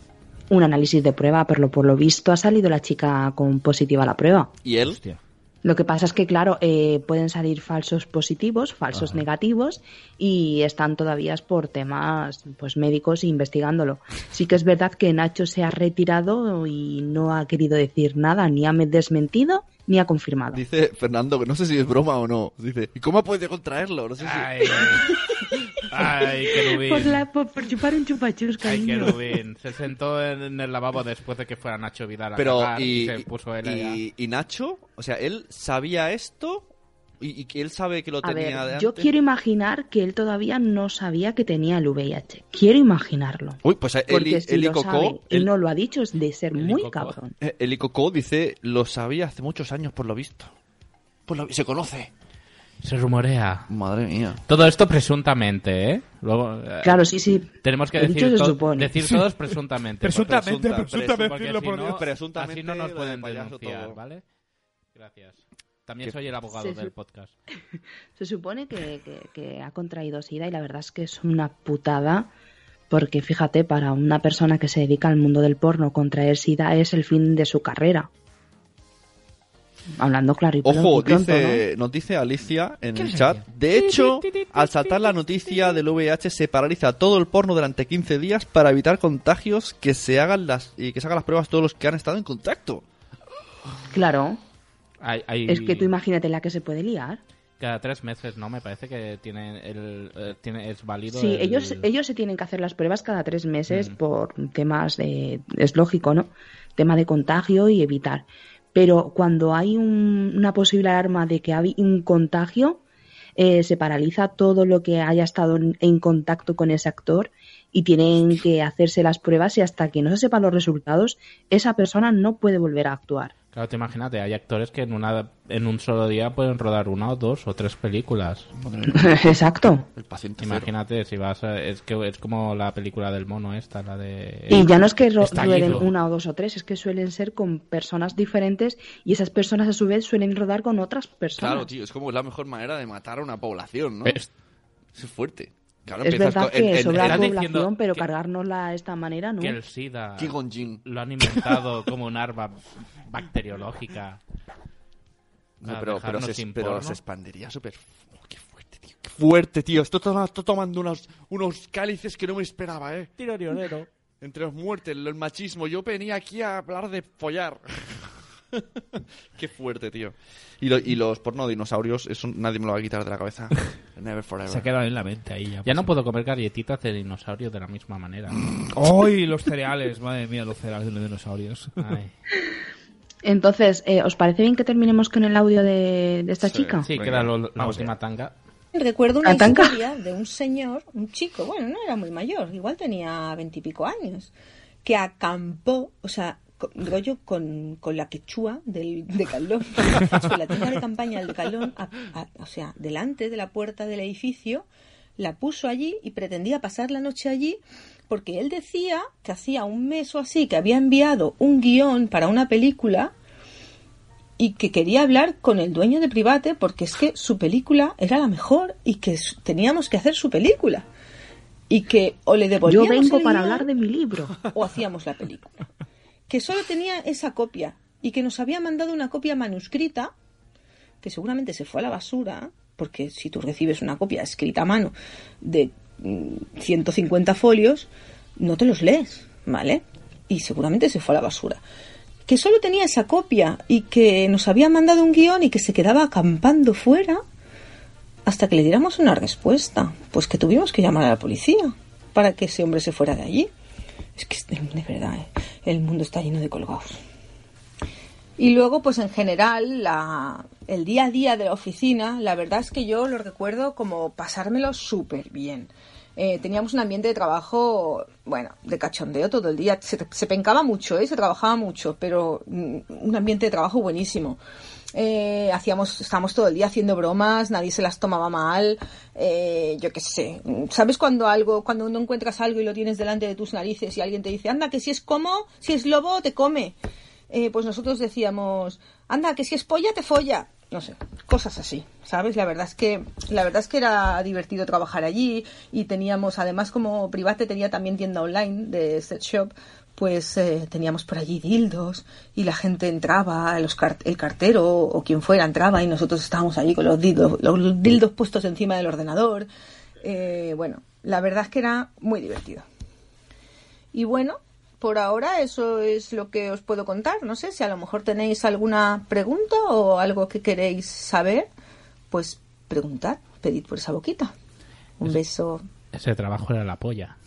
[SPEAKER 4] Un análisis de prueba, pero por lo visto ha salido la chica con positiva a la prueba.
[SPEAKER 2] ¿Y él?
[SPEAKER 3] Hostia.
[SPEAKER 4] Lo que pasa es que, claro, eh, pueden salir falsos positivos, falsos negativos y están todavía por temas pues médicos investigándolo. Sí que es verdad que Nacho se ha retirado y no ha querido decir nada, ni ha me- desmentido ni ha confirmado.
[SPEAKER 2] Dice Fernando, que no sé si es broma o no. Dice, ¿y cómo ha podido contraerlo? No sé si...
[SPEAKER 1] Ay, ay, querubín.
[SPEAKER 4] Por, la- por- por chupar un chupachus,
[SPEAKER 1] Ay,
[SPEAKER 4] cariño.
[SPEAKER 1] querubín. Se sentó en, en el lavabo después de que fuera Nacho Vidal a
[SPEAKER 2] Pero,
[SPEAKER 1] cagar y,
[SPEAKER 2] y,
[SPEAKER 1] se puso él
[SPEAKER 2] y-
[SPEAKER 1] allá.
[SPEAKER 2] y Nacho? O sea, ¿él sabía esto? ¿Y, y que él sabe que lo
[SPEAKER 4] A
[SPEAKER 2] tenía de
[SPEAKER 4] ver, yo
[SPEAKER 2] antes?
[SPEAKER 4] quiero imaginar que él todavía no sabía que tenía el VIH. Quiero imaginarlo.
[SPEAKER 2] Uy, pues eh,
[SPEAKER 4] Porque
[SPEAKER 2] Eli,
[SPEAKER 4] si
[SPEAKER 2] Eli
[SPEAKER 4] lo
[SPEAKER 2] Cocó-
[SPEAKER 4] sabe y
[SPEAKER 2] El-
[SPEAKER 4] no lo ha dicho es de ser
[SPEAKER 1] Eli
[SPEAKER 4] muy
[SPEAKER 1] Cocó.
[SPEAKER 4] cabrón.
[SPEAKER 2] eh, Eli Cocó dice, lo sabía hace muchos años, por lo visto. Por lo- Se conoce.
[SPEAKER 1] Se rumorea.
[SPEAKER 2] Madre mía.
[SPEAKER 1] Todo esto presuntamente, ¿eh? Luego, eh,
[SPEAKER 4] Claro, sí, sí.
[SPEAKER 1] Tenemos que
[SPEAKER 4] He dicho se
[SPEAKER 1] decir, to-
[SPEAKER 4] supone.
[SPEAKER 1] decir todos presuntamente.
[SPEAKER 3] Presunta- Presuntamente,
[SPEAKER 2] Presunta-
[SPEAKER 3] presuntamente,
[SPEAKER 1] porque
[SPEAKER 3] lo
[SPEAKER 1] si
[SPEAKER 3] por
[SPEAKER 1] no-
[SPEAKER 3] Dios.
[SPEAKER 2] Presuntamente
[SPEAKER 1] Así no nos
[SPEAKER 2] lo
[SPEAKER 1] pueden
[SPEAKER 2] de payaso
[SPEAKER 1] denunciar,
[SPEAKER 2] todo.
[SPEAKER 1] ¿vale? Gracias. También
[SPEAKER 2] Que-
[SPEAKER 1] soy el abogado
[SPEAKER 4] Sí, sí.
[SPEAKER 1] del podcast.
[SPEAKER 4] Se supone que, que- que ha contraído SIDA y la verdad es que es una putada porque fíjate, para una persona que se dedica al mundo del porno, contraer SIDA es el fin de su carrera. Hablando claro y
[SPEAKER 2] Ojo,
[SPEAKER 4] pronto, pronto,
[SPEAKER 2] dice, nos dice Alicia en el chat. De hecho, al saltar la noticia del VIH se paraliza todo el porno durante 15 días para evitar contagios que se hagan las y que se hagan las pruebas todos los que han estado en contacto.
[SPEAKER 4] ¿no? Claro,
[SPEAKER 1] Hay- hay-
[SPEAKER 4] es que tú imagínate la que se puede liar.
[SPEAKER 1] Cada tres meses, ¿no? Me parece que tiene el, eh, tiene, es válido.
[SPEAKER 4] Sí,
[SPEAKER 1] el-
[SPEAKER 4] ellos, ellos se tienen que hacer las pruebas cada tres meses por temas de... Es lógico, ¿no? Tema de contagio y evitar. Pero cuando hay un- una posible alarma de que hay un contagio, eh, se paraliza todo lo que haya estado en, en contacto con ese actor y tienen que hacerse las pruebas y hasta que no se sepan los resultados, esa persona no puede volver a actuar.
[SPEAKER 1] Claro, te imagínate, hay actores que en, una, en un solo día pueden rodar una o dos o tres películas.
[SPEAKER 4] Exacto.
[SPEAKER 2] El paciente cero.
[SPEAKER 1] Imagínate, si vas a- es que es como la película del mono esta, la de...
[SPEAKER 4] Y ya no es que ro-
[SPEAKER 1] Estallido.
[SPEAKER 4] rueden una o dos o tres, es que suelen ser con personas diferentes y esas personas a su vez suelen rodar con otras personas.
[SPEAKER 2] Claro, tío, es como la mejor manera de matar a una población, ¿no?
[SPEAKER 1] Es-
[SPEAKER 2] Es fuerte. Claro,
[SPEAKER 4] es
[SPEAKER 2] empiezas
[SPEAKER 4] verdad
[SPEAKER 2] con- el-
[SPEAKER 4] que
[SPEAKER 2] el-
[SPEAKER 4] sobra
[SPEAKER 2] el-
[SPEAKER 1] Estás
[SPEAKER 4] población,
[SPEAKER 1] diciendo
[SPEAKER 4] pero
[SPEAKER 1] que-
[SPEAKER 4] cargárnosla de esta manera no.
[SPEAKER 1] Que el SIDA
[SPEAKER 2] Qigong Jin.
[SPEAKER 1] lo han inventado como un arma bacteriológica.
[SPEAKER 2] No, pero,
[SPEAKER 1] Para
[SPEAKER 2] pero,
[SPEAKER 1] dejarnos
[SPEAKER 2] se,
[SPEAKER 1] sin
[SPEAKER 2] pero
[SPEAKER 1] porno.
[SPEAKER 2] se expandiría súper. Oh, ¡Qué fuerte, tío! ¡Qué fuerte, tío! Esto to- está tomando unos, unos cálices que no me esperaba, ¿eh?
[SPEAKER 1] Tiro leonero.
[SPEAKER 2] Entre los muertes, el machismo. Yo venía aquí a hablar de follar. ¡Qué fuerte, tío! Y, lo- y los pornodinosaurios, eso nadie me lo va a quitar de la cabeza. Never forever.
[SPEAKER 3] Se ha quedado en la mente ahí ya. pues,
[SPEAKER 1] Ya no puedo comer galletitas de dinosaurio de la misma manera.
[SPEAKER 3] ¡Ay, los cereales! Madre mía, los cereales de los dinosaurios.
[SPEAKER 1] Ay.
[SPEAKER 4] Entonces, eh, ¿os parece bien que terminemos con el audio de, de esta
[SPEAKER 2] Sí,
[SPEAKER 4] chica?
[SPEAKER 1] Sí,
[SPEAKER 2] Venga,
[SPEAKER 1] que era lo- la
[SPEAKER 2] vamos
[SPEAKER 1] última
[SPEAKER 2] allá.
[SPEAKER 1] tanga.
[SPEAKER 8] Recuerdo una
[SPEAKER 4] ¿Atanca?
[SPEAKER 8] historia de un señor, un chico, bueno, no era muy mayor, igual tenía veintipico años, que acampó, o sea, co- rollo con, con la quechua del, de Calón, con la tienda de campaña del Calón, a- a- o sea, delante de la puerta del edificio, la puso allí y pretendía pasar la noche allí porque él decía que hacía un mes o así que había enviado un guión para una película y que quería hablar con el dueño de Private porque es que su película era la mejor y que s- teníamos que hacer su película. Y que o le
[SPEAKER 4] Yo
[SPEAKER 8] devolvíamos
[SPEAKER 4] vengo
[SPEAKER 8] el
[SPEAKER 4] para
[SPEAKER 8] guión
[SPEAKER 4] hablar de mi libro.
[SPEAKER 8] o hacíamos la película. Que solo tenía esa copia y que nos había mandado una copia manuscrita que seguramente se fue a la basura, porque si tú recibes una copia escrita a mano de mm, 150 folios, no te los lees, ¿vale? Y seguramente se fue a la basura. Que solo tenía esa copia y que nos había mandado un guión y que se quedaba acampando fuera hasta que le diéramos una respuesta. Pues que tuvimos que llamar a la policía para que ese hombre se fuera de allí. Es que es de de verdad, ¿eh? el mundo está lleno de colgados. Y luego, pues en general, la, el día a día de la oficina, la verdad es que yo lo recuerdo como pasármelo súper bien. Eh, teníamos un ambiente de trabajo, bueno, de cachondeo todo el día. Se, se pencaba mucho, ¿eh? se trabajaba mucho, pero mm, un ambiente de trabajo buenísimo. Eh, hacíamos, estábamos todo el día haciendo bromas, nadie se las tomaba mal, eh, yo qué sé. ¿Sabes cuando algo, cuando no encuentras algo y lo tienes delante de tus narices y alguien te dice, anda, que si es como, si es lobo, te come? eh, pues nosotros decíamos, anda, que si es polla, te folla. No sé, cosas así, ¿sabes? La verdad es que, la verdad es que era divertido trabajar allí y teníamos, además como Private tenía también tienda online de set shop, pues eh, teníamos por allí dildos y la gente entraba, los cart- el cartero o quien fuera entraba y nosotros estábamos allí con los dildos, los dildos puestos encima del ordenador. Eh, bueno, la verdad es que era muy divertido. Y bueno, por ahora eso es lo que os puedo contar. No sé si a lo mejor tenéis alguna pregunta o algo que queréis saber, pues preguntad, pedid por esa boquita. Un beso.
[SPEAKER 1] Ese trabajo era la polla.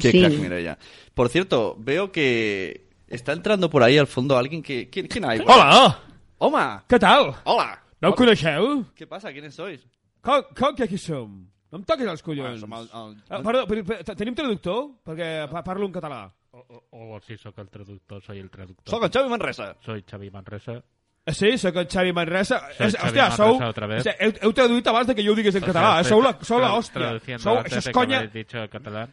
[SPEAKER 2] Qué
[SPEAKER 4] Sí.
[SPEAKER 2] crack, Mireia. Por cierto, veo que está entrando por ahí al fondo alguien que... ¿Quién, quién hay?
[SPEAKER 3] ¡Hola!
[SPEAKER 2] ¡Oma!
[SPEAKER 3] ¿Qué tal?
[SPEAKER 2] ¡Hola!
[SPEAKER 3] ¿No coneixeu?
[SPEAKER 2] ¿Qué pasa? ¿Quiénes sois?
[SPEAKER 3] Com, com que aquí som? No em toquis els collons.
[SPEAKER 2] Ah, som el- el-
[SPEAKER 3] Ah, perdó, però, però, te- tenim traductor? Perquè pa- parlo en català.
[SPEAKER 1] O si soy el traductor, soy el traductor.
[SPEAKER 2] Soc el Xavi Manresa.
[SPEAKER 1] Soy Xavi Manresa.
[SPEAKER 3] Eh, Sí, sóc el Xavi Manresa.
[SPEAKER 1] Soy
[SPEAKER 3] És-
[SPEAKER 1] Xavi
[SPEAKER 3] hòstia,
[SPEAKER 1] Manresa
[SPEAKER 3] sou...
[SPEAKER 1] otra vez.
[SPEAKER 3] hòstia, Heu, heu traduït abans de que jo ho digués en català. eh? Sou la, sou la hòstia. Sou, això és conya...
[SPEAKER 1] dicho en catalán.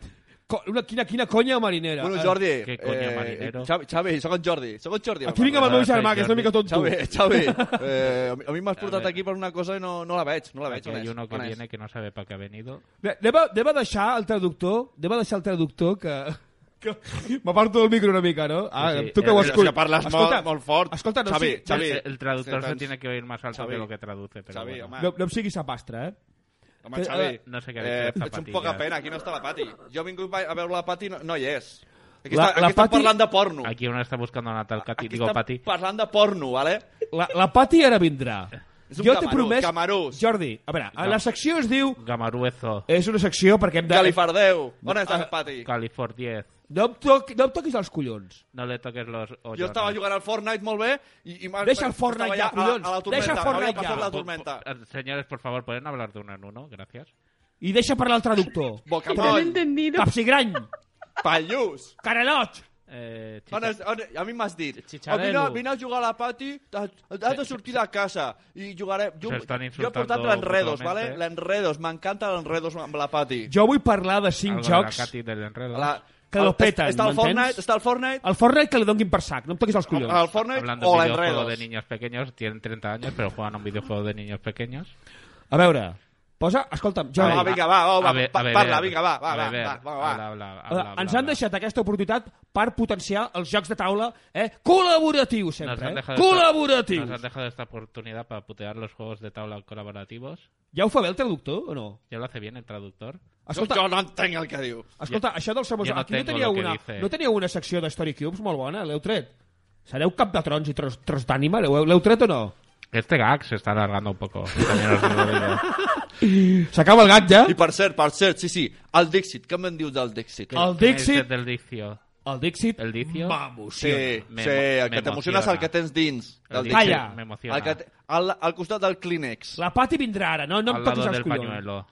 [SPEAKER 3] Co, una, quina, quina conya marinera.
[SPEAKER 2] Bueno,
[SPEAKER 3] Eh,
[SPEAKER 2] Jordi.
[SPEAKER 1] Qué coño, marinero. Ah,
[SPEAKER 2] Xavi, Xavi, sóc en Jordi. Sóc en Jordi.
[SPEAKER 3] Aquí vinc amb el meu
[SPEAKER 1] Soy
[SPEAKER 3] germà, que és una
[SPEAKER 1] Jordi.
[SPEAKER 3] mica tonto.
[SPEAKER 2] Xavi, Xavi, eh, a mi m'has portat
[SPEAKER 1] Xavi.
[SPEAKER 2] aquí per una cosa i no, no la veig, no la veig.
[SPEAKER 1] Aquí
[SPEAKER 2] On
[SPEAKER 1] hay
[SPEAKER 2] és?
[SPEAKER 1] uno que
[SPEAKER 2] On és?
[SPEAKER 1] viene que no sabe para qué ha venido.
[SPEAKER 3] Bé, Anem a, anem a deixar el traductor... Anem a deixar el traductor que... que M'aparto del micro una mica, no? Ah,
[SPEAKER 1] Sí, sí.
[SPEAKER 3] tu que ho
[SPEAKER 2] Eh, però
[SPEAKER 3] escoltes.
[SPEAKER 2] és que parles molt- molt fort.
[SPEAKER 3] Escolta, no,
[SPEAKER 2] Xavi,
[SPEAKER 3] sigui-
[SPEAKER 2] Xavi,
[SPEAKER 1] el, Eh, el traductor se
[SPEAKER 2] Entonces,
[SPEAKER 1] tiene que oír más alto
[SPEAKER 2] Xavi.
[SPEAKER 1] de lo que traduce, pero
[SPEAKER 2] Xavi,
[SPEAKER 1] bueno.
[SPEAKER 2] home,
[SPEAKER 3] no, no em siguis a pastre, eh?
[SPEAKER 2] home, Xavi,
[SPEAKER 1] No sé què ha dit,
[SPEAKER 2] eh,
[SPEAKER 1] les
[SPEAKER 2] ets un poc a
[SPEAKER 1] zapatilles.
[SPEAKER 2] pena, aquí no està la Pati. Jo he vingut a veure la Pati, no, no hi és. Aquí,
[SPEAKER 3] La-
[SPEAKER 2] la, està,
[SPEAKER 3] la
[SPEAKER 2] aquí estan
[SPEAKER 3] Pati-
[SPEAKER 2] parlant de porno.
[SPEAKER 1] Aquí uno está buscando a Natal Cati,
[SPEAKER 2] Aquí
[SPEAKER 1] digo
[SPEAKER 2] estan
[SPEAKER 1] Pati.
[SPEAKER 2] parlant de porno, vale?
[SPEAKER 3] La, la Pati ara vindrà.
[SPEAKER 2] És un
[SPEAKER 3] jo t'he
[SPEAKER 2] camarús,
[SPEAKER 3] promès...
[SPEAKER 2] camarús.
[SPEAKER 3] Jordi, a veure, a Ah, la secció es diu...
[SPEAKER 1] Gamaruezo.
[SPEAKER 3] És una secció perquè hem de...
[SPEAKER 2] Califardeu. On estàs, Pati?
[SPEAKER 1] Califor 10.
[SPEAKER 3] No, em toqui, no em toquis els collons.
[SPEAKER 1] No le toques los hoyos.
[SPEAKER 2] Jo estava jugant al Fortnite molt bé i, i m'has-
[SPEAKER 3] Deixa el Fortnite
[SPEAKER 2] estava
[SPEAKER 3] ja,
[SPEAKER 2] allà
[SPEAKER 3] collons.
[SPEAKER 2] A, a la tormenta.
[SPEAKER 3] Deixa el Fortnite
[SPEAKER 2] Havia passat
[SPEAKER 3] ja.
[SPEAKER 2] la tormenta.
[SPEAKER 1] Eh, Señores, por favor, ¿pueden hablar de uno en uno? Gracias.
[SPEAKER 3] I deixa parlar el traductor.
[SPEAKER 2] Bocamoll,
[SPEAKER 4] entendido.
[SPEAKER 3] Capsigrany,
[SPEAKER 2] Pallús.
[SPEAKER 3] Carelot.
[SPEAKER 1] Eh,
[SPEAKER 2] On
[SPEAKER 1] chicas,
[SPEAKER 2] és, on, a mi m'has dit Oh,
[SPEAKER 1] Chicharelo.
[SPEAKER 2] vine, vine a jugar a la pati t'has has de sortir de casa i jugaré jo,
[SPEAKER 1] Se estan
[SPEAKER 2] jo he portat
[SPEAKER 1] insultando
[SPEAKER 2] l'enredos vale?
[SPEAKER 1] mutuamente.
[SPEAKER 2] l'enredos m'encanta l'enredos amb la pati
[SPEAKER 3] Jo vull parlar de cinc
[SPEAKER 1] algo de la
[SPEAKER 3] jocs.
[SPEAKER 1] Cati del enredo.
[SPEAKER 2] la,
[SPEAKER 3] Que lo
[SPEAKER 2] el-
[SPEAKER 3] peten,
[SPEAKER 2] està el
[SPEAKER 3] m'entens?
[SPEAKER 2] Fortnite està el Fortnite
[SPEAKER 3] El Fortnite que li donguin per sac, no em toquis els collons.
[SPEAKER 2] el Fortnite
[SPEAKER 1] Hablando
[SPEAKER 2] o
[SPEAKER 1] de videojuego
[SPEAKER 2] l'enredos
[SPEAKER 1] de niños pequeños, tienen 30 años, pero juegan a un videojuego de niños pequeños.
[SPEAKER 3] A veure, Posa, escolta'm, Jordi.
[SPEAKER 2] Ah, va, vinga, va, va, va,
[SPEAKER 7] A ver,
[SPEAKER 2] pa-
[SPEAKER 7] a ver,
[SPEAKER 2] parla,
[SPEAKER 7] a ver.
[SPEAKER 2] vinga, va, va,
[SPEAKER 7] A
[SPEAKER 2] va,
[SPEAKER 7] ver,
[SPEAKER 2] va, va, va.
[SPEAKER 7] habla, habla,
[SPEAKER 3] Hola,
[SPEAKER 7] habla,
[SPEAKER 3] ens
[SPEAKER 7] habla.
[SPEAKER 3] han deixat aquesta oportunitat per potenciar els jocs de taula eh? col·laboratius,
[SPEAKER 7] Nos
[SPEAKER 3] sempre.
[SPEAKER 7] han
[SPEAKER 3] Eh?
[SPEAKER 7] dejado esta-
[SPEAKER 3] Col·laboratius!
[SPEAKER 7] Nos han dejado esta oportunidad para putear los juegos de tabla colaborativos.
[SPEAKER 3] Ja ho fa bé el traductor, o no?
[SPEAKER 7] ¿Ya lo hace bien el traductor?
[SPEAKER 2] Jo,
[SPEAKER 3] Escolta,
[SPEAKER 2] jo no entenc el que diu.
[SPEAKER 3] escolta això dels sabors...
[SPEAKER 7] jo no
[SPEAKER 3] aquí no
[SPEAKER 7] tengo
[SPEAKER 3] teníeu,
[SPEAKER 7] lo que
[SPEAKER 3] una,
[SPEAKER 7] dice.
[SPEAKER 3] no teníeu una secció de Story Cubes molt bona, l'heu tret? Sereu cap de trons i tros, tros d'ànima? L'heu l'heu tret o no?
[SPEAKER 7] Este gag se está alargando un poco. también os lo digo.
[SPEAKER 3] S'acaba el gat ja?
[SPEAKER 2] I per cert, per cert, sí, sí, el Dixit, què me'n dius del Dixit?
[SPEAKER 3] El
[SPEAKER 7] ¿Qué
[SPEAKER 3] Dixit.
[SPEAKER 7] es del diccio?
[SPEAKER 3] El Dixit
[SPEAKER 7] El Dixit?
[SPEAKER 2] Sí,
[SPEAKER 3] m'emociona.
[SPEAKER 7] me
[SPEAKER 2] sí,
[SPEAKER 7] emo-
[SPEAKER 2] el que
[SPEAKER 7] me
[SPEAKER 2] t'emociona és el
[SPEAKER 7] emociona.
[SPEAKER 2] que tens dins
[SPEAKER 7] El
[SPEAKER 2] del
[SPEAKER 7] Dixit
[SPEAKER 2] Dixit.
[SPEAKER 3] Calla.
[SPEAKER 7] Me emociona.
[SPEAKER 2] El que te- al, al costat del Kleenex.
[SPEAKER 3] La Pati vindrà ara, no, no em
[SPEAKER 7] Al
[SPEAKER 3] toquis
[SPEAKER 7] lado
[SPEAKER 3] els
[SPEAKER 7] del
[SPEAKER 3] collons.
[SPEAKER 7] pañuelo.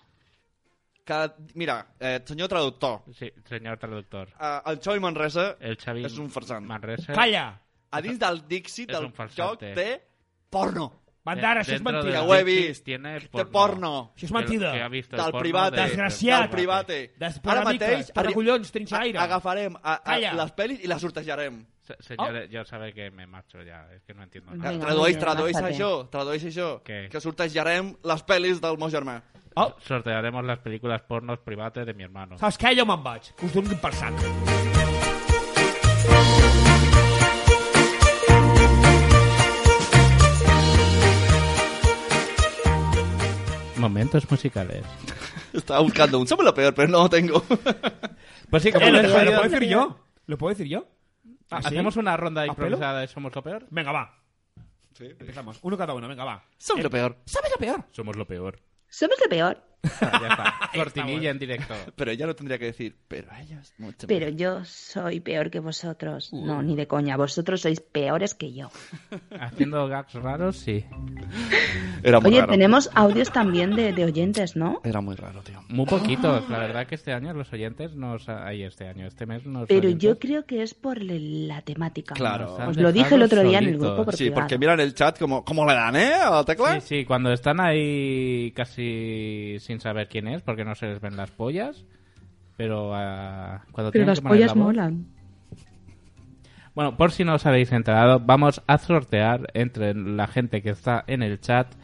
[SPEAKER 2] Cada, mira, eh, senyor traductor,
[SPEAKER 7] Sí, señor traductor.
[SPEAKER 2] eh, el Xavi Manresa
[SPEAKER 7] El Xavi
[SPEAKER 2] és un farsant.
[SPEAKER 7] Manresa.
[SPEAKER 3] Calla!
[SPEAKER 2] A dins del Dixit
[SPEAKER 7] És
[SPEAKER 2] el
[SPEAKER 7] un
[SPEAKER 2] joc
[SPEAKER 7] farsante.
[SPEAKER 2] té porno.
[SPEAKER 3] Bandara, això és
[SPEAKER 7] Dentro
[SPEAKER 3] mentida.
[SPEAKER 7] del
[SPEAKER 2] Ja ho he
[SPEAKER 7] Dixit
[SPEAKER 2] vist.
[SPEAKER 7] Tiene
[SPEAKER 2] Té
[SPEAKER 7] porno.
[SPEAKER 2] porno.
[SPEAKER 3] Això és mentida.
[SPEAKER 7] Que, que ha vist el
[SPEAKER 2] Del
[SPEAKER 7] porno
[SPEAKER 2] private.
[SPEAKER 7] de-
[SPEAKER 3] Desgraciat.
[SPEAKER 2] Del private.
[SPEAKER 3] Des-
[SPEAKER 2] Ara
[SPEAKER 3] poramiques,
[SPEAKER 2] mateix...
[SPEAKER 3] per
[SPEAKER 2] arri-
[SPEAKER 3] collons, trinxaire.
[SPEAKER 2] a- Agafarem a, a,
[SPEAKER 3] Calla.
[SPEAKER 2] les pel·lis i les sortejarem.
[SPEAKER 3] Oh.
[SPEAKER 7] Se- Señores, yo sabe que me marcho ya. Es que no entiendo
[SPEAKER 1] Ah,
[SPEAKER 7] nada.
[SPEAKER 4] Venga, muy
[SPEAKER 2] Tradueix,
[SPEAKER 4] bien,
[SPEAKER 2] tradueix
[SPEAKER 4] márchate.
[SPEAKER 2] això, tradueix això.
[SPEAKER 7] Què?
[SPEAKER 2] Que sortejarem les pel·lis del meu germà.
[SPEAKER 3] Oh,
[SPEAKER 7] Sortearemos las películas pornos privates de mi hermano.
[SPEAKER 3] saps què? Jo me'n vaig. Us dono per sac.
[SPEAKER 1] Momentos musicales.
[SPEAKER 2] Estaba buscando un. Somos lo peor, pero no lo tengo.
[SPEAKER 1] Pues sí, como
[SPEAKER 3] Eh, lo,
[SPEAKER 1] hemos
[SPEAKER 3] lo
[SPEAKER 1] pedido-
[SPEAKER 3] puedo decir yo. ¿Lo puedo decir yo?
[SPEAKER 1] Ah,
[SPEAKER 3] ¿Sí?
[SPEAKER 1] hacemos una ronda
[SPEAKER 3] ¿A pelo?
[SPEAKER 1] improvisada de Somos lo peor.
[SPEAKER 3] Venga, va. Empezamos. Uno cada uno, venga, va.
[SPEAKER 2] Somos lo peor.
[SPEAKER 3] ¿Sabes lo peor?
[SPEAKER 7] Somos lo peor.
[SPEAKER 4] Somos lo peor,
[SPEAKER 7] Ah,
[SPEAKER 1] ya está. Cortinilla en directo.
[SPEAKER 2] Pero ella no tendría que decir, pero ellos. Mucho
[SPEAKER 4] pero
[SPEAKER 2] peor.
[SPEAKER 4] yo soy peor que vosotros. No, ni de coña, vosotros sois peores que yo.
[SPEAKER 1] Haciendo gags raros, sí.
[SPEAKER 2] Era muy
[SPEAKER 4] Oye,
[SPEAKER 2] raro.
[SPEAKER 4] tenemos audios también de, de oyentes, ¿no? Ah,
[SPEAKER 2] Era muy raro, tío.
[SPEAKER 1] Muy poquitos. La verdad que este año los oyentes nos... Ahí este año, este mes nos...
[SPEAKER 4] Pero yo creo que es por le- la temática.
[SPEAKER 2] Claro.
[SPEAKER 4] Os lo dije el otro día en el grupo por
[SPEAKER 2] Sí,
[SPEAKER 4] privado.
[SPEAKER 2] porque miran el chat como, ¿cómo le dan, eh? A la tecla.
[SPEAKER 1] Sí, sí, cuando están ahí casi sin saber quién es, porque no se les ven las pollas, pero ah, cuando
[SPEAKER 4] Pero
[SPEAKER 1] tienen
[SPEAKER 4] las
[SPEAKER 1] que poner la
[SPEAKER 4] pollas
[SPEAKER 1] voz-
[SPEAKER 4] molan.
[SPEAKER 1] Bueno, por si no os habéis enterado, vamos a sortear entre la gente que está en el chat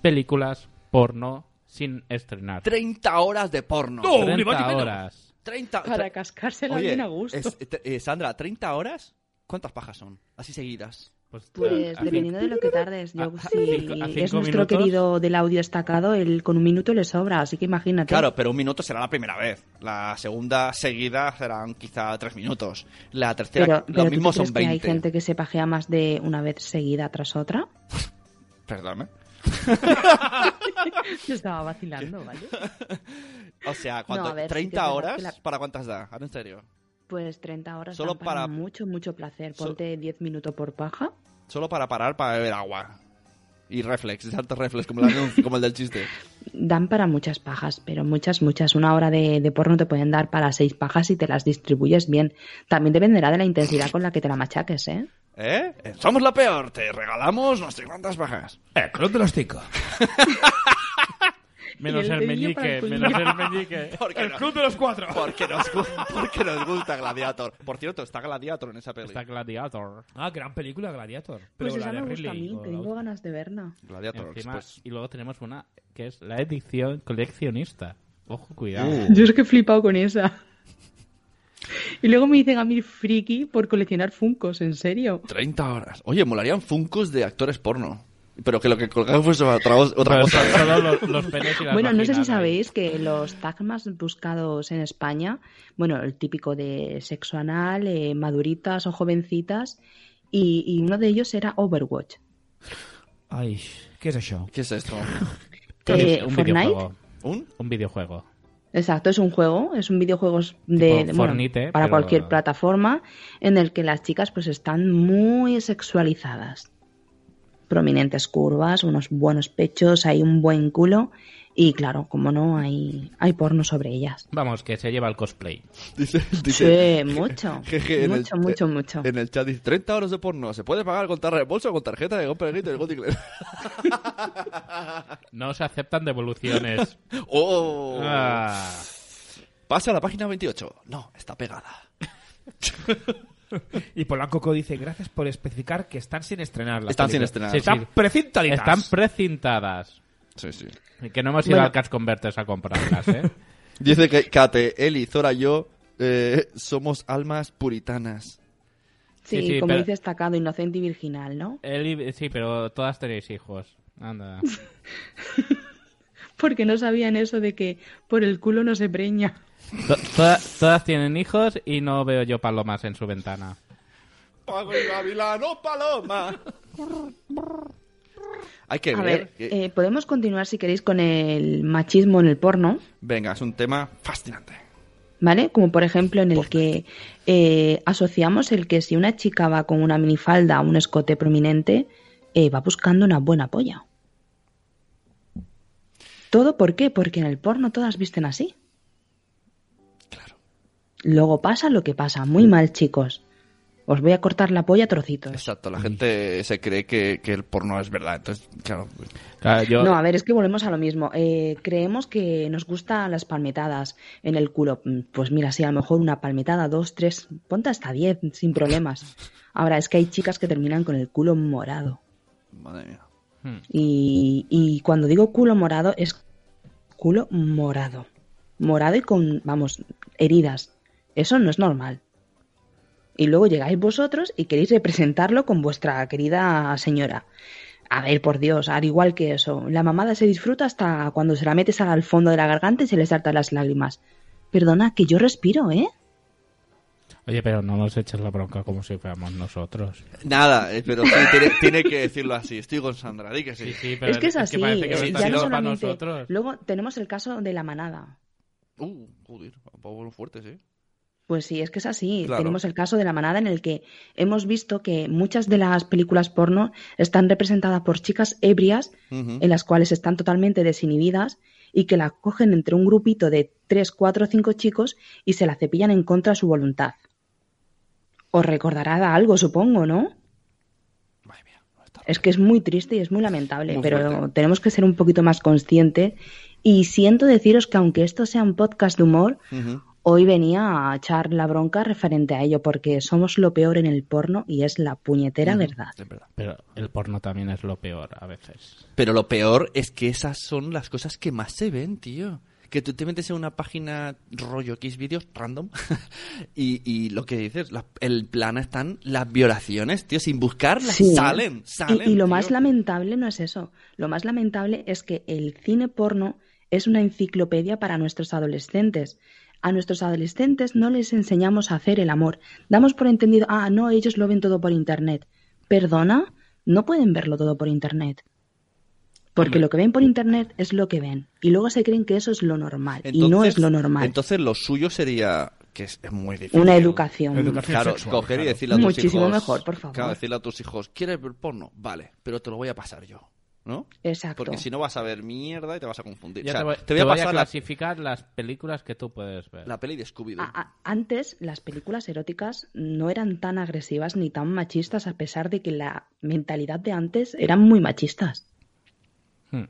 [SPEAKER 1] películas porno sin estrenar.
[SPEAKER 2] 30 horas de porno.
[SPEAKER 3] No. ni
[SPEAKER 1] 30
[SPEAKER 3] más ni menos.
[SPEAKER 1] horas.
[SPEAKER 2] 30
[SPEAKER 4] Para cascársela
[SPEAKER 2] Oye,
[SPEAKER 4] bien a gusto.
[SPEAKER 2] es- te- eh, Sandra, ¿30 horas? ¿Cuántas pajas son? Así seguidas.
[SPEAKER 1] Pues,
[SPEAKER 4] Pues
[SPEAKER 1] a- a-
[SPEAKER 4] dependiendo de lo que tardes,
[SPEAKER 1] a-
[SPEAKER 4] yo
[SPEAKER 1] a-
[SPEAKER 4] si
[SPEAKER 1] cinco- a cinco
[SPEAKER 4] es nuestro
[SPEAKER 1] minutos.
[SPEAKER 4] querido del audio destacado, él con un minuto le sobra, así que imagínate.
[SPEAKER 2] Claro, pero un minuto será la primera vez. La segunda seguida serán quizá tres minutos. La tercera,
[SPEAKER 4] pero, pero
[SPEAKER 2] lo
[SPEAKER 4] ¿tú
[SPEAKER 2] mismo
[SPEAKER 4] te crees
[SPEAKER 2] son
[SPEAKER 4] que hay
[SPEAKER 2] 20.
[SPEAKER 4] gente que se pajea más de una vez seguida tras otra?
[SPEAKER 2] Perdón, ¿eh?
[SPEAKER 4] Yo estaba vacilando, ¿vale?
[SPEAKER 2] O sea, cuando,
[SPEAKER 4] No, a ver, sí que es
[SPEAKER 2] 30
[SPEAKER 4] verdad que
[SPEAKER 2] horas,
[SPEAKER 4] la-
[SPEAKER 2] ¿para cuántas da? Ahora en serio.
[SPEAKER 4] Pues 30 horas
[SPEAKER 2] Solo
[SPEAKER 4] dan para,
[SPEAKER 2] para-
[SPEAKER 4] mucho, mucho placer.
[SPEAKER 2] So-
[SPEAKER 4] Ponte 10 minutos por paja.
[SPEAKER 2] Solo para parar para beber agua. Y reflex, saltos reflex, como el, anuncio- como el del chiste.
[SPEAKER 4] Dan para muchas pajas, pero muchas, muchas. Una hora de, de porno te pueden dar para seis pajas si te las distribuyes bien. También dependerá de la intensidad con la que te la machaques, ¿eh?
[SPEAKER 2] ¿Eh? Eh, Somos la peor, te regalamos no sé cuántas bajas.
[SPEAKER 1] Eh,
[SPEAKER 3] El club de los cinco.
[SPEAKER 1] menos
[SPEAKER 4] Y el
[SPEAKER 1] el
[SPEAKER 4] dedillo para
[SPEAKER 1] meñique,
[SPEAKER 4] el puño.
[SPEAKER 1] menos el meñique.
[SPEAKER 2] Porque, no-
[SPEAKER 3] de los cuatro.
[SPEAKER 2] porque nos, gu- porque nos gusta Gladiator. Por cierto, está Gladiator en esa peli.
[SPEAKER 1] Está Gladiator.
[SPEAKER 3] Ah, gran película, Gladiator.
[SPEAKER 4] Pues
[SPEAKER 3] la
[SPEAKER 4] esa
[SPEAKER 3] de
[SPEAKER 4] me gusta a
[SPEAKER 3] Ridley,
[SPEAKER 4] mí,
[SPEAKER 3] o la
[SPEAKER 4] tengo
[SPEAKER 3] otra.
[SPEAKER 4] ganas de verla.
[SPEAKER 2] Gladiator,
[SPEAKER 1] Encima-
[SPEAKER 2] pues.
[SPEAKER 1] Y luego tenemos una que es la edición coleccionista. Ojo, cuidado.
[SPEAKER 2] Uh.
[SPEAKER 4] Yo es que he flipado con esa. Y luego me dicen a mí friki por coleccionar Funcos, en serio.
[SPEAKER 2] 30 horas. Oye, molarían funcos de actores porno. Pero que lo que colgaban fuese otra, otra
[SPEAKER 1] Pero
[SPEAKER 2] cosa.
[SPEAKER 1] son solo los, los penes y las
[SPEAKER 4] Bueno, no sé si
[SPEAKER 1] vaginas ahí.
[SPEAKER 4] sabéis que los tags más buscados en España, bueno, el típico de sexo anal, eh, maduritas o jovencitas, y, y uno de ellos era Overwatch.
[SPEAKER 3] Ai, què és això?
[SPEAKER 2] ¿Qué es esto?
[SPEAKER 4] Eh,
[SPEAKER 1] un
[SPEAKER 4] Fortnite,
[SPEAKER 1] videojuego.
[SPEAKER 2] ¿Un?
[SPEAKER 1] Un videojuego.
[SPEAKER 4] exacto, es un juego, es un videojuego de, de- bueno,
[SPEAKER 1] Fortnite, eh,
[SPEAKER 4] para
[SPEAKER 1] pero-
[SPEAKER 4] cualquier plataforma en el que las chicas pues están muy sexualizadas. Prominentes curvas, unos buenos pechos, hay un buen culo y claro, como no, hay, hay porno sobre ellas.
[SPEAKER 1] Vamos, que se lleva el cosplay.
[SPEAKER 2] Dice, dice.
[SPEAKER 4] Sí, mucho,
[SPEAKER 2] Jeje, en el-
[SPEAKER 4] mucho, mucho, mucho.
[SPEAKER 2] En el chat dice 30 horas de porno. ¿Se puede pagar con tarjeta de bolsa o con tarjeta de compra de grito del Gothic Club?
[SPEAKER 1] No se aceptan devoluciones.
[SPEAKER 2] ¡Oh!
[SPEAKER 1] Ah.
[SPEAKER 2] Pasa a la página 28. No, está pegada.
[SPEAKER 3] Y Polanco dice, gracias por especificar que están sin estrenar. las
[SPEAKER 2] Están sin
[SPEAKER 3] películas".
[SPEAKER 2] estrenar.
[SPEAKER 1] Sí,
[SPEAKER 3] Están
[SPEAKER 1] sí.
[SPEAKER 3] precintaditas.
[SPEAKER 1] Están precintadas.
[SPEAKER 2] Sí, sí.
[SPEAKER 1] Y que no hemos ido
[SPEAKER 4] Bueno.
[SPEAKER 1] al Cash Converters a comprarlas, ¿eh?
[SPEAKER 2] Dice que Kate, Eli, Zora y yo eh, somos almas puritanas.
[SPEAKER 1] Sí,
[SPEAKER 4] Sí,
[SPEAKER 1] sí,
[SPEAKER 4] como
[SPEAKER 1] pero-
[SPEAKER 4] dice destacado, inocente y virginal, ¿no?
[SPEAKER 1] Él y- sí, pero todas tenéis hijos. Anda.
[SPEAKER 4] Porque no sabían eso de que por el culo no se preña.
[SPEAKER 1] To- toda- todas tienen hijos y no veo yo palomas en su ventana.
[SPEAKER 2] Gavilano oh, Paloma. Hay que
[SPEAKER 4] A
[SPEAKER 2] ver.
[SPEAKER 4] ver,
[SPEAKER 2] que-
[SPEAKER 4] eh, podemos continuar si queréis con el machismo en el porno,
[SPEAKER 2] Venga, es un tema fascinante.
[SPEAKER 4] ¿vale? Como por ejemplo en el que eh, asociamos el que si una chica va con una minifalda o un escote prominente, eh, va buscando una buena polla. ¿Todo por qué? Porque en el porno todas visten así. Claro. Luego pasa lo que pasa. Muy mal, chicos. Os voy a cortar la polla a trocitos.
[SPEAKER 2] Exacto, la gente se cree que, que el porno es verdad. Entonces, claro. pues,
[SPEAKER 1] Claro, yo,
[SPEAKER 4] No, a ver, es que volvemos a lo mismo. Eh, creemos que nos gustan las palmetadas en el culo. Mm, Pues mira, sí, a lo mejor una palmetada, dos, tres, ponte hasta diez, sin problemas. Ahora, es que hay chicas que terminan con el culo morado.
[SPEAKER 2] Madre mía.
[SPEAKER 1] Hmm.
[SPEAKER 4] Y, y cuando digo culo morado, es culo morado. Morado y con, vamos, heridas. Eso no es normal. Y luego llegáis vosotros y queréis representarlo con vuestra querida señora. A ver, por Dios, al igual que eso, la mamada se disfruta hasta cuando se la metes al fondo de la garganta y se le saltan las lágrimas. Perdona, que yo respiro, ¿eh?
[SPEAKER 1] Oye, pero no nos eches la bronca como si fuéramos nosotros.
[SPEAKER 2] Nada, eh, pero sí, tiene, tiene que decirlo así. Estoy con Sandra, di que sí.
[SPEAKER 1] sí,
[SPEAKER 4] es que es así.
[SPEAKER 1] parece que
[SPEAKER 4] eh,
[SPEAKER 1] me
[SPEAKER 2] sí,
[SPEAKER 1] está
[SPEAKER 2] sí,
[SPEAKER 4] ya no
[SPEAKER 1] haciendo para
[SPEAKER 4] solamente-
[SPEAKER 1] nosotros.
[SPEAKER 4] Luego tenemos el caso de la manada.
[SPEAKER 2] Uh, joder, vamos fuertes, ¿eh?
[SPEAKER 4] Pues sí, es que es así.
[SPEAKER 2] Claro.
[SPEAKER 4] Tenemos el caso de La Manada en el que hemos visto que muchas de las películas porno están representadas por chicas ebrias
[SPEAKER 2] Ujú.
[SPEAKER 4] en las cuales están totalmente desinhibidas y que la cogen entre un grupito de tres, cuatro o cinco chicos y se la cepillan en contra de su voluntad. Os recordará algo, supongo, ¿no?
[SPEAKER 2] Madre mía, no está-
[SPEAKER 4] Es que es muy triste y es muy lamentable,
[SPEAKER 2] Muy
[SPEAKER 4] pero
[SPEAKER 2] fuerte.
[SPEAKER 4] tenemos que ser un poquito más conscientes. Y siento deciros que aunque esto sea un podcast de humor,
[SPEAKER 2] Ujú.
[SPEAKER 4] Hoy venía a echar la bronca referente a ello, porque somos lo peor en el porno y es la
[SPEAKER 2] Mm.
[SPEAKER 4] puñetera verdad.
[SPEAKER 2] Es verdad.
[SPEAKER 1] Pero el porno también es lo peor a veces.
[SPEAKER 2] Pero lo peor es que esas son las cosas que más se ven, tío. Que tú te metes en una página rollo X vídeos random y, y lo que dices, la- el plano están las violaciones, tío, sin buscarlas.
[SPEAKER 4] Sí.
[SPEAKER 2] Salen, salen.
[SPEAKER 4] Y, y lo
[SPEAKER 2] tío.
[SPEAKER 4] más lamentable no es eso. Lo más lamentable es que el cine porno es una enciclopedia para nuestros adolescentes. A nuestros adolescentes no les enseñamos a hacer el amor. Damos por entendido, ah, no, ellos lo ven todo por internet. Perdona, no pueden verlo todo por internet. Porque lo que ven por internet es lo que ven. Y luego se creen que eso es lo normal. y no es lo normal.
[SPEAKER 2] Entonces lo suyo sería, que es, es muy difícil.
[SPEAKER 4] Una educación.
[SPEAKER 3] Educación
[SPEAKER 2] Claro,
[SPEAKER 3] sexual,
[SPEAKER 2] coger y
[SPEAKER 3] claro.
[SPEAKER 2] decirle a tus hijos.
[SPEAKER 4] Muchísimo mejor, por favor.
[SPEAKER 2] Claro, decirle a tus hijos, ¿quieres ver porno? Vale, pero te lo voy a pasar yo, ¿no?
[SPEAKER 4] Exacto.
[SPEAKER 2] Porque si no vas a ver mierda y te vas a confundir.
[SPEAKER 1] Ya
[SPEAKER 2] O sea,
[SPEAKER 1] te, voy,
[SPEAKER 2] te voy a pasar la,
[SPEAKER 1] clasificar las películas que tú puedes ver.
[SPEAKER 2] la peli de Scooby-Doo.
[SPEAKER 4] A- a- antes las películas eróticas no eran tan agresivas ni tan machistas, a pesar de que la mentalidad de antes eran muy machistas.
[SPEAKER 1] Hmm.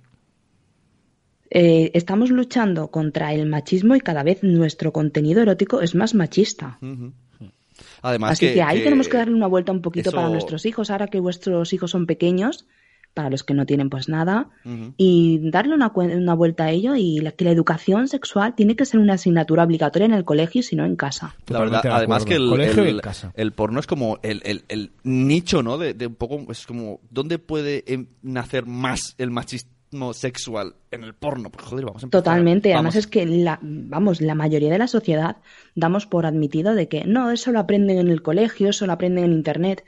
[SPEAKER 4] Eh, estamos luchando contra el machismo y cada vez nuestro contenido erótico es más machista.
[SPEAKER 2] Ujú. Además
[SPEAKER 4] Así que, ahí tenemos que darle una vuelta un poquito
[SPEAKER 2] eso-
[SPEAKER 4] para nuestros hijos, ahora que vuestros hijos son pequeños, para los que no tienen pues nada,
[SPEAKER 2] Ujú.
[SPEAKER 4] y darle una, cuen- una vuelta a ello y la- que la educación sexual tiene que ser una asignatura obligatoria en el colegio, si no en casa.
[SPEAKER 2] La verdad,
[SPEAKER 3] Totalmente de
[SPEAKER 2] además
[SPEAKER 3] acuerdo.
[SPEAKER 2] que el,
[SPEAKER 3] Colegio y
[SPEAKER 2] el-
[SPEAKER 3] en casa.
[SPEAKER 2] el porno es como el, el- el nicho, ¿no? De, de un poco, es como, ¿dónde puede em, nacer más el machismo sexual? En el porno, pues joder, vamos a empezar.
[SPEAKER 4] Totalmente. Además
[SPEAKER 2] Vamos.
[SPEAKER 4] es que la, vamos, la mayoría de la sociedad damos por admitido de que no, eso lo aprenden en el colegio, eso lo aprenden en internet.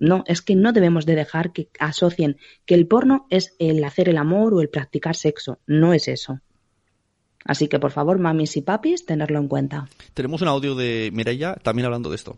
[SPEAKER 4] No, es que no debemos de dejar que asocien que el porno es el hacer el amor o el practicar sexo. No es eso. Así que por favor, mamis y papis, tenerlo en cuenta.
[SPEAKER 2] Tenemos un audio de Mireia también hablando de esto.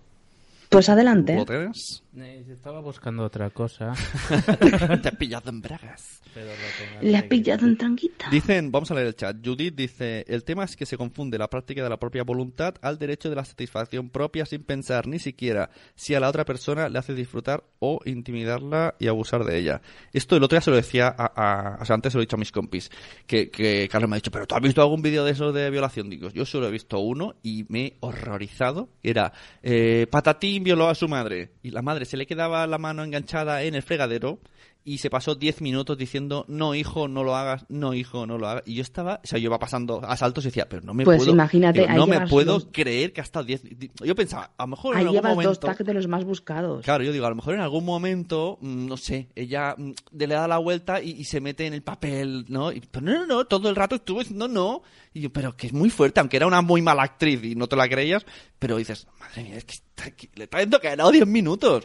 [SPEAKER 4] Pues adelante.
[SPEAKER 2] ¿Lo tienes?
[SPEAKER 1] Eh, Estaba buscando otra cosa,
[SPEAKER 2] Te has pillado en bragas.
[SPEAKER 1] pero lo tengo
[SPEAKER 4] Le has
[SPEAKER 1] aquí.
[SPEAKER 4] pillado en tranquita.
[SPEAKER 2] Dicen, vamos a leer el chat. Judith dice: El tema es que se confunde la práctica de la propia voluntad al derecho de la satisfacción propia sin pensar ni siquiera si a la otra persona le hace disfrutar o intimidarla y abusar de ella. Esto el otro día se lo decía a. a- o sea, antes se lo he dicho a mis compis. Que, que Carlos me ha dicho: ¿Pero tú has visto algún vídeo de esos de violación? Digo, yo solo he visto uno y me he horrorizado. Era: eh, Patatín violó a su madre y la madre se le quedaba la mano enganchada en el fregadero y se pasó 10 minutos diciendo, no, hijo, no lo hagas, no, hijo, no lo hagas. Y yo estaba, o sea, yo iba pasando a saltos y decía, pero no me
[SPEAKER 4] Pues
[SPEAKER 2] puedo,
[SPEAKER 4] imagínate,
[SPEAKER 2] digo,
[SPEAKER 4] ahí
[SPEAKER 2] no me
[SPEAKER 4] llevas
[SPEAKER 2] puedo
[SPEAKER 4] los-
[SPEAKER 2] creer que ha estado 10... di- Yo pensaba, a lo mejor
[SPEAKER 4] Ahí
[SPEAKER 2] en algún
[SPEAKER 4] llevas
[SPEAKER 2] momento...
[SPEAKER 4] dos tags de los más buscados.
[SPEAKER 2] Claro, yo digo, a lo mejor en algún momento, mm, no sé, ella mm, le da la vuelta y, y se mete en el papel, ¿no? Y, pero no, no, no, todo el rato estuvo diciendo no. Y yo, pero que es muy fuerte, aunque era una muy mala actriz y no te la creías, pero dices, madre mía, es que, está- que le está dando ganado 10 minutos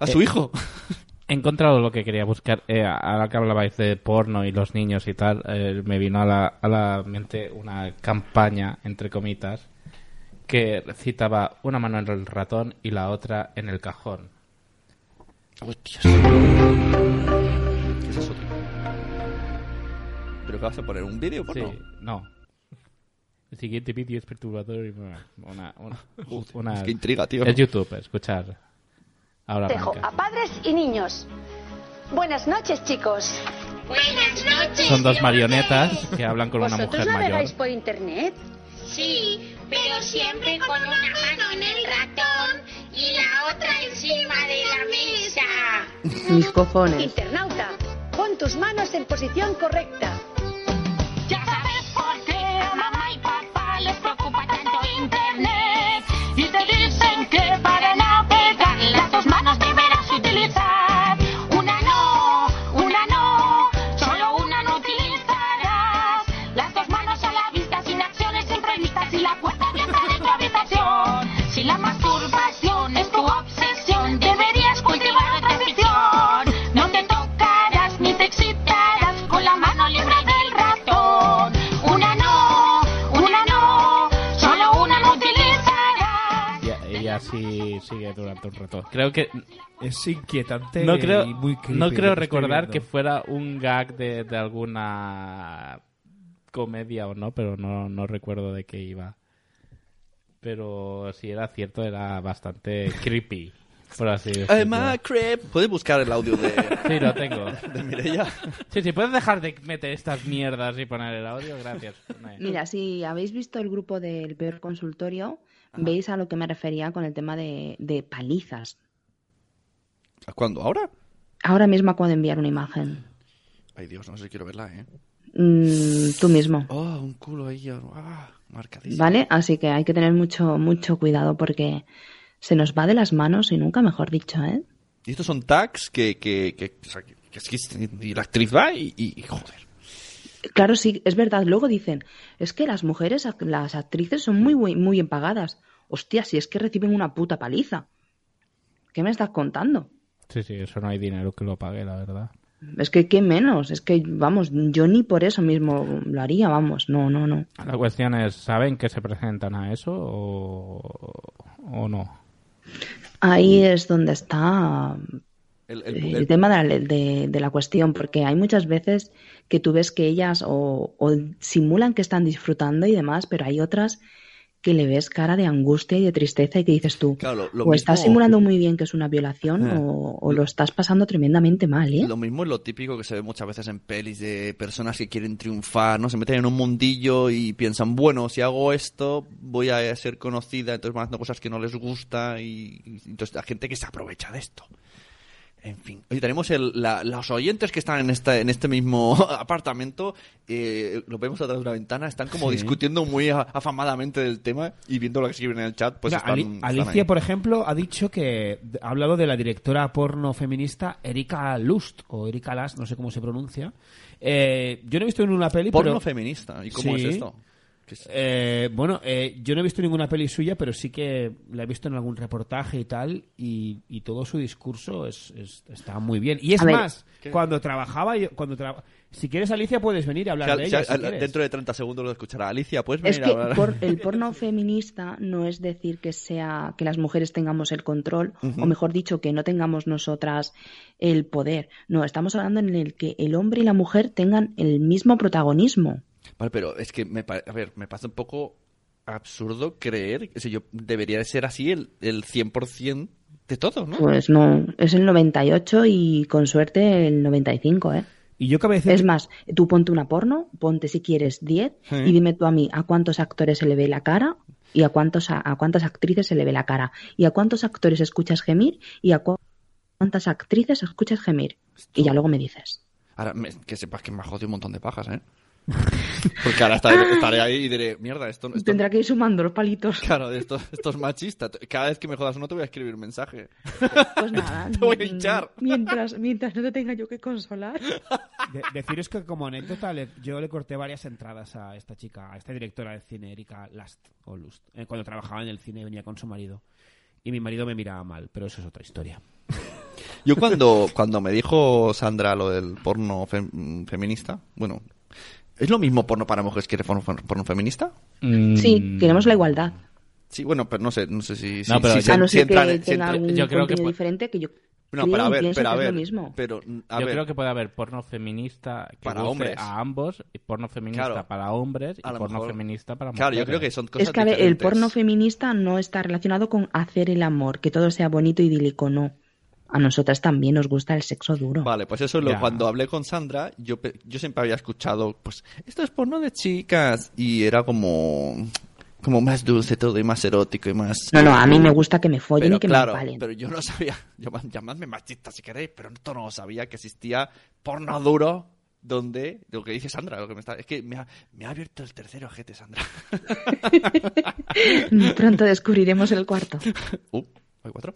[SPEAKER 2] a su hijo.
[SPEAKER 1] eh, He encontrado lo que quería buscar. Eh, ahora que hablabais de porno y los niños y tal, eh, me vino a la, a la mente una campaña, entre comitas, que citaba una mano en el ratón y la otra en el cajón.
[SPEAKER 2] Hostias. Ese es otro. ¿Pero qué vas a poner? ¿Un vídeo?
[SPEAKER 1] Sí,
[SPEAKER 2] porno?
[SPEAKER 1] no. El siguiente vídeo es perturbador y una... una, una- una-
[SPEAKER 2] es que intriga, tío.
[SPEAKER 1] Es YouTube, escuchar. Ahora
[SPEAKER 10] Consejo
[SPEAKER 1] arranca.
[SPEAKER 10] a padres y niños. Buenas noches, chicos. Buenas noches.
[SPEAKER 1] Son dos marionetas que hablan con una
[SPEAKER 10] ¿Vosotros
[SPEAKER 1] mujer mayor.
[SPEAKER 10] navegáis por internet?
[SPEAKER 11] Sí, pero siempre con una mano en el ratón y la otra encima de la mesa.
[SPEAKER 4] Mis cojones.
[SPEAKER 10] Internauta, pon tus manos en posición correcta.
[SPEAKER 11] Ya sabes por qué a mamá y papá les preocupa tanto internet. Y te dicen que para navegar las dos manos deberás utilizar. Una no, una no, solo una no utilizarás. Las dos manos a la vista, sin acciones imprevistas y la puerta abierta de tu habitación. Si la masturbación es tu obsesión, deberías cultivar otra afición. No te tocarás ni te excitarás con la mano libre del ratón. Una no, una no, solo una no utilizarás.
[SPEAKER 1] Y, y así sigue durante un rato. Creo que
[SPEAKER 3] Es inquietante
[SPEAKER 1] no creo,
[SPEAKER 3] y muy creepy
[SPEAKER 1] no
[SPEAKER 3] lo
[SPEAKER 1] creo
[SPEAKER 3] estoy
[SPEAKER 1] recordar
[SPEAKER 3] viendo.
[SPEAKER 1] que fuera un gag de, de alguna comedia o no, pero no, no recuerdo de qué iba. Pero si era cierto, era bastante creepy, por así decirlo.
[SPEAKER 2] I'm a creep. ¿Puedes buscar el audio de,
[SPEAKER 1] Sí, lo tengo.
[SPEAKER 2] de Mireia?
[SPEAKER 1] Sí, sí, puedes dejar de meter estas mierdas y poner el audio, gracias.
[SPEAKER 4] Mira, si habéis visto el grupo del peor consultorio, veis a lo que me refería con el tema de, de palizas.
[SPEAKER 2] ¿Cuándo? ¿Ahora?
[SPEAKER 4] Ahora mismo acabo de enviar una imagen.
[SPEAKER 2] Ay, Dios, no sé si quiero verla, ¿eh?
[SPEAKER 4] Mm, tú mismo.
[SPEAKER 2] Oh, un culo ahí. Ah, marcadísimo.
[SPEAKER 4] ¿Vale? Así que hay que tener mucho, mucho cuidado porque se nos va de las manos y nunca mejor dicho, ¿eh?
[SPEAKER 2] Y estos son tags que, que, que, o sea, que- que es que- y la actriz va y, y- y joder.
[SPEAKER 4] Claro, sí, es verdad. Luego dicen, es que las mujeres, ac- las actrices son muy, bu- muy bien pagadas. Hostia, si es que reciben una puta paliza. ¿Qué me estás contando?
[SPEAKER 1] Sí, sí, eso no hay dinero que lo pague, la verdad.
[SPEAKER 4] Es que qué menos, es que vamos, yo ni por eso mismo lo haría, vamos, no, no, no.
[SPEAKER 1] La cuestión es, ¿saben que se presentan a eso o, o no?
[SPEAKER 4] Ahí es donde está
[SPEAKER 2] El, el-
[SPEAKER 4] el,
[SPEAKER 2] el-
[SPEAKER 4] tema de la, de- de la cuestión, porque hay muchas veces que tú ves que ellas o, o simulan que están disfrutando y demás, pero hay otras que le ves cara de angustia y de tristeza y que dices tú,
[SPEAKER 2] Claro, lo-
[SPEAKER 4] o
[SPEAKER 2] lo
[SPEAKER 4] estás
[SPEAKER 2] mismo-
[SPEAKER 4] simulando muy bien que es una violación
[SPEAKER 2] Eh.
[SPEAKER 4] o, o lo estás pasando tremendamente mal, ¿eh?
[SPEAKER 2] Lo mismo es lo típico que se ve muchas veces en pelis de personas que quieren triunfar, ¿no? Se meten en un mundillo y piensan, bueno, si hago esto voy a ser conocida, entonces van haciendo cosas que no les gusta y, y entonces la gente que se aprovecha de esto. En fin. Oye, tenemos el- la- los oyentes que están en, esta, en este mismo apartamento, eh, los vemos atrás de una ventana, están como discutiendo muy a- afamadamente del tema y viendo lo que escriben en el chat, pues
[SPEAKER 3] Mira,
[SPEAKER 2] están-
[SPEAKER 3] Ali-
[SPEAKER 2] están
[SPEAKER 3] Alicia,
[SPEAKER 2] ahí.
[SPEAKER 3] por ejemplo, ha dicho que ha hablado de la directora porno feminista Erika Lust o Erika Last, no sé cómo se pronuncia. Eh, yo no he visto ninguna peli,
[SPEAKER 2] Porno
[SPEAKER 3] pero
[SPEAKER 2] feminista. ¿Y cómo
[SPEAKER 3] Sí.
[SPEAKER 2] es esto? ¿Qué es-
[SPEAKER 3] eh, bueno, eh, yo no he visto ninguna peli suya, pero sí que la he visto en algún reportaje y tal, y, y todo su discurso es, es- está muy bien. Y es
[SPEAKER 4] A ver.
[SPEAKER 3] más, cuando trabajaba, yo, cuando traba- si quieres Alicia puedes venir a hablar
[SPEAKER 2] O sea,
[SPEAKER 3] de
[SPEAKER 2] o sea,
[SPEAKER 3] ella. si
[SPEAKER 2] al-
[SPEAKER 3] quieres.
[SPEAKER 2] dentro de 30 segundos lo escuchará Alicia. Puedes
[SPEAKER 4] Es
[SPEAKER 2] venir
[SPEAKER 4] que
[SPEAKER 2] a hablar.
[SPEAKER 4] por- el porno feminista no es decir que sea que las mujeres tengamos el control, o mejor dicho, que no tengamos nosotras el poder. No, estamos hablando en el que el hombre y la mujer tengan el mismo protagonismo.
[SPEAKER 2] Vale, pero es que me, pa- a ver, me pasa un poco absurdo creer. O sea, yo debería de ser así el, el 100% de todo, ¿no?
[SPEAKER 4] Pues no, es el 98 y con suerte el 95, ¿eh?
[SPEAKER 3] Y yo cabe decir
[SPEAKER 4] Es más, tú ponte una porno, ponte si quieres 10 y dime tú a mí a cuántos actores se le ve la cara y a cuántos a, a cuántas actrices se le ve la cara y a cuántos actores escuchas gemir y a cua- cuántas actrices escuchas gemir. Y ya luego me dices.
[SPEAKER 2] Ahora, me- que sepas que me ha jodido un montón de pajas, ¿eh? Porque ahora estaré, estaré ahí y diré, mierda, esto, esto
[SPEAKER 4] Tendrá que ir sumando los palitos.
[SPEAKER 2] Claro, de esto, esto es machista. Cada vez que me jodas uno te voy a escribir un mensaje.
[SPEAKER 4] Pues nada.
[SPEAKER 2] Te voy a
[SPEAKER 4] mm,
[SPEAKER 2] hinchar.
[SPEAKER 4] Mientras, mientras no te tenga yo que consolar.
[SPEAKER 3] De- deciros que como anécdota le- yo le corté varias entradas a esta chica, a esta directora de cine, Erika Last o Lust, eh, cuando trabajaba en el cine y venía con su marido. Y mi marido me miraba mal, pero eso es otra historia.
[SPEAKER 2] Yo cuando, cuando me dijo Sandra lo del porno fem- feminista, bueno, ¿es lo mismo porno para mujeres que porno, porno feminista?
[SPEAKER 4] Mm.
[SPEAKER 1] Mm.
[SPEAKER 4] Sí, queremos la igualdad.
[SPEAKER 2] Sí, bueno, pero no sé, no sé si, si,
[SPEAKER 1] No, pero
[SPEAKER 2] si
[SPEAKER 1] yo-
[SPEAKER 2] se-
[SPEAKER 4] a no
[SPEAKER 2] si
[SPEAKER 4] ser que
[SPEAKER 2] entran- si
[SPEAKER 4] tenga
[SPEAKER 2] entran-
[SPEAKER 4] un
[SPEAKER 1] yo creo que
[SPEAKER 4] contenido
[SPEAKER 1] pu-
[SPEAKER 4] diferente que yo
[SPEAKER 2] No,
[SPEAKER 4] creo
[SPEAKER 2] pero a
[SPEAKER 4] y
[SPEAKER 2] ver,
[SPEAKER 4] pienso
[SPEAKER 2] pero a
[SPEAKER 4] que es
[SPEAKER 2] ver,
[SPEAKER 4] lo mismo.
[SPEAKER 2] pero a
[SPEAKER 1] Yo
[SPEAKER 2] ver,
[SPEAKER 1] creo que puede haber porno feminista que
[SPEAKER 2] Para
[SPEAKER 1] guste
[SPEAKER 2] hombres.
[SPEAKER 1] a ambos, y porno feminista
[SPEAKER 2] Claro.
[SPEAKER 1] para hombres y
[SPEAKER 2] A lo
[SPEAKER 1] porno
[SPEAKER 2] mejor-
[SPEAKER 1] feminista para mujeres.
[SPEAKER 2] claro, yo creo que son cosas
[SPEAKER 4] Es que, a ver, el
[SPEAKER 2] diferentes.
[SPEAKER 4] porno feminista no está relacionado con hacer el amor, que todo sea bonito y idílico, no. A nosotras también nos gusta el sexo duro.
[SPEAKER 2] Vale, pues eso es lo-
[SPEAKER 1] Ya.
[SPEAKER 2] cuando hablé con Sandra, yo, pe- yo siempre había escuchado, pues, esto es porno de chicas. Y era como, como más dulce todo y más erótico y más... Eh,
[SPEAKER 4] No, no, a mí me gusta que me follen
[SPEAKER 2] pero
[SPEAKER 4] y que
[SPEAKER 2] claro,
[SPEAKER 4] me empalen.
[SPEAKER 2] pero yo no sabía, llamad- llamadme machista si queréis, pero esto no sabía que existía porno duro donde, lo que dice Sandra, lo que me está, es que me ha, me ha abierto el tercer ojete, Sandra.
[SPEAKER 4] Pronto descubriremos el cuarto.
[SPEAKER 2] Uh, hay cuatro.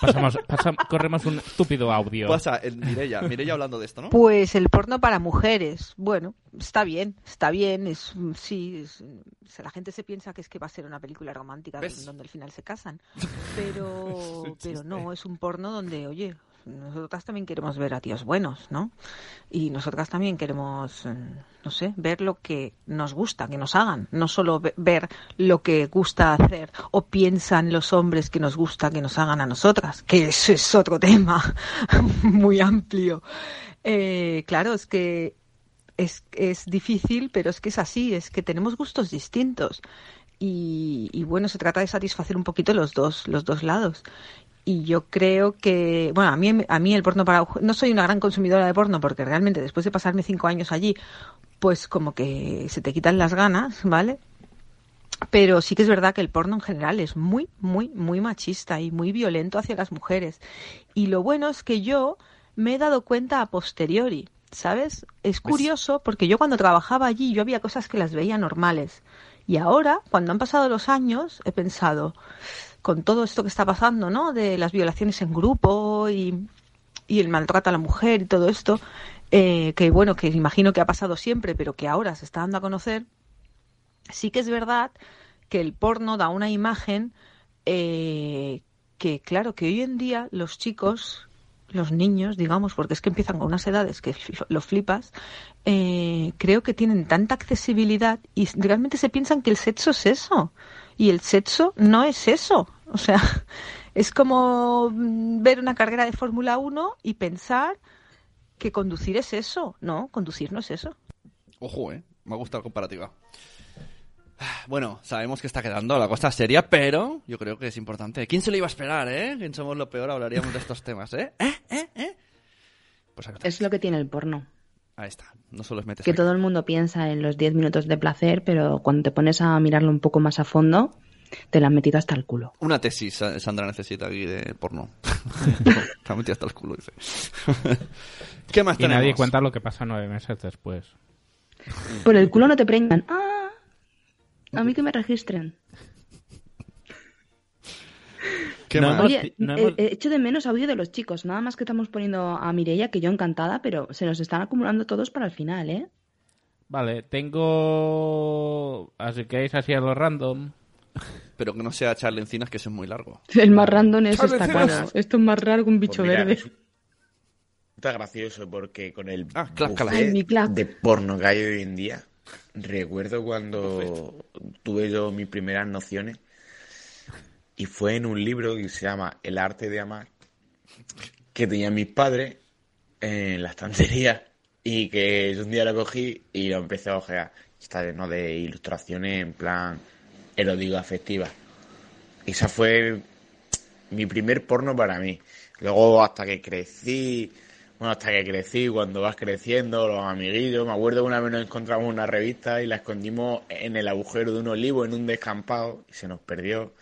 [SPEAKER 1] Pasamos, pasam- corremos un estúpido audio.
[SPEAKER 2] Pasa, el Mireia, Mireia hablando de esto, ¿no?
[SPEAKER 8] Pues el porno para mujeres, bueno, está bien, está bien, es mm, sí, es, mm, o sea, la gente se piensa que es que va a ser una película romántica
[SPEAKER 2] ¿Ves?
[SPEAKER 8] don- donde al final se casan,
[SPEAKER 2] Es un
[SPEAKER 8] pero pero no,
[SPEAKER 2] chiste.
[SPEAKER 8] es un porno donde, oye, nosotras también queremos ver a tíos buenos, ¿no? Y nosotras también queremos, mm, no sé, ver lo que nos gusta que nos hagan, no solo ve- ver lo que gusta hacer o piensan los hombres que nos gusta que nos hagan a nosotras, que eso es otro tema muy amplio. Eh, claro, es que es, es difícil, pero es que es así, es que tenemos gustos distintos. Y, y bueno, se trata de satisfacer un poquito los dos, los dos lados. Y yo creo que, bueno, a mí, a mí el porno para... No soy una gran consumidora de porno porque realmente después de pasarme cinco años allí, pues como que se te quitan las ganas, ¿vale? Pero sí que es verdad que el porno en general es muy, muy, muy machista y muy violento hacia las mujeres. Y lo bueno es que yo me he dado cuenta a posteriori, ¿sabes? Es curioso porque yo cuando trabajaba allí yo había cosas que las veía normales. Y ahora, cuando han pasado los años, he pensado, con todo esto que está pasando, ¿no? De las violaciones en grupo y, y el maltrato a la mujer y todo esto, eh, que bueno, que imagino que ha pasado siempre, pero que ahora se está dando a conocer, sí que es verdad que el porno da una imagen eh, que, claro, que hoy en día los chicos, los niños, digamos, porque es que empiezan con unas edades que fl- lo flipas, eh, creo que tienen tanta accesibilidad y s- realmente se piensan que el sexo es eso. Y el sexo no es eso. O sea, es como mm, ver una carrera de Fórmula 1 y pensar que conducir es eso. No, conducir no es eso.
[SPEAKER 2] Ojo, eh. Me ha gustado la comparativa. Bueno, sabemos que está quedando la cosa seria, pero yo creo que es importante. ¿Quién se lo iba a esperar, eh? ¿Quién somos lo peor? Hablaríamos de estos temas, ¿eh? ¿Eh? ¿Eh? ¿Eh? Pues ahí está.
[SPEAKER 4] Es lo que tiene el porno.
[SPEAKER 2] Ahí está. No solo os metes
[SPEAKER 4] Que
[SPEAKER 2] aquí.
[SPEAKER 4] todo el mundo piensa en los 10 minutos de placer, pero cuando te pones a mirarlo un poco más a fondo, te la has metido hasta el culo.
[SPEAKER 2] Una tesis Sa- Sandra necesita aquí de porno. está metida hasta el culo, dice. ¿Qué más
[SPEAKER 1] Y
[SPEAKER 2] tenemos?
[SPEAKER 1] nadie cuenta lo que pasa nueve meses después.
[SPEAKER 2] Mm.
[SPEAKER 4] Por el culo no te preñan. ¡Ah! A mí que me registren.
[SPEAKER 2] ¿Qué
[SPEAKER 1] No
[SPEAKER 2] más?
[SPEAKER 1] hemos-
[SPEAKER 4] Oye,
[SPEAKER 1] no
[SPEAKER 4] eh,
[SPEAKER 1] hemos-
[SPEAKER 4] eh, echo de menos audio de los chicos. Nada más que estamos poniendo a Mirella, que yo encantada, pero se nos están acumulando todos para el final, ¿eh?
[SPEAKER 1] Vale, tengo... Así que es así a lo random.
[SPEAKER 2] Pero que no sea Charlie Encinas, que eso es muy largo.
[SPEAKER 4] El más random es
[SPEAKER 2] Chale,
[SPEAKER 4] esta
[SPEAKER 2] cenas.
[SPEAKER 4] cara. Esto es más raro que un
[SPEAKER 7] Pues
[SPEAKER 4] bicho
[SPEAKER 7] mira,
[SPEAKER 4] verde.
[SPEAKER 7] Está gracioso porque con el
[SPEAKER 2] Ah, clap, clap.
[SPEAKER 7] buffet
[SPEAKER 4] Ay, mi clap.
[SPEAKER 7] de porno que hay hoy en día, recuerdo cuando tuve yo mis primeras nociones y fue en un libro que se llama El arte de amar que tenían mis padres en la estantería y que yo un día lo cogí y lo empecé a ojear. Está lleno de ilustraciones en plan erótico afectiva. Esa fue mi primer porno para mí. Luego hasta que crecí, bueno, hasta que crecí, cuando vas creciendo, los amiguillos, me acuerdo que una vez nos encontramos una revista y la escondimos en el agujero de un olivo, en un descampado, y se nos perdió.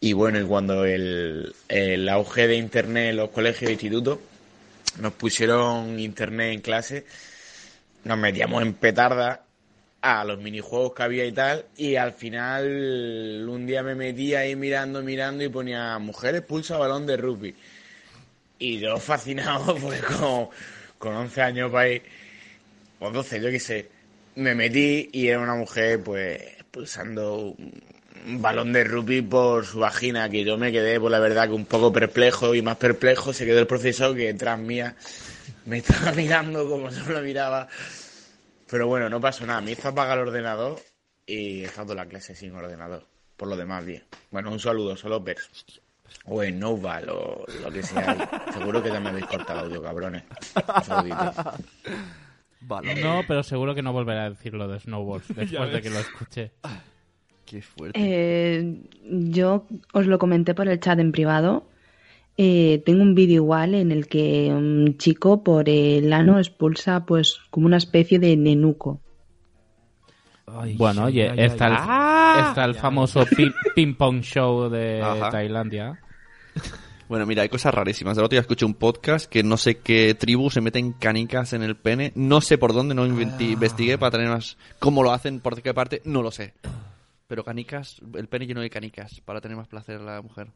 [SPEAKER 7] Y bueno, y cuando el, el auge de internet en los colegios e institutos, nos pusieron internet en clase, nos metíamos en petarda a los minijuegos que había y tal, y al final un día me metí ahí mirando, mirando y ponía mujeres pulsa balón de rugby. Y yo fascinado, pues con, con 11 años para ahí, o 12, yo qué sé, me metí y era una mujer pues pulsando un un balón de rugby por su vagina, que yo me quedé, por la verdad, que un poco perplejo y más perplejo se quedó el profesor que tras mía me estaba mirando como yo lo miraba. Pero bueno, no pasó nada. Me hizo apagar el ordenador y he estado la clase sin ordenador. Por lo demás, bien. Bueno, un saludo, solo Pers. O en Noval o lo que sea. Seguro que ya me habéis cortado el audio, cabrones. Un saludito.
[SPEAKER 1] No, pero seguro que no volverá a decir lo de Snowballs después de que lo escuche.
[SPEAKER 2] Qué fuerte.
[SPEAKER 4] Eh, yo os lo comenté por el chat en privado. Eh, tengo un vídeo igual en el que un chico por el ano expulsa pues como una especie de nenuco.
[SPEAKER 1] bueno, oye,
[SPEAKER 12] ya, ya,
[SPEAKER 1] está, el,
[SPEAKER 12] ya.
[SPEAKER 1] está el famoso pi- ping-pong show de
[SPEAKER 2] Ajá.
[SPEAKER 1] Tailandia.
[SPEAKER 2] Bueno, mira, hay cosas rarísimas. El otro día escuché un podcast que no sé qué tribu se meten canicas en el pene. No sé por dónde, no inventi- investigué para tener más... ¿Cómo lo hacen? ¿Por qué parte? No lo sé. Pero canicas, el pene lleno de canicas, para tener más placer a la mujer.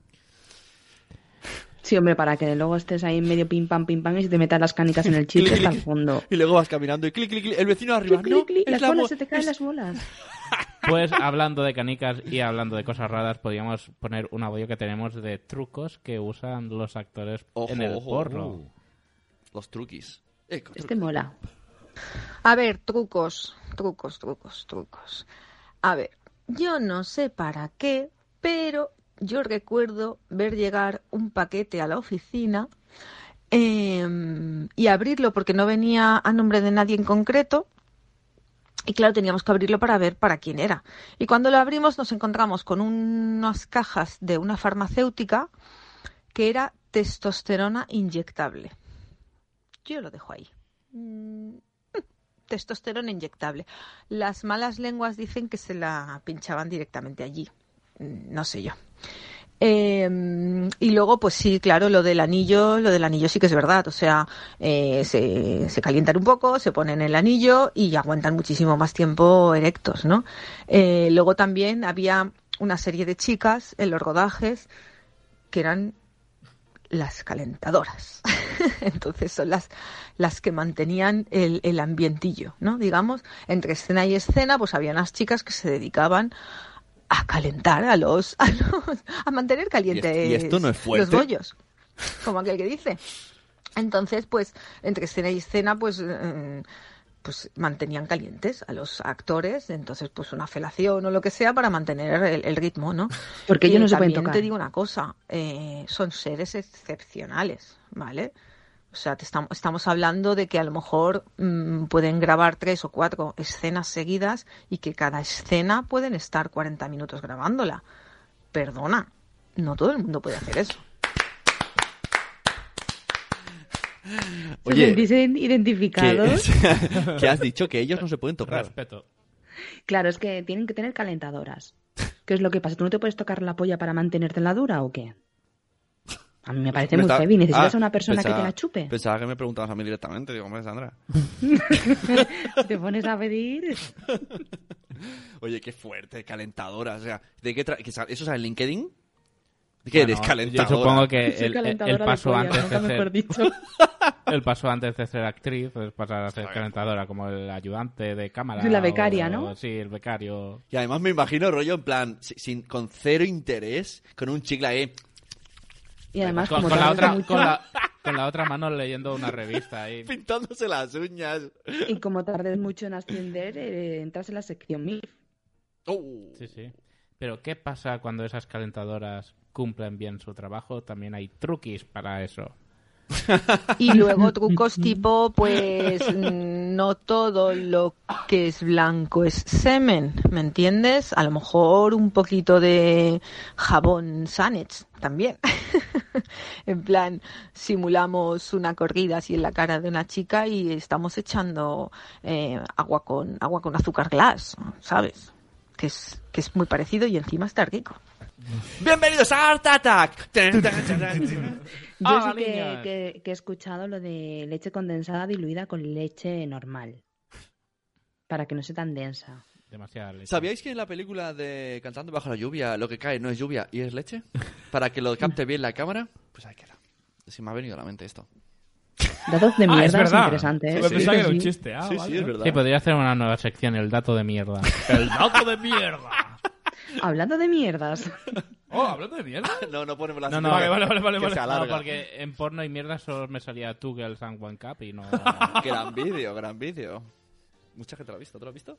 [SPEAKER 4] Sí, hombre, para que luego estés ahí en medio pim pam pim pam y se te metan las canicas en el chip hasta el fondo.
[SPEAKER 2] Y luego vas caminando y clic, clic, clic, el vecino arriba.
[SPEAKER 4] Cli,
[SPEAKER 2] no,
[SPEAKER 4] cli, cli,
[SPEAKER 2] es
[SPEAKER 4] las
[SPEAKER 2] la
[SPEAKER 4] bolas
[SPEAKER 2] bo-
[SPEAKER 4] se te caen
[SPEAKER 2] es-
[SPEAKER 4] las bolas.
[SPEAKER 1] Pues hablando de canicas y hablando de cosas raras, podríamos poner un audio que tenemos de trucos que usan los actores
[SPEAKER 2] Ojo,
[SPEAKER 1] en el
[SPEAKER 2] ojo.
[SPEAKER 1] porno.
[SPEAKER 2] Los truquis. Eh,
[SPEAKER 4] Este mola.
[SPEAKER 8] A ver, trucos, trucos, trucos, trucos. A ver, yo no sé para qué, pero yo recuerdo ver llegar un paquete a la oficina em, y abrirlo porque no venía a nombre de nadie en concreto. Y claro, teníamos que abrirlo para ver para quién era. Y cuando lo abrimos nos encontramos con unas cajas de una farmacéutica que era testosterona inyectable. Yo lo dejo ahí. Mm, testosterona inyectable. Las malas lenguas dicen que se la pinchaban directamente allí. Mm, No sé yo. Eh, y luego, pues sí, claro, lo del anillo, lo del anillo sí que es verdad. O sea, eh, se, se calientan un poco, se ponen el anillo y aguantan muchísimo más tiempo erectos, ¿no? Eh, luego también había una serie de chicas en los rodajes que eran las calentadoras. Entonces son las, las que mantenían el, el ambientillo, ¿no? Digamos, entre escena y escena, pues había unas chicas que se dedicaban a calentar a los, a, los- a mantener calientes
[SPEAKER 2] y esto no es fuerte?
[SPEAKER 8] los bollos, como aquel que dice. Entonces, pues, entre escena y escena, pues, mm, pues mantenían calientes a los actores, entonces, pues una felación o lo que sea para mantener el, el ritmo, ¿no?
[SPEAKER 4] Porque ellos
[SPEAKER 8] Y
[SPEAKER 4] no se pueden
[SPEAKER 8] también
[SPEAKER 4] tocar.
[SPEAKER 8] te digo una cosa, eh, son seres excepcionales, ¿vale? O sea, te estamos, estamos hablando de que a lo mejor mm, pueden grabar tres o cuatro escenas seguidas y que cada escena pueden estar 40 minutos grabándola. Perdona, no todo el mundo puede hacer eso.
[SPEAKER 4] ¿Se sentís identificados?
[SPEAKER 2] que, que has dicho que ellos no se pueden tocar.
[SPEAKER 1] Respeto.
[SPEAKER 4] Claro, es que tienen que tener calentadoras. ¿Qué es lo que pasa? ¿Tú no te puedes tocar la polla para mantenerte la dura o qué? A mí me parece muy
[SPEAKER 2] Pensaba-
[SPEAKER 4] heavy. ¿Necesitas
[SPEAKER 2] Ah,
[SPEAKER 4] a una persona
[SPEAKER 2] pensaba-
[SPEAKER 4] que te la chupe?
[SPEAKER 2] Pensaba que me preguntabas a mí directamente. Digo, hombre, Sandra.
[SPEAKER 4] Si te pones a pedir...
[SPEAKER 2] Oye, qué fuerte, calentadora. O sea, ¿de qué tra- que sa- ¿eso es en LinkedIn? ¿De qué eres
[SPEAKER 1] Bueno,
[SPEAKER 2] calentadora?
[SPEAKER 1] Ah, Yo supongo que
[SPEAKER 4] Soy
[SPEAKER 1] el, el-
[SPEAKER 4] calentadora
[SPEAKER 1] el
[SPEAKER 4] de
[SPEAKER 1] paso
[SPEAKER 4] polla,
[SPEAKER 1] antes
[SPEAKER 4] nunca
[SPEAKER 1] de
[SPEAKER 4] mejor
[SPEAKER 1] ser,
[SPEAKER 4] dicho.
[SPEAKER 1] el paso antes de ser actriz es pasar a ser
[SPEAKER 2] Joder.
[SPEAKER 1] calentadora como el ayudante de cámara.
[SPEAKER 4] Sí, la becaria,
[SPEAKER 1] o-
[SPEAKER 4] ¿no?
[SPEAKER 1] Sí, el becario.
[SPEAKER 2] Y además me imagino rollo en plan, si- sin, con cero interés, con un chicle ahí.
[SPEAKER 4] Y además,
[SPEAKER 1] Con,
[SPEAKER 4] como
[SPEAKER 1] con
[SPEAKER 4] te
[SPEAKER 1] la
[SPEAKER 4] gusta
[SPEAKER 1] otra,
[SPEAKER 4] mucho-
[SPEAKER 1] con, la, con la otra mano leyendo una revista ahí.
[SPEAKER 2] pintándose las uñas.
[SPEAKER 4] Y como tardes mucho en ascender, eh, entras en la sección MIF.
[SPEAKER 2] Oh.
[SPEAKER 1] Sí, sí. Pero ¿qué pasa cuando esas calentadoras cumplen bien su trabajo? También hay truquis para eso.
[SPEAKER 8] Y luego trucos tipo, pues mm, no todo lo que es blanco es semen, ¿me entiendes? A lo mejor un poquito de jabón Sanets también. en plan, simulamos una corrida así en la cara de una chica y estamos echando eh, agua con agua con azúcar glass, ¿sabes? Que es, que es muy parecido y encima está rico.
[SPEAKER 2] ¡Bienvenidos a Art Attack!
[SPEAKER 4] Yo
[SPEAKER 3] Ah,
[SPEAKER 2] Hola,
[SPEAKER 4] sí que,
[SPEAKER 2] niños.
[SPEAKER 4] que- que he escuchado lo de leche condensada diluida con leche normal. Para que no sea tan densa.
[SPEAKER 1] Demasiada leche.
[SPEAKER 2] ¿Sabíais que en la película de Cantando bajo la lluvia lo que cae no es lluvia y es leche? Para que lo capte bien la cámara. Pues ahí queda. Se me ha venido a la mente esto.
[SPEAKER 4] Datos de
[SPEAKER 3] Ah,
[SPEAKER 4] mierda
[SPEAKER 3] es verdad.
[SPEAKER 4] interesante. ¿eh?
[SPEAKER 3] Sí,
[SPEAKER 4] Sí,
[SPEAKER 3] pensaba que era un
[SPEAKER 4] sí.
[SPEAKER 3] chiste. Ah,
[SPEAKER 2] sí,
[SPEAKER 3] vale.
[SPEAKER 2] sí, es verdad.
[SPEAKER 1] Sí, podría hacer una nueva sección, el dato de mierda.
[SPEAKER 3] El dato de mierda.
[SPEAKER 4] Hablando de mierdas.
[SPEAKER 3] Oh, hablando de mierda.
[SPEAKER 2] No, no ponemos la
[SPEAKER 1] No, no,
[SPEAKER 2] que-
[SPEAKER 3] Vale, vale, vale, vale,
[SPEAKER 2] que
[SPEAKER 3] vale.
[SPEAKER 2] se
[SPEAKER 1] No,
[SPEAKER 2] alarga.
[SPEAKER 1] porque en porno y mierda solo me salía Two Girls and One Cup y no...
[SPEAKER 2] Gran vídeo, gran vídeo. Mucha gente lo ha visto, ¿tú lo has visto?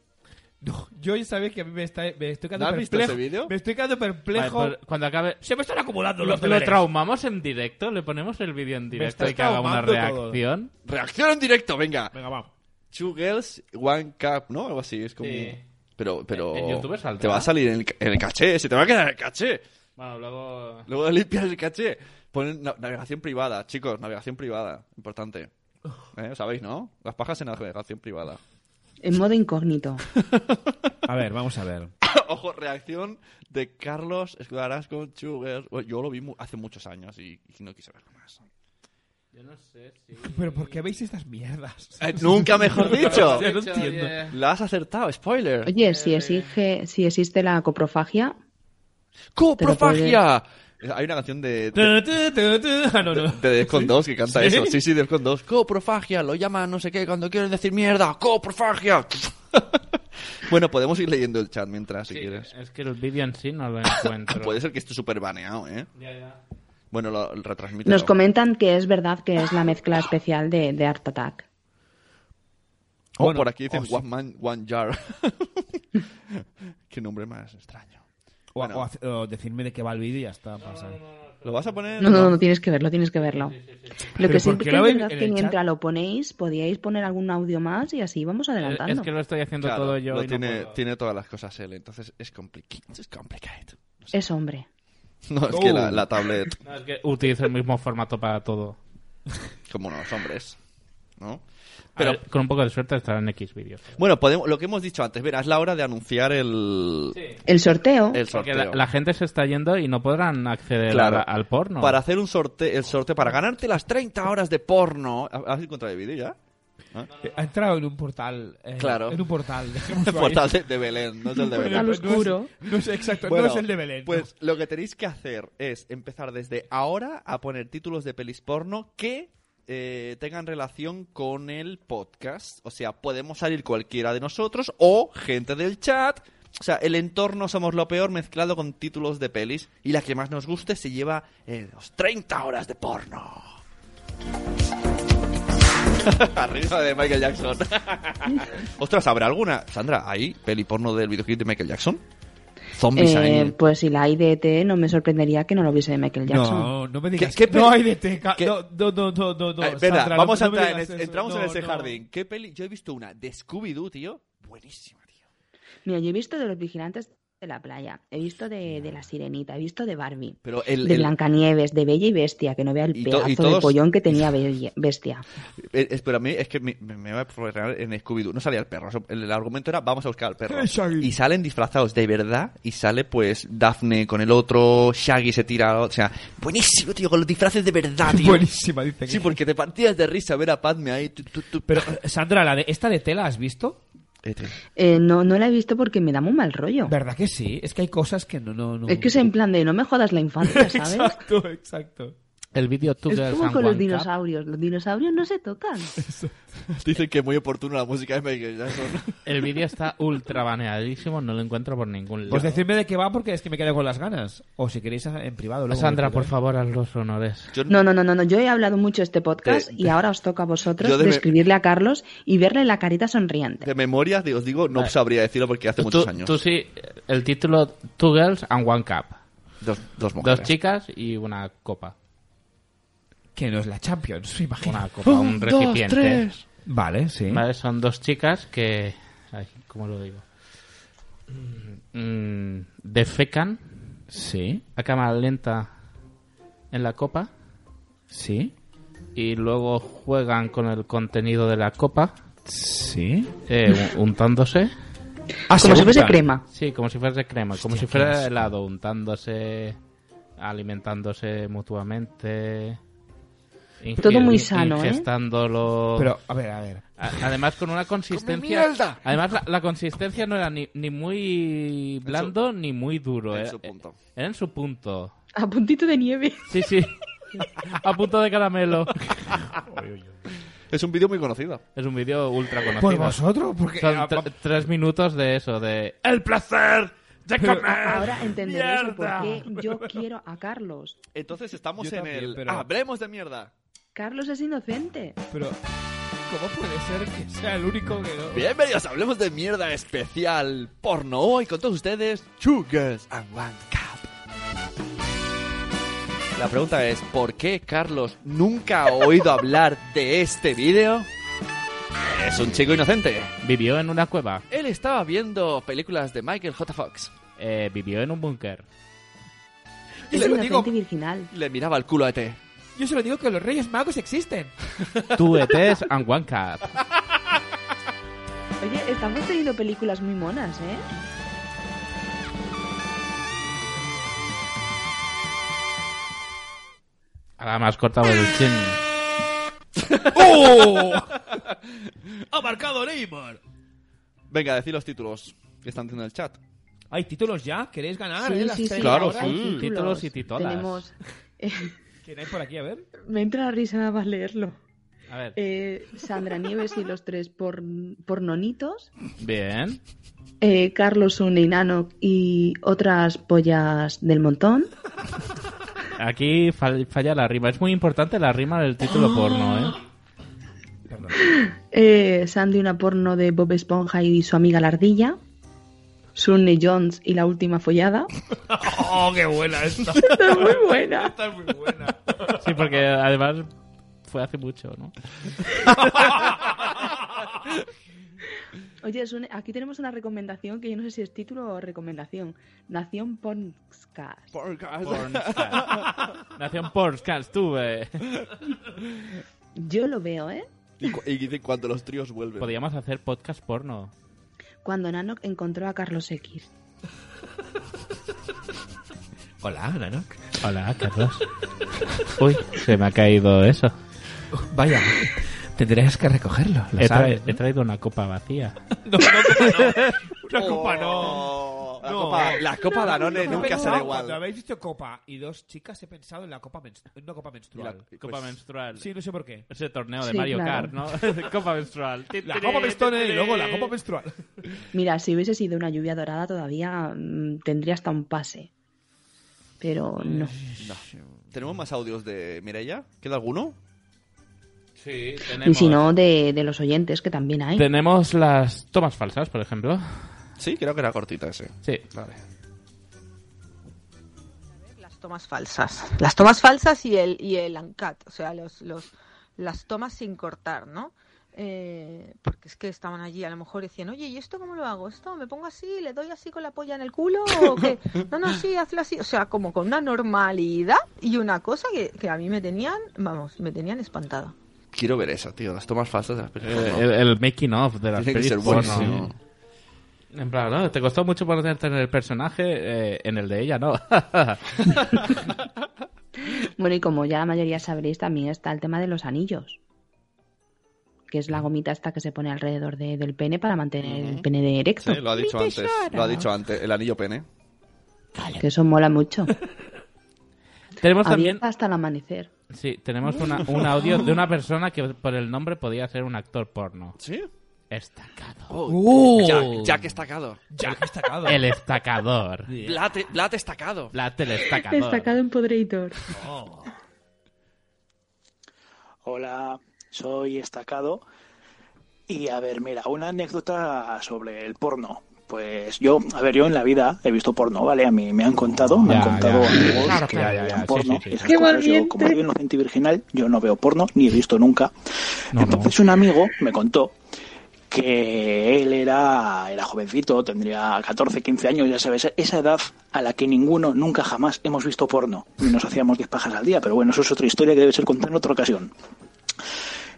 [SPEAKER 3] No, yo ya sabía que a mí me, está, me estoy quedando
[SPEAKER 2] ¿No has visto
[SPEAKER 3] perplejo.
[SPEAKER 2] ese vídeo?
[SPEAKER 3] Me estoy quedando perplejo.
[SPEAKER 1] Vale, pues cuando acabe...
[SPEAKER 3] Se me están acumulando
[SPEAKER 1] ¿Lo,
[SPEAKER 3] los
[SPEAKER 1] lo
[SPEAKER 3] deberes.
[SPEAKER 1] traumamos en directo? ¿Le ponemos el vídeo en directo
[SPEAKER 3] estás
[SPEAKER 1] y que haga una
[SPEAKER 3] traumando todo.
[SPEAKER 1] reacción?
[SPEAKER 2] Reacción en directo, venga.
[SPEAKER 3] Venga, vamos.
[SPEAKER 2] Two girls, one cup, ¿no? Algo así, es como...
[SPEAKER 1] Sí.
[SPEAKER 2] Pero, pero...
[SPEAKER 1] En- en YouTube saldrá.
[SPEAKER 2] Te va a salir en el, ca- en el caché, se te va a quedar en el caché.
[SPEAKER 1] Bueno, luego...
[SPEAKER 2] Luego limpias el caché. Ponen na- navegación privada, chicos, navegación privada. Importante. ¿Eh? ¿Sabéis, no? Las pajas en navegación privada.
[SPEAKER 4] En modo incógnito.
[SPEAKER 3] A ver, vamos a ver.
[SPEAKER 2] Ojo, reacción de Carlos Escudarasco, Two girls. Bueno, Yo lo vi mu- hace muchos años y, y no quise verlo más.
[SPEAKER 1] Yo no sé si...
[SPEAKER 3] ¿Pero por qué veis estas mierdas?
[SPEAKER 2] Eh, nunca mejor dicho.
[SPEAKER 3] Ya no entiendo.
[SPEAKER 2] La has acertado, spoiler.
[SPEAKER 4] Oye, si, exige, si existe la coprofagia,
[SPEAKER 2] ¡Coprofagia! ¡Oh, Eh, Hay una canción de, de,
[SPEAKER 3] Tu, tu, tu, tu. Ah, no, no.
[SPEAKER 2] de Defcon 2 que canta
[SPEAKER 3] ¿Sí?
[SPEAKER 2] eso. Sí, sí, Defcon 2. ¡Coprofagia! Lo llama no sé qué cuando quieres decir mierda. ¡Coprofagia! bueno, podemos ir leyendo el chat mientras, si quieres.
[SPEAKER 1] Es que el vídeo en sí no lo encuentro.
[SPEAKER 2] Puede ser que esté súper baneado, ¿eh? Bueno, lo, lo retransmite.
[SPEAKER 4] nos comentan que es verdad que es la mezcla especial de, de Art Attack.
[SPEAKER 2] Oh,
[SPEAKER 3] Bueno,
[SPEAKER 2] por aquí dicen
[SPEAKER 3] oh, sí.
[SPEAKER 2] One Man, One Jar. qué nombre más extraño.
[SPEAKER 3] O,
[SPEAKER 2] Bueno.
[SPEAKER 3] o hace- o decirme de qué va el vídeo y ya está. pasa.
[SPEAKER 2] ¿Lo vas a poner?
[SPEAKER 4] No, no, no, tienes que verlo, tienes que verlo. Lo
[SPEAKER 3] ¿Pero
[SPEAKER 4] que
[SPEAKER 3] por
[SPEAKER 4] sí
[SPEAKER 3] qué
[SPEAKER 4] que
[SPEAKER 3] lo
[SPEAKER 4] es
[SPEAKER 3] veis
[SPEAKER 4] verdad
[SPEAKER 3] en
[SPEAKER 4] que
[SPEAKER 3] el chat?
[SPEAKER 4] mientras lo ponéis, podíais poner algún audio más y así vamos
[SPEAKER 1] Es,
[SPEAKER 4] adelantando.
[SPEAKER 1] es que lo estoy haciendo
[SPEAKER 2] Claro,
[SPEAKER 1] todo yo
[SPEAKER 2] lo
[SPEAKER 1] y no
[SPEAKER 2] tiene,
[SPEAKER 1] puedo.
[SPEAKER 2] tiene todas las cosas él, entonces es complicado. Es complicado.
[SPEAKER 4] Es hombre.
[SPEAKER 2] No, es que
[SPEAKER 1] Uh.
[SPEAKER 2] la,
[SPEAKER 3] Oh.
[SPEAKER 2] la tablet,
[SPEAKER 1] No, es que utilizo el mismo formato para todo.
[SPEAKER 2] como los hombres, ¿no?
[SPEAKER 1] A
[SPEAKER 2] Pero,
[SPEAKER 1] ver, con un poco de suerte estará en X vídeos.
[SPEAKER 2] bueno, podemos, lo que hemos dicho antes, verás, es la hora de anunciar el,
[SPEAKER 4] El sorteo.
[SPEAKER 2] el
[SPEAKER 1] Porque
[SPEAKER 2] sorteo.
[SPEAKER 1] la, la gente se está yendo y no podrán acceder
[SPEAKER 2] Claro.
[SPEAKER 1] a- al porno.
[SPEAKER 2] Para hacer un sorteo, el sorteo, para ganarte las 30 horas de porno. ¿Has encontrado el vídeo ya?
[SPEAKER 3] Eh, Ha entrado en un portal. eh,
[SPEAKER 2] Claro.
[SPEAKER 3] En un portal. dejémoslo
[SPEAKER 2] El
[SPEAKER 3] ahí.
[SPEAKER 2] portal de, de Belén, no es el de
[SPEAKER 3] Bueno,
[SPEAKER 2] Belén.
[SPEAKER 4] Al
[SPEAKER 3] pues no es-
[SPEAKER 4] oscuro.
[SPEAKER 3] No es exacto,
[SPEAKER 2] Bueno,
[SPEAKER 3] no es el de Belén.
[SPEAKER 2] Pues lo que tenéis que hacer es empezar desde ahora a poner títulos de pelis porno que eh, tengan relación con el podcast. O sea, podemos salir cualquiera de nosotros o gente del chat. O sea, el entorno somos lo peor mezclado con títulos de pelis. Y la que más nos guste se lleva eh, los 30 horas de porno. Arriba de Michael Jackson. Ostras, ¿habrá alguna? Sandra, ¿hay peli porno del videoclip de Michael Jackson? Zombies
[SPEAKER 4] Eh,
[SPEAKER 2] ahí.
[SPEAKER 4] pues si la IDT no me sorprendería que no lo hubiese de Michael Jackson.
[SPEAKER 3] No, no me digas.
[SPEAKER 2] ¿Qué- qué
[SPEAKER 3] no
[SPEAKER 2] pe-
[SPEAKER 3] hay de teca.
[SPEAKER 2] qué-
[SPEAKER 3] No, no, no, no, no. no,
[SPEAKER 2] Eh, espera,
[SPEAKER 3] Sandra,
[SPEAKER 2] vamos
[SPEAKER 3] no-
[SPEAKER 2] a
[SPEAKER 3] no me
[SPEAKER 2] entrar en es-
[SPEAKER 3] digas eso.
[SPEAKER 2] entramos en
[SPEAKER 3] No,
[SPEAKER 2] ese
[SPEAKER 3] no.
[SPEAKER 2] jardín. ¿Qué peli? Yo he visto una de Scooby-Doo, tío. Buenísima, tío.
[SPEAKER 4] Mira, yo he visto de los vigilantes de la playa, he visto de, de la sirenita, he visto de Barbie,
[SPEAKER 2] Pero el,
[SPEAKER 4] de
[SPEAKER 2] el-
[SPEAKER 4] Blancanieves, de Bella y Bestia, que no vea el
[SPEAKER 2] Y to- y
[SPEAKER 4] pedazo de
[SPEAKER 2] todos-
[SPEAKER 4] pollón que tenía Bella- Bestia.
[SPEAKER 2] eh, es- pero a mí es que me, me- me va a programar en Scooby-Doo. No salía el perro. Eso- El, el argumento era vamos a buscar al perro.
[SPEAKER 3] Eh, Shaggy.
[SPEAKER 2] Y salen disfrazados de verdad. Y sale pues Daphne con el otro. Shaggy se tira. al otro, O sea, buenísimo, tío. Con los disfraces de verdad, tío.
[SPEAKER 3] Buenísima, dice.
[SPEAKER 2] Sí, porque te partías de risa ver a Padme ahí. tu, tu, tu.
[SPEAKER 3] Pero, eh, Sandra, la de, ¿esta de tela has visto?
[SPEAKER 2] Este.
[SPEAKER 4] Eh, no, no la he visto porque me da muy mal rollo.
[SPEAKER 3] ¿Verdad que sí? Es que hay cosas que no. no, no...
[SPEAKER 4] Es que es en plan de no me jodas la infancia, ¿sabes?
[SPEAKER 3] Exacto, exacto.
[SPEAKER 1] El vídeo Two
[SPEAKER 4] Es
[SPEAKER 1] Girls
[SPEAKER 4] como
[SPEAKER 1] and
[SPEAKER 4] con los
[SPEAKER 1] One Cup.
[SPEAKER 4] dinosaurios, los dinosaurios no se tocan.
[SPEAKER 2] Dicen que es muy oportuna la música de Michael Jackson.
[SPEAKER 1] El vídeo está ultra baneadísimo, no lo encuentro por ningún lado.
[SPEAKER 3] Pues decidme de qué va porque es que me quedo con las ganas. O si queréis en privado. Luego me
[SPEAKER 1] Sandra,
[SPEAKER 3] lo
[SPEAKER 1] por
[SPEAKER 3] cuento.
[SPEAKER 1] favor, haz los honores.
[SPEAKER 2] Yo
[SPEAKER 4] No, no, no, no, no, yo he hablado mucho este podcast
[SPEAKER 2] Te-
[SPEAKER 4] y ahora os toca a
[SPEAKER 2] Yo
[SPEAKER 4] vosotros
[SPEAKER 2] de-
[SPEAKER 4] describirle a Carlos y verle la carita sonriente.
[SPEAKER 2] de memoria, os digo, no sabría decirlo porque hace
[SPEAKER 1] tú,
[SPEAKER 2] muchos años.
[SPEAKER 1] tú sí, el título Two Girls and One Cup.
[SPEAKER 2] Dos, dos mujeres.
[SPEAKER 1] Dos chicas y una copa.
[SPEAKER 3] Que no es la Champions, me imagino.
[SPEAKER 1] Una copa, un recipiente.
[SPEAKER 3] Vale, sí.
[SPEAKER 1] Vale, son dos chicas que. Ay, ¿Cómo lo digo? Mm, mm, defecan
[SPEAKER 3] Sí,
[SPEAKER 1] a cámara lenta en la copa
[SPEAKER 3] sí,
[SPEAKER 1] y luego juegan con el contenido de la copa
[SPEAKER 3] sí.
[SPEAKER 1] eh, untándose
[SPEAKER 3] Ah,
[SPEAKER 4] como
[SPEAKER 3] se
[SPEAKER 4] si fuese
[SPEAKER 3] untan.
[SPEAKER 4] crema.
[SPEAKER 1] Sí, como si fuese crema, como
[SPEAKER 3] Hostia,
[SPEAKER 1] si
[SPEAKER 3] qué
[SPEAKER 1] fuera
[SPEAKER 3] asco.
[SPEAKER 1] helado, untándose, alimentándose mutuamente. ingi-
[SPEAKER 4] Todo muy sano, ¿eh?
[SPEAKER 1] ingestándolo.
[SPEAKER 3] Pero, a ver, a ver.
[SPEAKER 1] A- Además, con una consistencia. Además, la, la consistencia no era ni, ni muy blando ni muy duro.
[SPEAKER 2] En
[SPEAKER 1] era,
[SPEAKER 2] su punto.
[SPEAKER 1] era en su punto.
[SPEAKER 4] A puntito de nieve.
[SPEAKER 1] Sí, sí. A punto de caramelo.
[SPEAKER 2] Es un vídeo muy conocido.
[SPEAKER 1] Es un vídeo ultra conocido.
[SPEAKER 3] Pues vosotros, porque...
[SPEAKER 1] Son
[SPEAKER 3] ah,
[SPEAKER 1] tre- tres minutos de eso, de... ¡El placer de comer!
[SPEAKER 4] Ahora entenderéis el por
[SPEAKER 1] mierda".
[SPEAKER 4] qué yo quiero a Carlos.
[SPEAKER 2] Entonces estamos
[SPEAKER 3] Ah. Yo
[SPEAKER 2] en
[SPEAKER 3] también,
[SPEAKER 2] el...
[SPEAKER 3] pero-
[SPEAKER 2] ¡Hablemos de mierda!
[SPEAKER 4] Carlos es inocente.
[SPEAKER 3] Pero, ¿cómo puede ser que sea el único que no?
[SPEAKER 2] Bienvenidos a Hablemos de mierda especial porno hoy con todos ustedes, Two Girls and One Cup. La pregunta es, ¿por qué Carlos nunca ha oído hablar de este vídeo? Es un chico inocente.
[SPEAKER 1] Vivió en una cueva.
[SPEAKER 2] Él estaba viendo películas de Michael J. Fox.
[SPEAKER 1] Eh, vivió en un búnker.
[SPEAKER 2] Y
[SPEAKER 4] Es
[SPEAKER 2] le,
[SPEAKER 4] inocente
[SPEAKER 2] digo,
[SPEAKER 4] virginal.
[SPEAKER 2] le miraba el culo a E T.
[SPEAKER 3] Yo solo digo que los Reyes Magos existen.
[SPEAKER 1] Tú, ETs E and one cat.
[SPEAKER 4] Oye, estamos teniendo películas muy monas, ¿eh?
[SPEAKER 1] Ahora más cortado el chin.
[SPEAKER 3] ¡Oh!
[SPEAKER 2] Oh. ¡Ha marcado Neymar! Venga, decir los títulos que están diciendo en el chat.
[SPEAKER 3] Hay títulos ya, queréis ganar,
[SPEAKER 4] Sí,
[SPEAKER 3] ¿eh? Las
[SPEAKER 4] sí, sí,
[SPEAKER 3] series
[SPEAKER 2] Claro,
[SPEAKER 3] ahora.
[SPEAKER 4] ahora hay
[SPEAKER 1] sí. Títulos y titolas.
[SPEAKER 4] Tenemos... eh,
[SPEAKER 3] ¿Quién hay por aquí? A ver.
[SPEAKER 4] Me entra la risa nada más leerlo.
[SPEAKER 1] A ver.
[SPEAKER 4] Eh, Sandra Nieves y los tres por, pornonitos.
[SPEAKER 1] Bien.
[SPEAKER 4] Eh, Carlos Une y Nano y otras pollas del montón.
[SPEAKER 1] Aquí fal- falla la rima. Es muy importante la rima del título porno, ¿eh?
[SPEAKER 4] Eh, Sandy, una porno de Bob Esponja y su amiga la ardilla. Sunny Jones y la última follada.
[SPEAKER 3] ¡Oh, qué buena esta!
[SPEAKER 4] Es muy buena.
[SPEAKER 3] esta es muy buena.
[SPEAKER 1] Sí, porque además fue hace mucho, ¿no?
[SPEAKER 4] Oye, Sune, aquí tenemos una recomendación que yo no sé si es título o recomendación. Nación Podcast.
[SPEAKER 1] Pornscast. Nación Pornscast, tú, eh.
[SPEAKER 4] Yo lo veo, ¿eh?
[SPEAKER 2] Y, cu- y dice cuando los tríos vuelven.
[SPEAKER 1] Podíamos hacer podcast porno.
[SPEAKER 4] Cuando Nano encontró a Carlos X.
[SPEAKER 3] Hola, Nanok.
[SPEAKER 1] Hola, Carlos. Uy, se me ha caído eso.
[SPEAKER 3] Vaya, tendrías que recogerlo.
[SPEAKER 1] He, tra- he traído una copa vacía.
[SPEAKER 3] No, no, no. Una copa no.
[SPEAKER 2] Oh, La
[SPEAKER 3] No.
[SPEAKER 2] copa, la copa Danone
[SPEAKER 3] He
[SPEAKER 2] nunca
[SPEAKER 3] pensado,
[SPEAKER 2] será
[SPEAKER 3] Cuando
[SPEAKER 2] igual.
[SPEAKER 3] habéis visto copa y dos chicas, he pensado en la copa, menstru- en una copa menstrual. Pues
[SPEAKER 2] Y la-
[SPEAKER 1] Copa menstrual.
[SPEAKER 3] Sí, no sé por qué.
[SPEAKER 1] Ese torneo de
[SPEAKER 4] Sí,
[SPEAKER 1] Mario
[SPEAKER 4] claro.
[SPEAKER 1] Kart, ¿no? copa menstrual.
[SPEAKER 3] La copa menstrual y luego la copa menstrual.
[SPEAKER 4] Mira, si hubiese sido una lluvia dorada todavía mm, tendría hasta un pase. Pero
[SPEAKER 2] Mm,
[SPEAKER 4] no.
[SPEAKER 2] ¿Tenemos más audios de Mireia? ¿Queda alguno?
[SPEAKER 1] Sí, tenemos.
[SPEAKER 4] Y si no, de, de los oyentes, que también hay.
[SPEAKER 1] Tenemos las tomas falsas, por ejemplo.
[SPEAKER 2] Sí, creo que era cortita ese.
[SPEAKER 1] Sí.
[SPEAKER 2] Vale.
[SPEAKER 8] Las tomas falsas. Las tomas falsas y el, y el uncut, o sea, los, los, las tomas sin cortar, ¿no? Eh, porque es que estaban allí, a lo mejor decían, oye, ¿y esto cómo lo hago? ¿Esto me pongo así, le doy así con la polla en el culo? ¿O qué? No, no, sí, hazlo así. O sea, como con una normalidad y una cosa que, que a mí me tenían, vamos, me tenían espantada.
[SPEAKER 2] Quiero ver eso, tío. Las tomas falsas de las películas.
[SPEAKER 1] Eh,
[SPEAKER 2] no.
[SPEAKER 1] El, el making of de las
[SPEAKER 2] Tiene que
[SPEAKER 1] pelis
[SPEAKER 2] ser
[SPEAKER 1] porno.
[SPEAKER 2] buenísimo.
[SPEAKER 1] En plan, ¿no? Te costó mucho ponerte en el personaje, eh, en el de ella, ¿no?
[SPEAKER 4] Bueno, y como ya la mayoría sabréis, también está el tema de los anillos. Que es la
[SPEAKER 2] Mm.
[SPEAKER 4] gomita esta que se pone alrededor de- del pene para mantener el pene de erecto.
[SPEAKER 2] Sí, lo ha dicho antes. Lo ha dicho antes. El anillo pene.
[SPEAKER 4] Que eso mola mucho.
[SPEAKER 1] tenemos también,
[SPEAKER 4] Abierta hasta el amanecer.
[SPEAKER 1] sí, tenemos una- un audio de una persona que por el nombre podía ser un actor porno.
[SPEAKER 2] ¿Sí?
[SPEAKER 1] Estacado.
[SPEAKER 3] ¡Uh!
[SPEAKER 2] Jack, Jack estacado.
[SPEAKER 3] Jack destacado.
[SPEAKER 4] e-
[SPEAKER 1] El estacador.
[SPEAKER 2] Blat, Blat estacado.
[SPEAKER 1] La telestacador.
[SPEAKER 4] Destacado en Podreitor.
[SPEAKER 5] Hola, soy Estacado. Y a ver, mira, una anécdota sobre el porno. Pues yo, a ver, yo en la vida he visto porno, ¿vale? A mí me han contado, me
[SPEAKER 1] Ya,
[SPEAKER 5] han contado
[SPEAKER 1] ya.
[SPEAKER 5] amigos
[SPEAKER 1] Claro,
[SPEAKER 5] que
[SPEAKER 1] claro,
[SPEAKER 5] veían
[SPEAKER 1] ya, ya, sí,
[SPEAKER 5] porno.
[SPEAKER 1] sí, sí.
[SPEAKER 5] y esas
[SPEAKER 4] ¡Qué
[SPEAKER 5] cosas.
[SPEAKER 4] valiente!
[SPEAKER 5] Yo, como soy inocente y virginal, yo no veo porno, ni he visto nunca.
[SPEAKER 1] No, no.
[SPEAKER 5] Entonces un amigo me contó que él era, era jovencito, tendría 14, 15 años, ya sabes, esa edad a la que ninguno nunca jamás hemos visto porno. Y nos hacíamos 10 pajas al día, pero bueno, eso es otra historia que debe ser contada en otra ocasión.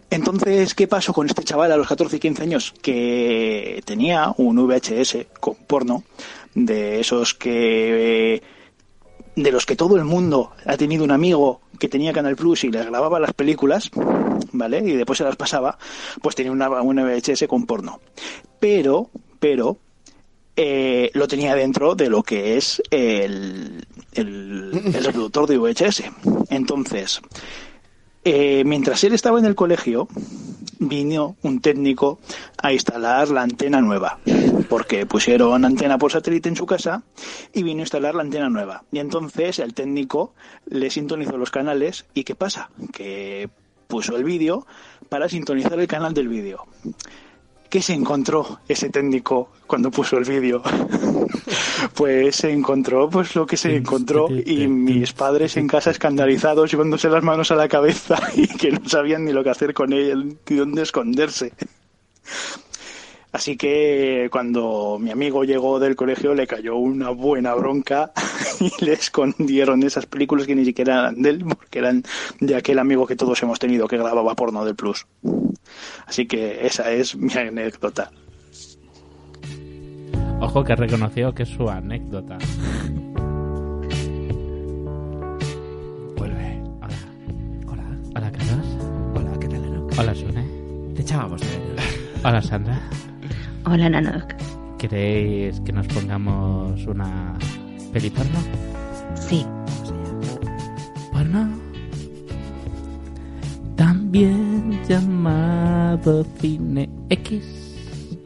[SPEAKER 5] Entonces, ¿qué pasó con este chaval a los 14 y 15 años? Que tenía un VHS con porno, de esos que. eh, de los que todo el mundo ha tenido un amigo que tenía Canal Plus y les grababa las películas, ¿vale? Y después se las pasaba, pues tenía una, una VHS con porno. Pero, pero, eh, lo tenía dentro de lo que es el, el, el reproductor de VHS. Entonces, eh, mientras él estaba en el colegio, vino un técnico a instalar la antena nueva, porque pusieron antena por satélite en su casa y vino a instalar la antena nueva. Y entonces el técnico le sintonizó los canales y ¿qué pasa? Que puso el vídeo para sintonizar el canal del vídeo. ¿Qué se encontró ese técnico cuando puso el vídeo? pues se encontró pues lo que se encontró y mis padres en casa escandalizados llevándose las manos a la cabeza y que no sabían ni lo que hacer con él ni dónde esconderse. Así que cuando mi amigo llegó del colegio le cayó una buena bronca y le escondieron esas películas que ni siquiera eran de él porque eran de aquel amigo que todos hemos tenido que grababa porno del Plus. Así que esa es mi anécdota.
[SPEAKER 1] Ojo que reconoció que es su anécdota. Vuelve. Hola. Hola. Hola, Carlos. Hola, ¿qué tal, Hola, Sune. Te echábamos de Hola, Sandra.
[SPEAKER 4] Hola, Nanok.
[SPEAKER 1] ¿Queréis que nos pongamos una peli porno?
[SPEAKER 4] Sí.
[SPEAKER 1] ¿Porno? También llamado Cine X.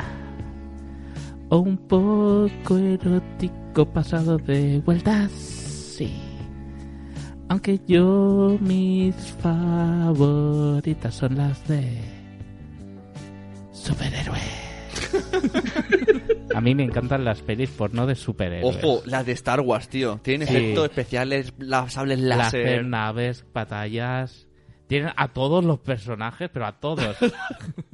[SPEAKER 1] O un poco erótico pasado de vueltas, sí. Aunque yo mis favoritas son las de superhéroes. A mí me encantan las pelis porno de superhéroes.
[SPEAKER 2] Ojo, las de Star Wars, tío. Tienen
[SPEAKER 1] Sí.
[SPEAKER 2] efectos especiales, las sables
[SPEAKER 1] las
[SPEAKER 2] láser.
[SPEAKER 1] naves, batallas. Tienen a todos los personajes, pero a todos.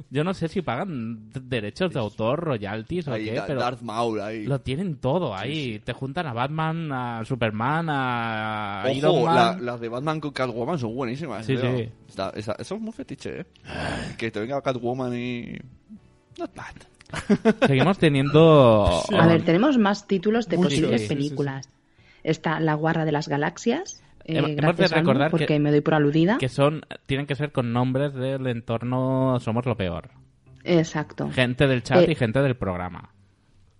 [SPEAKER 1] Yo no sé si pagan d- derechos de autor, royalties
[SPEAKER 2] Ahí,
[SPEAKER 1] o qué,
[SPEAKER 2] Da-
[SPEAKER 1] pero
[SPEAKER 2] Darth Maul ahí.
[SPEAKER 1] lo tienen todo ahí. Te juntan a Batman, a Superman, a
[SPEAKER 2] Ojo,
[SPEAKER 1] Iron Man.
[SPEAKER 2] la- las de Batman con Catwoman son buenísimas.
[SPEAKER 1] Sí,
[SPEAKER 2] tío.
[SPEAKER 1] sí.
[SPEAKER 2] Está- esa- eso es muy fetiche, ¿eh? Que te venga Catwoman y... Not bad.
[SPEAKER 1] Seguimos teniendo...
[SPEAKER 4] A ver, tenemos más títulos de
[SPEAKER 1] Mucho.
[SPEAKER 4] posibles
[SPEAKER 1] Sí, sí, sí, sí.
[SPEAKER 4] películas. Está La Guarra de las Galaxias. eh,
[SPEAKER 1] Hemos- hemos de
[SPEAKER 4] gracias Almu,
[SPEAKER 1] recordar que-
[SPEAKER 4] porque me doy por aludida.
[SPEAKER 1] que son tienen que ser con nombres del entorno Somos lo Peor.
[SPEAKER 4] Exacto.
[SPEAKER 1] Gente del chat
[SPEAKER 4] Eh,
[SPEAKER 1] y gente del programa.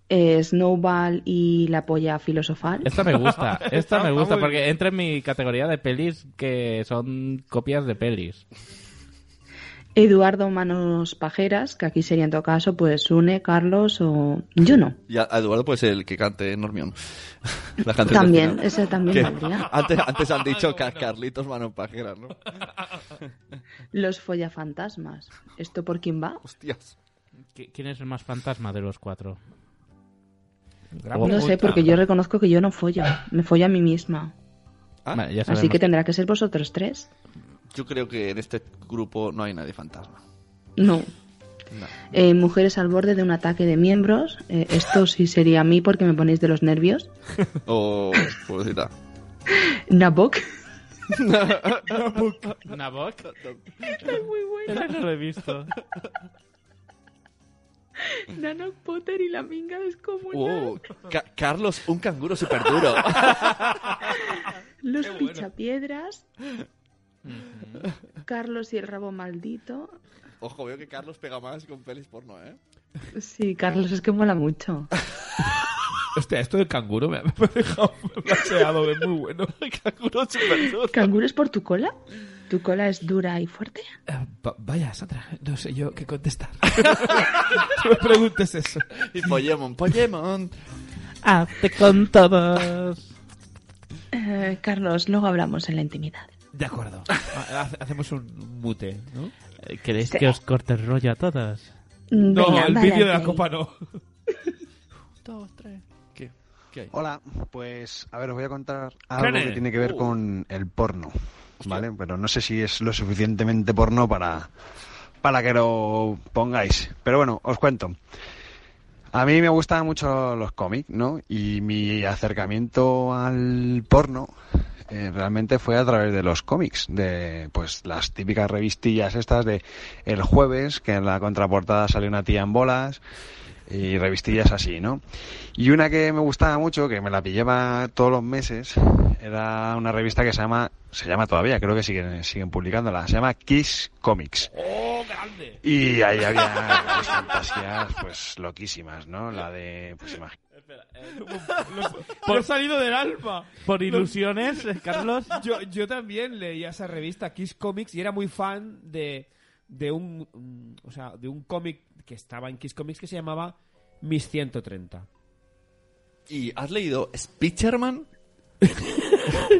[SPEAKER 4] eh, Snowball y la polla filosofal.
[SPEAKER 1] Esta me gusta, esta me gusta porque entra en mi categoría de pelis que son copias de pelis.
[SPEAKER 4] Eduardo Manos Pajeras, que aquí sería en todo caso, pues Une, Carlos o Juno.
[SPEAKER 2] Y a a Eduardo, pues el que cante Normión. La canción del
[SPEAKER 4] También,
[SPEAKER 2] final.
[SPEAKER 4] ese también
[SPEAKER 2] Que
[SPEAKER 4] valdría.
[SPEAKER 2] Antes, antes han
[SPEAKER 3] Ah,
[SPEAKER 2] dicho que Carlitos Manos Pajeras, ¿no?
[SPEAKER 4] Los Follafantasmas. ¿Esto por quién va?
[SPEAKER 2] Hostias.
[SPEAKER 1] ¿Qui- ¿Quién es el más fantasma de los cuatro?
[SPEAKER 4] No sé, porque yo reconozco que yo no follo. Me follo a mí misma.
[SPEAKER 1] Vale, ya
[SPEAKER 4] Así
[SPEAKER 1] sabemos.
[SPEAKER 4] que tendrá que ser vosotros tres.
[SPEAKER 2] ¿Ah? Yo creo que en este grupo no hay nadie fantasma.
[SPEAKER 4] No.
[SPEAKER 2] No.
[SPEAKER 4] Eh, mujeres al borde de un ataque de miembros. Eh, esto sí sería a mí porque me ponéis de los nervios.
[SPEAKER 2] O pobrecita.
[SPEAKER 4] Nabok.
[SPEAKER 1] ¿Nabok? No lo he visto.
[SPEAKER 4] Nano Potter y la minga descomunal.
[SPEAKER 13] Oh,
[SPEAKER 2] Wow. Oh, Ca- Carlos, un canguro súper duro.
[SPEAKER 4] Los pichapiedras. Carlos y el rabo maldito.
[SPEAKER 2] Ojo, veo que Carlos pega más con pelis porno, ¿eh?
[SPEAKER 4] Sí, Carlos, es que mola mucho.
[SPEAKER 3] Hostia, esto del canguro me ha me ha dejado flasheado, que es muy bueno. El canguro súper duro.
[SPEAKER 4] ¿Canguro es por tu cola? ¿Tu cola es dura y fuerte?
[SPEAKER 3] Va- Vaya, Sandra, no sé yo qué contestar. no me preguntes eso.
[SPEAKER 2] Y Pokémon, Pokémon.
[SPEAKER 4] Ah,
[SPEAKER 1] Hazte con todos.
[SPEAKER 4] Eh, Carlos, luego hablamos en la intimidad.
[SPEAKER 3] De acuerdo. Ha- ha- Hacemos un mute, ¿no?
[SPEAKER 1] ¿Queréis Eh, que os corte el rollo a todos?
[SPEAKER 3] No,
[SPEAKER 4] Venga,
[SPEAKER 3] el
[SPEAKER 4] dale
[SPEAKER 3] vídeo de
[SPEAKER 4] al
[SPEAKER 3] la
[SPEAKER 4] play.
[SPEAKER 3] copa no.
[SPEAKER 2] Dos, tres. ¿Qué? ¿Qué hay?
[SPEAKER 14] Hola, pues a ver, os voy a contar algo
[SPEAKER 3] Crane.
[SPEAKER 14] que tiene que ver
[SPEAKER 2] Oh.
[SPEAKER 14] con el porno, ¿vale? Pero no sé si es lo suficientemente porno para, para que lo pongáis. Pero bueno, os cuento. A mí me gustan mucho los cómics, ¿no? Y mi acercamiento al porno eh, realmente fue a través de los cómics, de pues las típicas revistillas estas de el jueves, que en la contraportada sale una tía en bolas y revistillas así, ¿no? Y una que me gustaba mucho, que me la pillaba todos los meses, era una revista que se llama, se llama todavía, creo que siguen, siguen publicándola, se llama Kiss Comics. Y ahí había pues, fantasías, pues, loquísimas, ¿no? La de, pues, imag-
[SPEAKER 13] Por salido del alma.
[SPEAKER 1] Por
[SPEAKER 13] Lo-
[SPEAKER 1] ilusiones, eh, Carlos.
[SPEAKER 3] Yo, yo también leía esa revista Kiss Comics y era muy fan de, de un mm, o sea, de un cómic que estaba en Kiss Comics que se llamaba Mis 130.
[SPEAKER 2] ¿Y has leído Spicherman?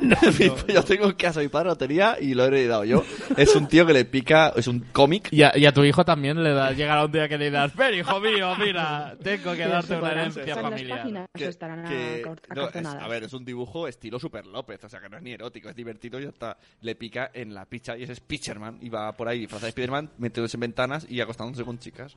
[SPEAKER 2] yo tengo en casa, mi padre lo tenía y lo he heredado yo. Es un tío que le pica, es un cómic.
[SPEAKER 13] Y a, y a tu hijo también le da, llegará un día que le dirás, ven hijo mío, mira, tengo que
[SPEAKER 2] Sí,
[SPEAKER 13] darte una
[SPEAKER 2] supongo,
[SPEAKER 13] herencia
[SPEAKER 2] sí.
[SPEAKER 13] familiar.
[SPEAKER 4] páginas estarán
[SPEAKER 2] que-
[SPEAKER 4] acort-
[SPEAKER 2] no, es-
[SPEAKER 4] acartonadas.
[SPEAKER 2] a ver, es un dibujo estilo Super López, o sea que no es ni erótico, es divertido y hasta le pica en la picha y ese es Spicherman y va por ahí disfrazado de Spiderman metiéndose en ventanas y acostándose con chicas.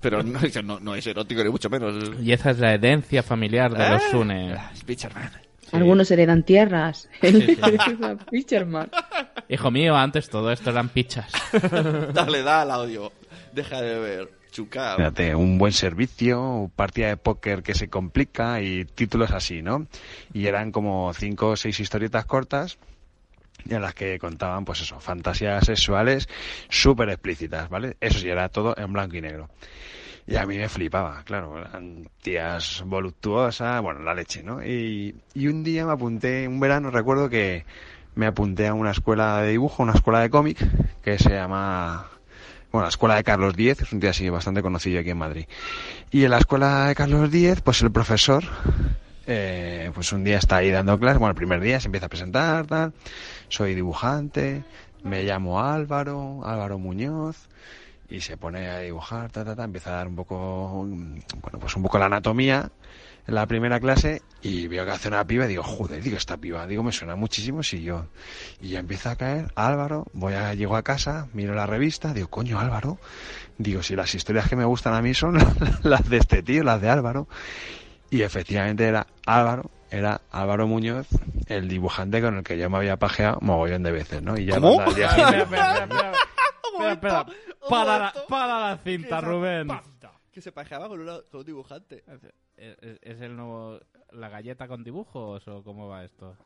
[SPEAKER 2] Pero no, eso no- no es erótico ni mucho menos.
[SPEAKER 1] Y esa es la herencia familiar de
[SPEAKER 13] Eh.
[SPEAKER 1] los Sune.
[SPEAKER 13] Ah,
[SPEAKER 2] Spicherman.
[SPEAKER 4] Algunos heredan tierras.
[SPEAKER 1] Sí,
[SPEAKER 4] Fisherman.
[SPEAKER 1] Hijo mío, antes todo esto eran pichas.
[SPEAKER 2] Dale, da al audio. Deja de ver. Chuca.
[SPEAKER 14] Fíjate, un buen servicio, partida de póker que se complica y títulos así, ¿no? Y eran como cinco o seis historietas cortas en las que contaban, pues eso, fantasías sexuales súper explícitas, ¿vale? Eso sí, era todo en blanco y negro. Y a mí me flipaba, claro, eran tías voluptuosas, bueno, la leche, ¿no? Y, y un día me apunté, un verano recuerdo que me apunté a una escuela de dibujo, una escuela de cómic, que se llama bueno, la escuela de Carlos X, es un tío así bastante conocido aquí en Madrid. Y en la escuela de Carlos X, pues el profesor, eh, pues un día está ahí dando clases, bueno, el primer día se empieza a presentar, tal, soy dibujante, me llamo Álvaro, Álvaro Muñoz, y se pone a dibujar, ta, ta, ta, empieza a dar un poco, mm, bueno, pues un poco la anatomía en la primera clase y veo que hace una piba y digo, joder, digo, esta piba, digo, me suena muchísimo si yo... Y ya empieza a caer, Álvaro, voy a, llego a casa, miro la revista, digo, coño, Álvaro, digo, si las historias que me gustan a mí son las de este tío, las de Álvaro. Y efectivamente era Álvaro, era Álvaro Muñoz, el dibujante con el que yo me había pajeado mogollón de veces, ¿no? Y ya
[SPEAKER 13] ¿Cómo?
[SPEAKER 14] cuando al día
[SPEAKER 13] Espera,
[SPEAKER 14] siguiente-
[SPEAKER 13] espera, espera, espera, espera. Para la-
[SPEAKER 1] para la cinta, Rubén.
[SPEAKER 2] Que se pajeaba con, una- con un dibujante.
[SPEAKER 1] ¿Es- ¿Es es el nuevo. la galleta con dibujos o cómo va esto?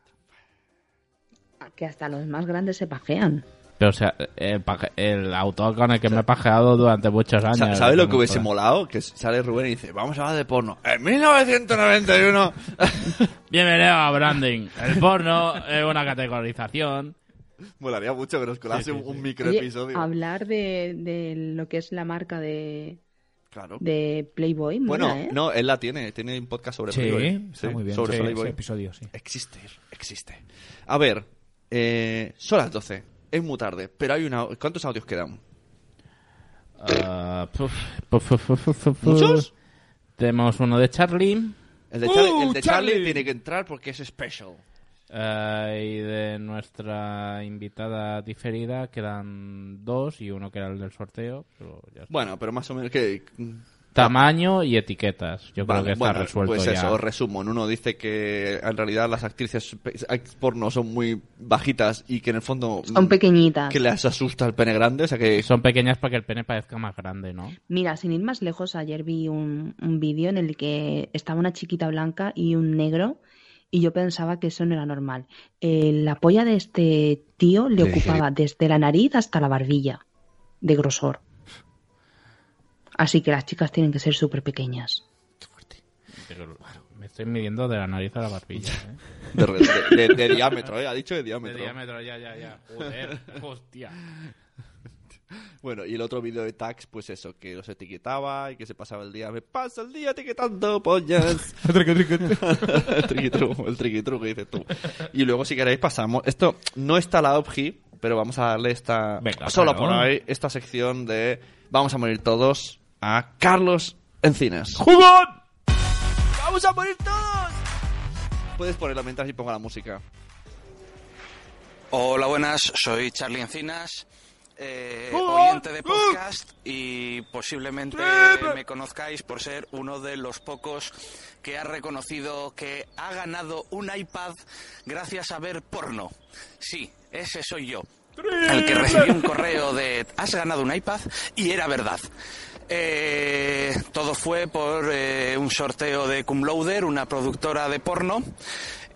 [SPEAKER 4] Que hasta los más grandes se pajean.
[SPEAKER 1] Pero, o sea, el, paje- el autor con el que me he pajeado durante muchos años.
[SPEAKER 2] Sa- ¿Sabes lo que
[SPEAKER 1] Como
[SPEAKER 2] hubiese
[SPEAKER 1] fuera.
[SPEAKER 2] molado? Que sale Rubén y dice, vamos a hablar de porno. Eh, En 1991.
[SPEAKER 1] Bienvenido a Branding. El porno es una categorización.
[SPEAKER 2] Molaría mucho que nos colase
[SPEAKER 1] Sí, sí,
[SPEAKER 2] un- un
[SPEAKER 1] sí.
[SPEAKER 4] Oye,
[SPEAKER 2] microepisodio.
[SPEAKER 4] hablar de, de lo que es la marca de,
[SPEAKER 2] Claro.
[SPEAKER 4] de Playboy. mola,
[SPEAKER 2] Bueno,
[SPEAKER 4] ¿eh?
[SPEAKER 2] no, él la tiene. Tiene un podcast sobre
[SPEAKER 3] Sí,
[SPEAKER 2] Playboy.
[SPEAKER 3] está muy bien,
[SPEAKER 2] ¿eh? Sobre
[SPEAKER 3] sí,
[SPEAKER 2] Playboy.
[SPEAKER 3] ese episodio, sí.
[SPEAKER 2] Existe, existe. A ver, eh, son las 12. Es muy tarde, pero hay una... ¿Cuántos audios quedan?
[SPEAKER 1] Ah, puf, puf, puf, puf, puf, puf.
[SPEAKER 2] ¿Muchos?
[SPEAKER 1] Tenemos uno de Charlie.
[SPEAKER 2] El de,
[SPEAKER 1] ¡Uh,
[SPEAKER 2] Charlie, el de Charlie tiene que entrar porque es special.
[SPEAKER 1] Ah, y de nuestra invitada diferida, que eran dos y uno que era el del sorteo. pero ya está.
[SPEAKER 2] Bueno, pero más o menos que...
[SPEAKER 1] Tamaño y etiquetas. Yo creo
[SPEAKER 2] Vale,
[SPEAKER 1] que está
[SPEAKER 2] bueno,
[SPEAKER 1] resuelto
[SPEAKER 2] Pues
[SPEAKER 1] ya.
[SPEAKER 2] eso, os resumo. En uno dice que en realidad las actrices porno son muy bajitas y que en el fondo... mm,
[SPEAKER 4] Son pequeñitas.
[SPEAKER 2] Que les asusta el pene grande, o sea que...
[SPEAKER 1] Son pequeñas para que el pene parezca más grande, ¿no?
[SPEAKER 4] Mira, sin ir más lejos, ayer vi un, un vídeo en el que estaba una chiquita blanca y un negro y yo pensaba que eso no era normal. Eh, la polla de este tío le
[SPEAKER 15] Le dije-
[SPEAKER 4] ocupaba desde la nariz hasta la barbilla de grosor. Así que las chicas tienen que ser súper pequeñas.
[SPEAKER 1] Pero, me estoy midiendo de la nariz a la barbilla. ¿eh?
[SPEAKER 2] De, de- de- de diámetro, ¿eh? Ha dicho de diámetro.
[SPEAKER 1] De diámetro, ya, ya, ya. Joder, hostia.
[SPEAKER 2] Bueno, y el otro vídeo de tags, pues eso, que los etiquetaba y que se pasaba el día, me pasa el día etiquetando pollas. el triquitruco, el triquitruco, dices tú. Y luego, si queréis, pasamos. Esto no está la OPGI, pero vamos a darle esta. solo
[SPEAKER 1] claro.
[SPEAKER 2] por ahí, esta sección de Vamos a morir todos a Carlos Encinas. ¡Vamos a morir todos! Puedes ponerla mientras y pongo la música.
[SPEAKER 16] Hola, buenas, soy Charlie Encinas.
[SPEAKER 15] eh,
[SPEAKER 11] ¡Fútbol!
[SPEAKER 15] oyente de podcast y posiblemente me conozcáis por ser uno de los pocos que ha reconocido que ha ganado un iPad gracias a ver porno. Sí, ese soy yo. El que recibió un correo de has ganado un iPad y era verdad. Eh, todo fue por eh, un sorteo de Cum Laude, una productora de porno,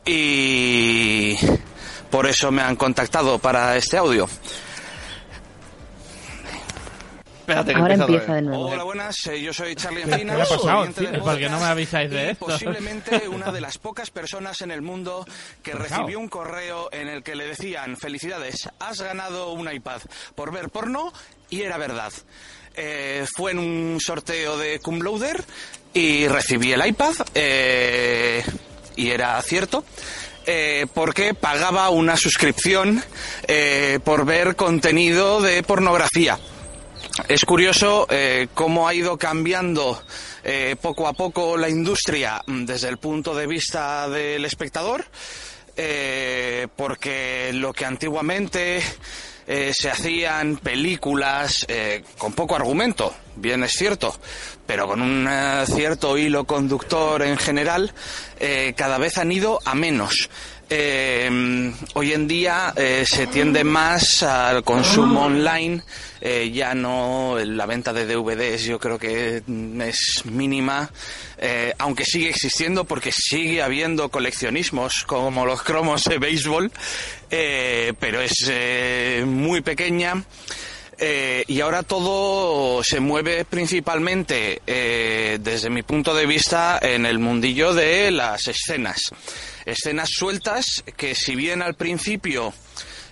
[SPEAKER 15] y por eso me han contactado para este audio.
[SPEAKER 2] Espérate, que
[SPEAKER 4] Ahora
[SPEAKER 2] empieza otra
[SPEAKER 4] empieza
[SPEAKER 2] vez.
[SPEAKER 4] de nuevo.
[SPEAKER 15] Hola, buenas, eh, yo soy Charlie
[SPEAKER 13] ¿Qué- qué
[SPEAKER 15] Encinas.
[SPEAKER 13] le ha pasado,
[SPEAKER 15] oyente del
[SPEAKER 13] Encinas? Porque no me avisáis de
[SPEAKER 15] y
[SPEAKER 13] esto.
[SPEAKER 15] Posiblemente una de las pocas personas en el mundo que
[SPEAKER 13] Pesado.
[SPEAKER 15] recibió un correo en el que le decían: Felicidades, has ganado un iPad por ver porno, y era verdad. Eh, fue en un sorteo de Cum Lauder y recibí el iPad, eh, y era cierto. eh, porque pagaba una suscripción eh, por ver contenido de pornografía. Es curioso eh, cómo ha ido cambiando eh, poco a poco la industria mm, desde el punto de vista del espectador, eh, porque lo que antiguamente eh, se hacían películas eh, con poco argumento, bien es cierto, pero con un eh, cierto hilo conductor en general, eh, cada vez han ido a menos. Eh, hoy en día eh, se tiende más al consumo online, eh, ya no la venta de DVDs yo creo que mm, es mínima, eh, aunque sigue existiendo porque sigue habiendo coleccionismos como los cromos de béisbol, eh, pero es eh, muy pequeña. Eh, y ahora todo se mueve principalmente, eh, desde mi punto de vista, en el mundillo de las escenas. Escenas sueltas que si bien al principio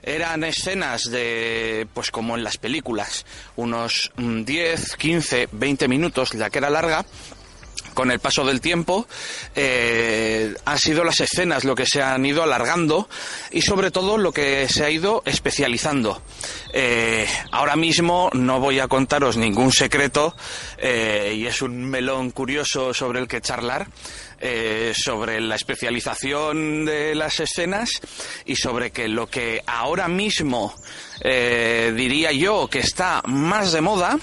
[SPEAKER 15] eran escenas de, pues como en las películas, unos mm, 10, 15, 20 minutos, la que era larga, con el paso del tiempo eh, han sido las escenas lo que se han ido alargando y sobre todo lo que se ha ido especializando. Eh, ahora mismo no voy a contaros ningún secreto eh, y es un melón curioso sobre el que charlar. eh, sobre la especialización de las escenas y sobre que lo que ahora mismo eh, diría yo que está más de moda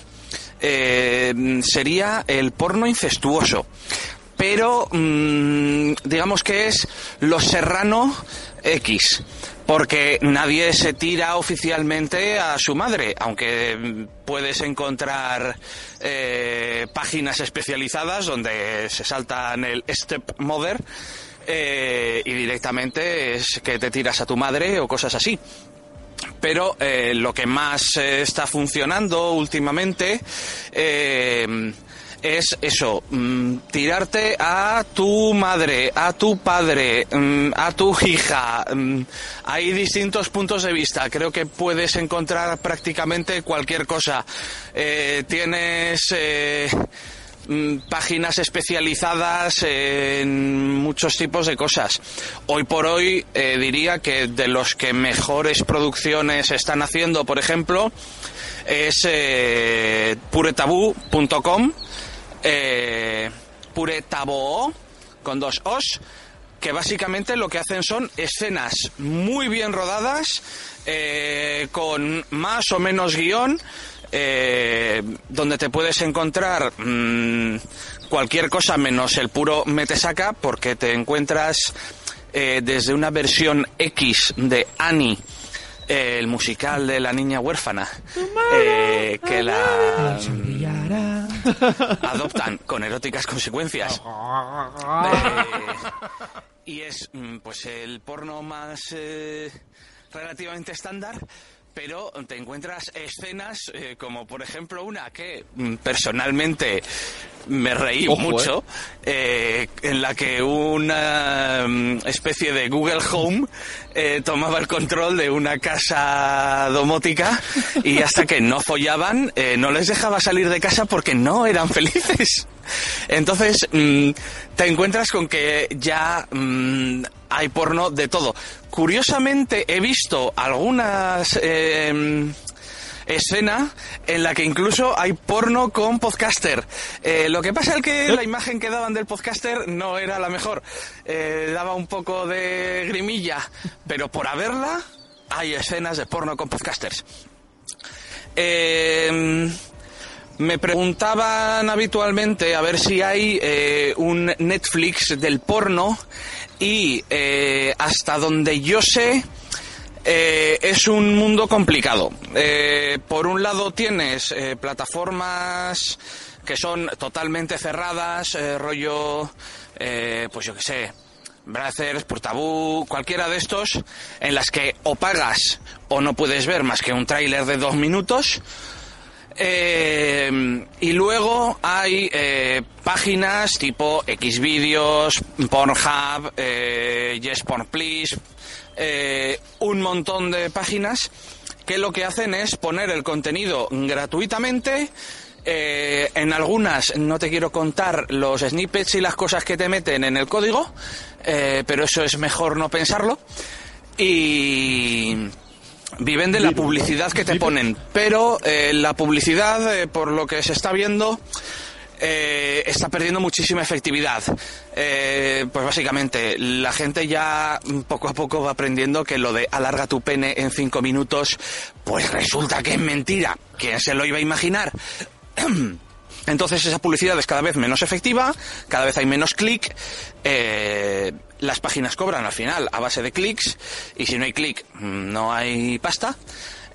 [SPEAKER 15] eh, sería el porno incestuoso. Pero mm, digamos que es Los Serrano X. Porque nadie se tira oficialmente a su madre, aunque mm, puedes encontrar eh, páginas especializadas donde se saltan el stepmother eh, y directamente es que te tiras a tu madre o cosas así. Pero eh, lo que más eh, está funcionando últimamente eh, es eso, mm, tirarte a tu madre, a tu padre, mm, a tu hija. mm. hay distintos puntos de vista. Creo que puedes encontrar prácticamente cualquier cosa. Eh, tienes... eh, mm, páginas especializadas en muchos tipos de cosas. Hoy por hoy eh, diría que de los que mejores producciones están haciendo, por ejemplo, es eh, puretabú.com, eh, puretaboo, con dos os, que básicamente lo que hacen son escenas muy bien rodadas, eh, con más o menos guión, eh, donde te puedes encontrar mm, cualquier cosa menos el puro metesaca, porque te encuentras eh, desde una versión X de Annie, eh, el musical de la niña huérfana, eh, que la mm, adoptan con eróticas consecuencias. Eh, y es mm, pues el porno más eh, relativamente estándar, pero te encuentras escenas eh, como por ejemplo una que mm, personalmente me reí
[SPEAKER 2] Ojo,
[SPEAKER 15] mucho, eh, en la que una mm, especie de Google Home eh, tomaba el control de una casa domótica y hasta que no follaban eh, no les dejaba salir de casa porque no eran felices. Entonces mm, te encuentras con que ya mm, hay porno de todo. Curiosamente he visto algunas... em, escena en la que incluso hay porno con podcaster. Eh, lo que pasa es que la imagen que daban del podcaster no era la mejor. Eh, daba un poco de grimilla, pero por haberla hay escenas de porno con podcasters. Eh, me preguntaban habitualmente a ver si hay eh, un Netflix del porno y eh, hasta donde yo sé eh, es un mundo complicado. Eh, por un lado tienes eh, plataformas que son totalmente cerradas, eh, rollo, eh, pues yo qué sé, Brazzers, Portabú, cualquiera de estos, en las que o pagas o no puedes ver más que un tráiler de dos minutos. Eh, y luego hay eh, páginas tipo Xvideos, Pornhub, eh, Yes Porn Please, eh, un montón de páginas que lo que hacen es poner el contenido gratuitamente. eh, en algunas no te quiero contar los snippets y las cosas que te meten en el código, eh, pero eso es mejor no pensarlo. Y viven de la publicidad que te ponen, pero eh, la publicidad, eh, por lo que se está viendo, eh, está perdiendo muchísima efectividad. Eh, pues básicamente, la gente ya mm, poco a poco va aprendiendo que lo de alarga tu pene en cinco minutos, pues resulta que es mentira. ¿Quién se lo iba a imaginar? Entonces esa publicidad es cada vez menos efectiva, cada vez hay menos clic, eh, las páginas cobran al final a base de clics y si no hay clic mm, no hay pasta.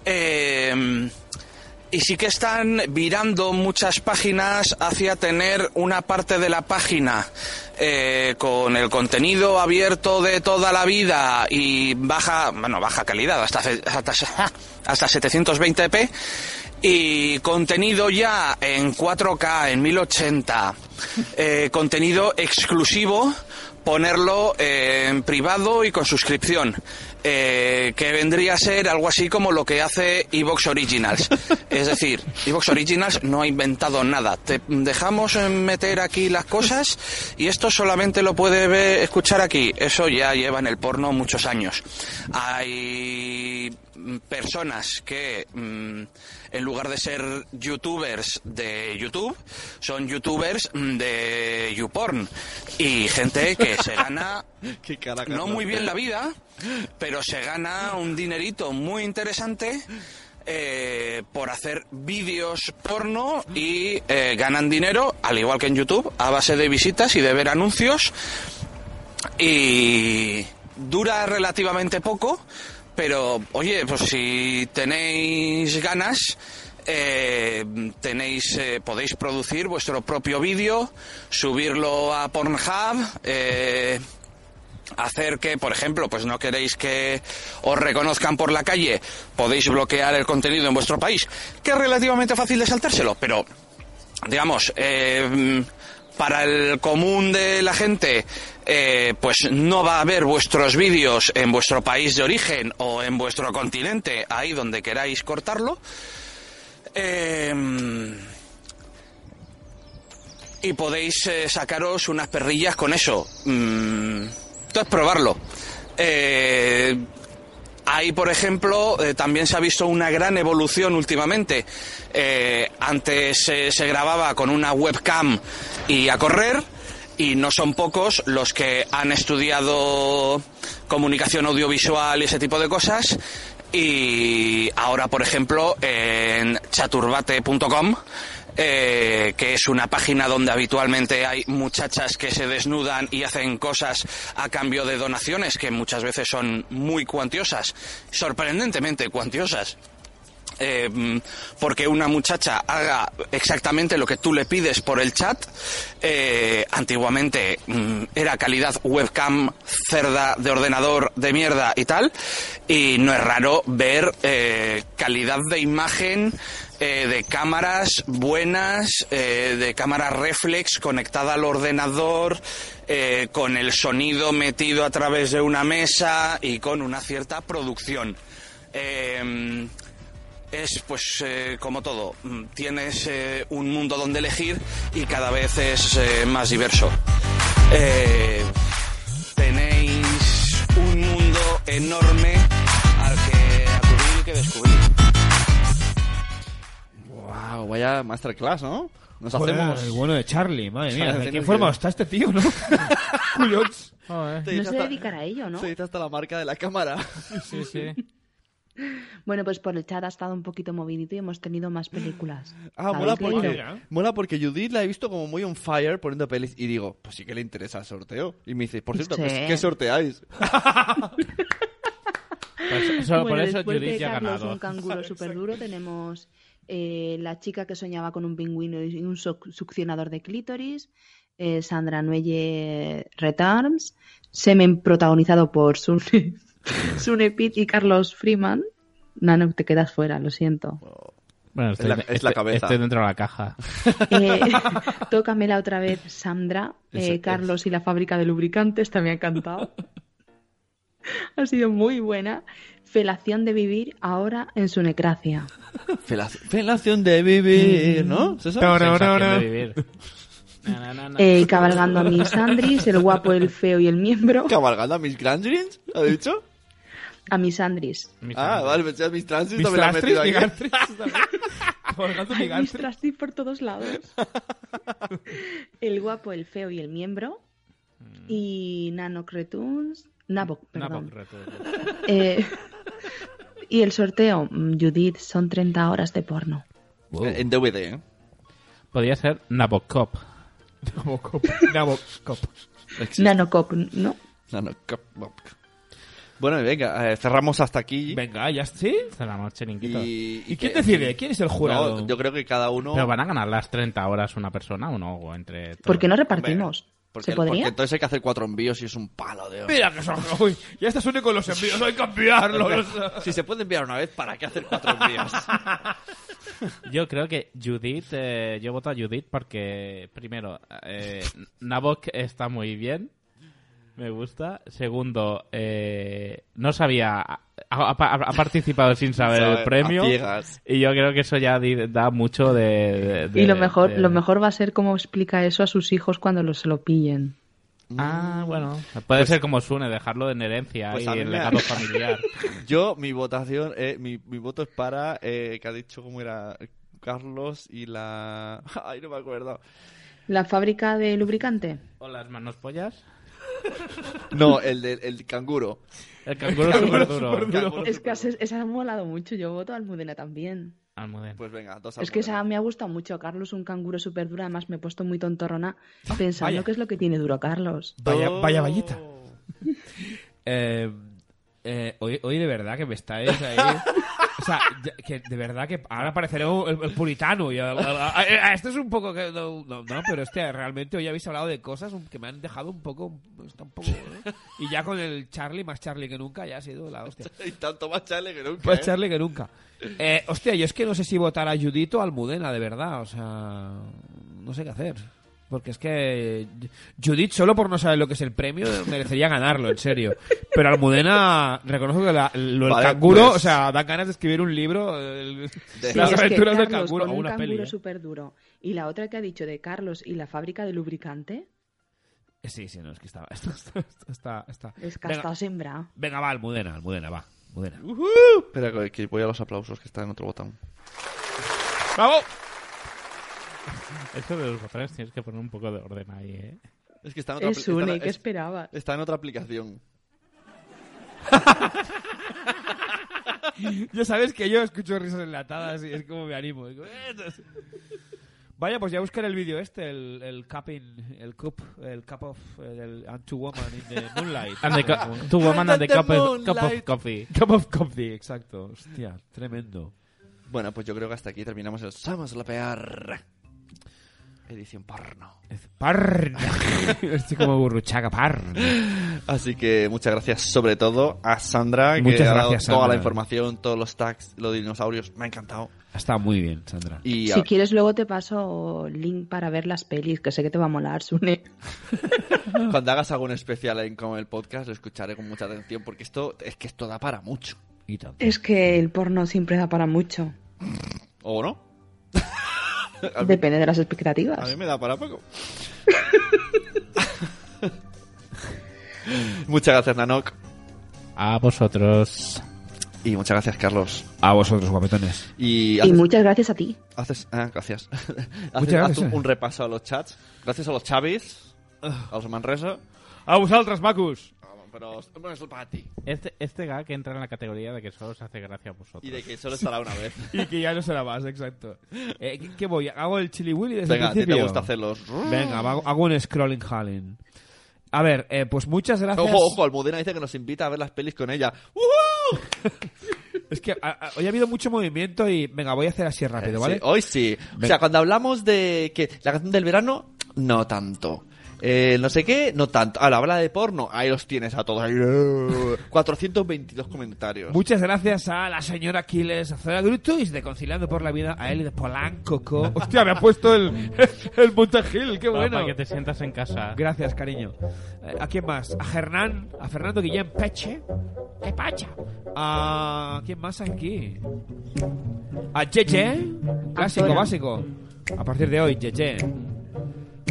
[SPEAKER 15] Eh, y sí que están virando muchas páginas hacia tener una parte de la página eh, con el contenido abierto de toda la vida y baja, bueno, baja calidad, hasta, ce- hasta, hasta 720p, y contenido ya en 4K, en 1080, eh, contenido exclusivo, ponerlo eh, en privado y con suscripción. eh, que vendría a ser algo así como lo que hace Evox Originals. Es decir, Evox Originals no ha inventado nada. Te dejamos eh, meter aquí las cosas y esto solamente lo puede ver- escuchar aquí. Eso ya lleva en el porno muchos años. Hay mm, personas que mm, en lugar de ser youtubers de YouTube, son youtubers mm, de YouPorn y gente que se gana no muy bien la vida, pero se gana un dinerito muy interesante eh, por hacer vídeos porno y eh, ganan dinero, al igual que en YouTube, a base de visitas y de ver anuncios. Y dura relativamente poco, pero oye, pues si tenéis ganas, eh, tenéis, eh, podéis producir vuestro propio vídeo, subirlo a Pornhub. eh, hacer que, por ejemplo, pues no queréis que os reconozcan por la calle, podéis bloquear el contenido en vuestro país, que es relativamente fácil de saltárselo, pero digamos, eh, para el común de la gente, eh, pues no va a ver vuestros vídeos en vuestro país de origen o en vuestro continente, ahí donde queráis cortarlo. Eh, y podéis eh, sacaros unas perrillas con eso. Mm, esto es probarlo. Eh, ahí, por ejemplo, eh, también se ha visto una gran evolución últimamente. Eh, antes eh, se grababa con una webcam y a correr. Y no son pocos los que han estudiado comunicación audiovisual y ese tipo de cosas. Y ahora, por ejemplo, en chaturbate.com eh, que es una página donde habitualmente hay muchachas que se desnudan y hacen cosas a cambio de donaciones que muchas veces son muy cuantiosas, sorprendentemente cuantiosas. Eh, mm, porque una muchacha haga exactamente lo que tú le pides por el chat, eh, antiguamente mm, era calidad webcam cerda de ordenador de mierda y tal, y no es raro ver eh, calidad de imagen eh, de cámaras buenas, eh, de cámara reflex conectada al ordenador, eh, con el sonido metido a través de una mesa y con una cierta producción. Eh, es pues eh, como todo, mm, tienes eh, un mundo donde elegir y cada vez es eh, más diverso. Eh, tenéis un mundo enorme al que acudir y que descubrir.
[SPEAKER 2] Wow, vaya masterclass, ¿no? Nos
[SPEAKER 3] Joder,
[SPEAKER 2] hacemos...
[SPEAKER 3] el bueno de Charlie, madre mía, ¿de
[SPEAKER 2] Haciendo
[SPEAKER 3] qué
[SPEAKER 2] el
[SPEAKER 3] forma
[SPEAKER 2] que-
[SPEAKER 3] está este tío, no? Culots.
[SPEAKER 4] No se dedicará a ello, ¿no?
[SPEAKER 2] Se dice hasta la marca de la cámara.
[SPEAKER 13] Sí, sí.
[SPEAKER 4] Bueno, pues por el chat ha estado un poquito movidito y hemos tenido más películas.
[SPEAKER 2] Ah,
[SPEAKER 4] ¿Habéis
[SPEAKER 2] mola porque,
[SPEAKER 4] leído?
[SPEAKER 2] mola porque Judith la he visto como muy on fire poniendo pelis y digo, pues sí que le interesa el sorteo. Y me dice, por cierto,
[SPEAKER 4] Sí.
[SPEAKER 2] pues, ¿qué sorteáis?
[SPEAKER 3] Pues solo por
[SPEAKER 4] Bueno,
[SPEAKER 3] eso
[SPEAKER 4] después
[SPEAKER 3] Judith
[SPEAKER 4] de
[SPEAKER 3] ya ha
[SPEAKER 4] Carlos,
[SPEAKER 3] ganado.
[SPEAKER 4] un canguro súper duro, tenemos eh, la chica que soñaba con un pingüino y un soc- succionador de clítoris, eh, Sandra Nuelle Retarms, semen protagonizado por Sune, Sune Pitt y Carlos Freeman. Nano, te quedas fuera, lo siento.
[SPEAKER 1] Bueno, estoy-
[SPEAKER 2] la- es la
[SPEAKER 1] estoy-
[SPEAKER 2] cabeza.
[SPEAKER 1] Estoy dentro de la caja.
[SPEAKER 4] Eh, tócamela otra vez, Sandra.
[SPEAKER 1] Ese
[SPEAKER 4] Eh,
[SPEAKER 1] es.
[SPEAKER 4] Carlos y la fábrica de lubricantes, también ha encantado. ha sido muy buena. Felación de vivir ahora en su necracia.
[SPEAKER 2] Fela- Felación de vivir,
[SPEAKER 3] Mm.
[SPEAKER 2] ¿no? ¿Es eso?
[SPEAKER 3] Sensación de
[SPEAKER 1] vivir.
[SPEAKER 4] Eh, cabalgando a mis Andris, el guapo, el feo y el miembro.
[SPEAKER 2] ¿Cabalgando a mis Grandrins? ¿Ha dicho?
[SPEAKER 4] A mis Andris.
[SPEAKER 2] ah, vale, pensé a mis Transis
[SPEAKER 3] Mis
[SPEAKER 2] también la has metido
[SPEAKER 3] Transis,
[SPEAKER 2] aquí.
[SPEAKER 4] Ay, mis trastis por todos lados. el guapo, el feo y el miembro. Y Nano Cretuns. Nabok, perdón. Eh, y el sorteo, mm, Judith, son 30 horas de porno.
[SPEAKER 2] Eh, En DVD, ¿eh?
[SPEAKER 1] Podría ser Nabokop.
[SPEAKER 3] Nabokop. Nabokop.
[SPEAKER 4] Nanocop, ¿no?
[SPEAKER 2] No, no, cop, cop. Bueno, y venga, eh, cerramos hasta aquí.
[SPEAKER 3] Venga, ya sí.
[SPEAKER 1] Cerramos chiringuito.
[SPEAKER 2] ¿Y,
[SPEAKER 1] ¿Y quién
[SPEAKER 2] que-
[SPEAKER 1] decide? ¿Quién es el jurado?
[SPEAKER 2] No, yo creo que cada uno...
[SPEAKER 1] Pero van a ganar las 30 horas una persona o no, o entre...
[SPEAKER 4] ¿Por qué no repartimos?
[SPEAKER 2] Porque,
[SPEAKER 4] ¿Se podría?
[SPEAKER 2] porque entonces hay que hacer cuatro envíos y es un palo de oro.
[SPEAKER 3] Mira que son. Uy, ya está suene con los envíos, hay que enviarlos.
[SPEAKER 2] Si se puede enviar una vez, ¿para qué hacer cuatro envíos?
[SPEAKER 1] Yo creo que Judith, eh, yo voto a Judith porque, primero, eh, Nabok está muy bien, me gusta. Segundo, eh, no sabía, ha, ha- ha participado sin saber
[SPEAKER 2] Sabe,
[SPEAKER 1] el premio.
[SPEAKER 2] a ciegas.
[SPEAKER 1] Y yo creo que eso ya di- da mucho de... de- de-
[SPEAKER 4] y lo mejor,
[SPEAKER 1] de-
[SPEAKER 4] lo mejor va a ser cómo explica eso a sus hijos cuando los, se lo pillen.
[SPEAKER 1] Ah, bueno. Puede ser como Sune, dejarlo en herencia
[SPEAKER 2] Pues
[SPEAKER 1] y
[SPEAKER 2] a mí
[SPEAKER 1] el
[SPEAKER 2] me-
[SPEAKER 1] legado familiar.
[SPEAKER 2] Yo, mi votación, eh, mi, mi voto es para, eh, que ha dicho cómo era Carlos y la... Ay, no me acuerdo.
[SPEAKER 4] ¿La fábrica de lubricante?
[SPEAKER 1] ¿O las manos pollas?
[SPEAKER 2] No, el del el canguro.
[SPEAKER 1] El canguro superduro.
[SPEAKER 2] Canguro
[SPEAKER 4] Es que has- esa me ha molado mucho. Yo voto a Almudena también.
[SPEAKER 1] Almudena.
[SPEAKER 2] Pues venga, dos
[SPEAKER 4] Es que
[SPEAKER 2] Almudena.
[SPEAKER 4] esa me ha gustado mucho. Carlos, un canguro súper duro. Además, me he puesto muy tontorrona
[SPEAKER 3] Ah,
[SPEAKER 4] pensando
[SPEAKER 1] vaya.
[SPEAKER 4] qué es lo que tiene duro Carlos.
[SPEAKER 17] Vaya, vaya valleta.
[SPEAKER 3] Eh, eh, hoy, hoy de verdad que me estáis ahí. O sea, ya- que de verdad que ahora pareceré un- el, el puritano. y a- a- a- a- esto es un poco que. No, no, no, pero hostia, realmente hoy habéis hablado de cosas que me han dejado un poco. está un poco ¿eh? Y ya con el Charlie, más Charlie que nunca, ya ha sido la hostia.
[SPEAKER 2] Y tanto más chale que nunca.
[SPEAKER 3] Más
[SPEAKER 2] ¿eh?
[SPEAKER 3] Charlie que nunca. Eh, hostia, yo es que no sé si votar a Judito o a Almudena, de verdad. O sea, no sé qué hacer. Porque es que Judith, solo por no saber lo que es el premio, merecería ganarlo, en serio. Pero Almudena, reconozco que la- lo del
[SPEAKER 2] Vale,
[SPEAKER 3] canguro,
[SPEAKER 2] pues.
[SPEAKER 3] o sea, da ganas de escribir un libro. el-
[SPEAKER 4] Sí,
[SPEAKER 3] las
[SPEAKER 4] es que
[SPEAKER 3] aventuras del
[SPEAKER 4] Carlos
[SPEAKER 3] canguro,
[SPEAKER 4] con
[SPEAKER 3] o
[SPEAKER 4] un
[SPEAKER 3] una
[SPEAKER 4] canguro
[SPEAKER 3] peli. ¿eh?
[SPEAKER 4] súper duro. Y la otra que ha dicho de Carlos y la fábrica de lubricante.
[SPEAKER 3] Sí, sí, no, es que está. Está, está, está- está.
[SPEAKER 4] Es que ha
[SPEAKER 3] Venga,
[SPEAKER 4] estado sembrado.
[SPEAKER 3] venga, va, Almudena, Almudena, va. Almudena.
[SPEAKER 2] Espera, que- que voy a los aplausos que está en otro botón.
[SPEAKER 3] ¡Bravo!
[SPEAKER 1] Eso de los botones tienes que poner un poco de orden ahí, ¿eh?
[SPEAKER 2] Es que está en otra,
[SPEAKER 4] Es
[SPEAKER 2] apli- está-
[SPEAKER 4] Une, ¿qué
[SPEAKER 2] es-
[SPEAKER 4] esperaba?
[SPEAKER 2] está en otra aplicación.
[SPEAKER 3] Ya sabes que yo escucho risas enlatadas y es como me animo. Digo, "Eh, entonces-". Vaya, pues ya buscar el vídeo este, el, el cupping, el cup, el cup of, el and two woman in the moonlight.
[SPEAKER 1] And the co- two woman and the cup of, cup of coffee.
[SPEAKER 3] Cup of coffee, exacto. Hostia, tremendo.
[SPEAKER 2] Bueno, pues yo creo que hasta aquí terminamos el Samos la Pear. Edición porno.
[SPEAKER 3] Parna. Estoy como burruchaca, parna.
[SPEAKER 2] Así que muchas gracias sobre todo a Sandra que
[SPEAKER 3] Muchas
[SPEAKER 2] ha dado
[SPEAKER 3] gracias,
[SPEAKER 2] toda
[SPEAKER 3] Sandra.
[SPEAKER 2] la información, todos los tags, los dinosaurios, me ha encantado.
[SPEAKER 3] Está muy bien, Sandra.
[SPEAKER 2] Y
[SPEAKER 4] Si
[SPEAKER 2] a-
[SPEAKER 4] quieres, luego te paso link para ver las pelis, que sé que te va a molar, Sune.
[SPEAKER 2] cuando hagas algún especial en como el podcast lo escucharé con mucha atención porque esto es que esto da para mucho,
[SPEAKER 3] Y tanto.
[SPEAKER 4] Es que el porno siempre da para mucho.
[SPEAKER 2] ¿o no? a, mí,
[SPEAKER 4] Depende de las
[SPEAKER 2] a mí
[SPEAKER 4] expectativas.
[SPEAKER 2] me da para poco. muchas gracias Nanok
[SPEAKER 1] A vosotros.
[SPEAKER 2] y muchas gracias Carlos.
[SPEAKER 3] A vosotros, guapetones.
[SPEAKER 2] Y,
[SPEAKER 4] Y
[SPEAKER 2] haces-
[SPEAKER 4] muchas gracias a ti.
[SPEAKER 2] Haces, ah, gracias. Haces-
[SPEAKER 3] gracias,
[SPEAKER 2] haz
[SPEAKER 3] eh.
[SPEAKER 2] un, un repaso a los chats. Gracias a los Chavis, a los Manresa,
[SPEAKER 3] A vosotros, Macus.
[SPEAKER 2] pero bueno, es para ti.
[SPEAKER 1] Este, este gag entra en la categoría de que solo se hace gracia a vosotros.
[SPEAKER 2] Y de que solo estará una vez.
[SPEAKER 3] y que ya no será más, exacto. Eh, ¿qué- ¿Qué voy? ¿Hago el chili willy desde
[SPEAKER 2] Venga,
[SPEAKER 3] el
[SPEAKER 2] a ti te
[SPEAKER 3] principio?
[SPEAKER 2] gusta hacerlos.
[SPEAKER 3] Venga, hago, hago un scrolling hauling. A ver, eh, pues muchas gracias.
[SPEAKER 2] Ojo, ojo, Almudena dice que nos invita a ver las pelis con ella.
[SPEAKER 3] Es que a- a- hoy ha habido mucho movimiento y venga, voy a hacer así rápido, ¿vale?
[SPEAKER 2] Eh, Sí, hoy sí. O sea, cuando hablamos de que la canción del verano, no tanto. Eh, no sé qué, no tanto. Ahora habla de porno, ahí los tienes a todos. Ahí, eh, 422 comentarios.
[SPEAKER 3] Muchas gracias a la señora Aquiles, a Zora Grutuis de Conciliando por la Vida, a Eli de Polanco. Co. Hostia, me ha puesto el, el Montegil, qué
[SPEAKER 1] Para-
[SPEAKER 3] bueno.
[SPEAKER 1] para que te sientas en casa.
[SPEAKER 3] Gracias, cariño. Eh, ¿A quién más? A Hernán, a Fernando Guillén Peche. ¡Qué pacha! ¿A quién más aquí? A Cheche, clásico
[SPEAKER 2] Mm.
[SPEAKER 18] Antonio.
[SPEAKER 3] básico. A partir de hoy, Cheche.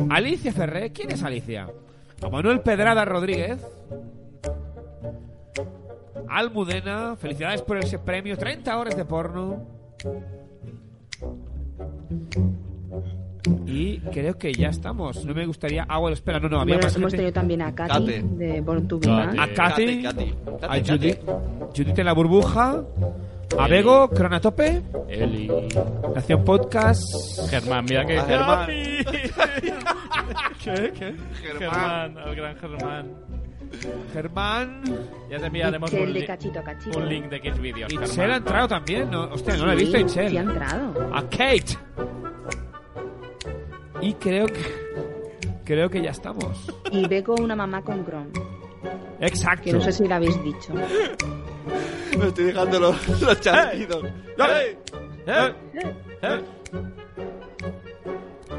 [SPEAKER 3] Alicia Ferré, ¿quién es Alicia? A Manuel Pedrada Rodríguez. Almudena, felicidades por ese premio. 30 horas de porno. Y creo que ya estamos. No me gustaría. Ah, bueno, espera, no, no. Había
[SPEAKER 4] Bueno,
[SPEAKER 3] más
[SPEAKER 4] hemos
[SPEAKER 3] gente.
[SPEAKER 4] tenido también a Katy
[SPEAKER 3] Kate.
[SPEAKER 4] de Born to Be Man.
[SPEAKER 3] A Katy, a
[SPEAKER 4] Katy,
[SPEAKER 3] Judith, Judith en la burbuja, a Bego, Cronatope,
[SPEAKER 1] Eli.
[SPEAKER 3] Nación Podcast,
[SPEAKER 1] Germán, mira que-
[SPEAKER 3] Germán.
[SPEAKER 1] ¿Qué? ¿Qué? Germán, el gran Germán.
[SPEAKER 3] Germán.
[SPEAKER 1] Ya te enviaremos
[SPEAKER 4] Michelle
[SPEAKER 1] un,
[SPEAKER 4] de
[SPEAKER 1] li-
[SPEAKER 4] cachito a cachito.
[SPEAKER 1] un link de Kids Videos.
[SPEAKER 3] Itzel ha entrado también, ¿no? Hostia, no lo he visto,
[SPEAKER 4] Sí,
[SPEAKER 3] Itzel.
[SPEAKER 4] sí ha entrado.
[SPEAKER 3] A Kate. Y creo que. Creo que ya estamos.
[SPEAKER 4] Y Beko, una mamá con Chrome.
[SPEAKER 3] Exacto.
[SPEAKER 4] Que no sé si lo habéis dicho.
[SPEAKER 2] Me estoy dejando los, los chasquidos.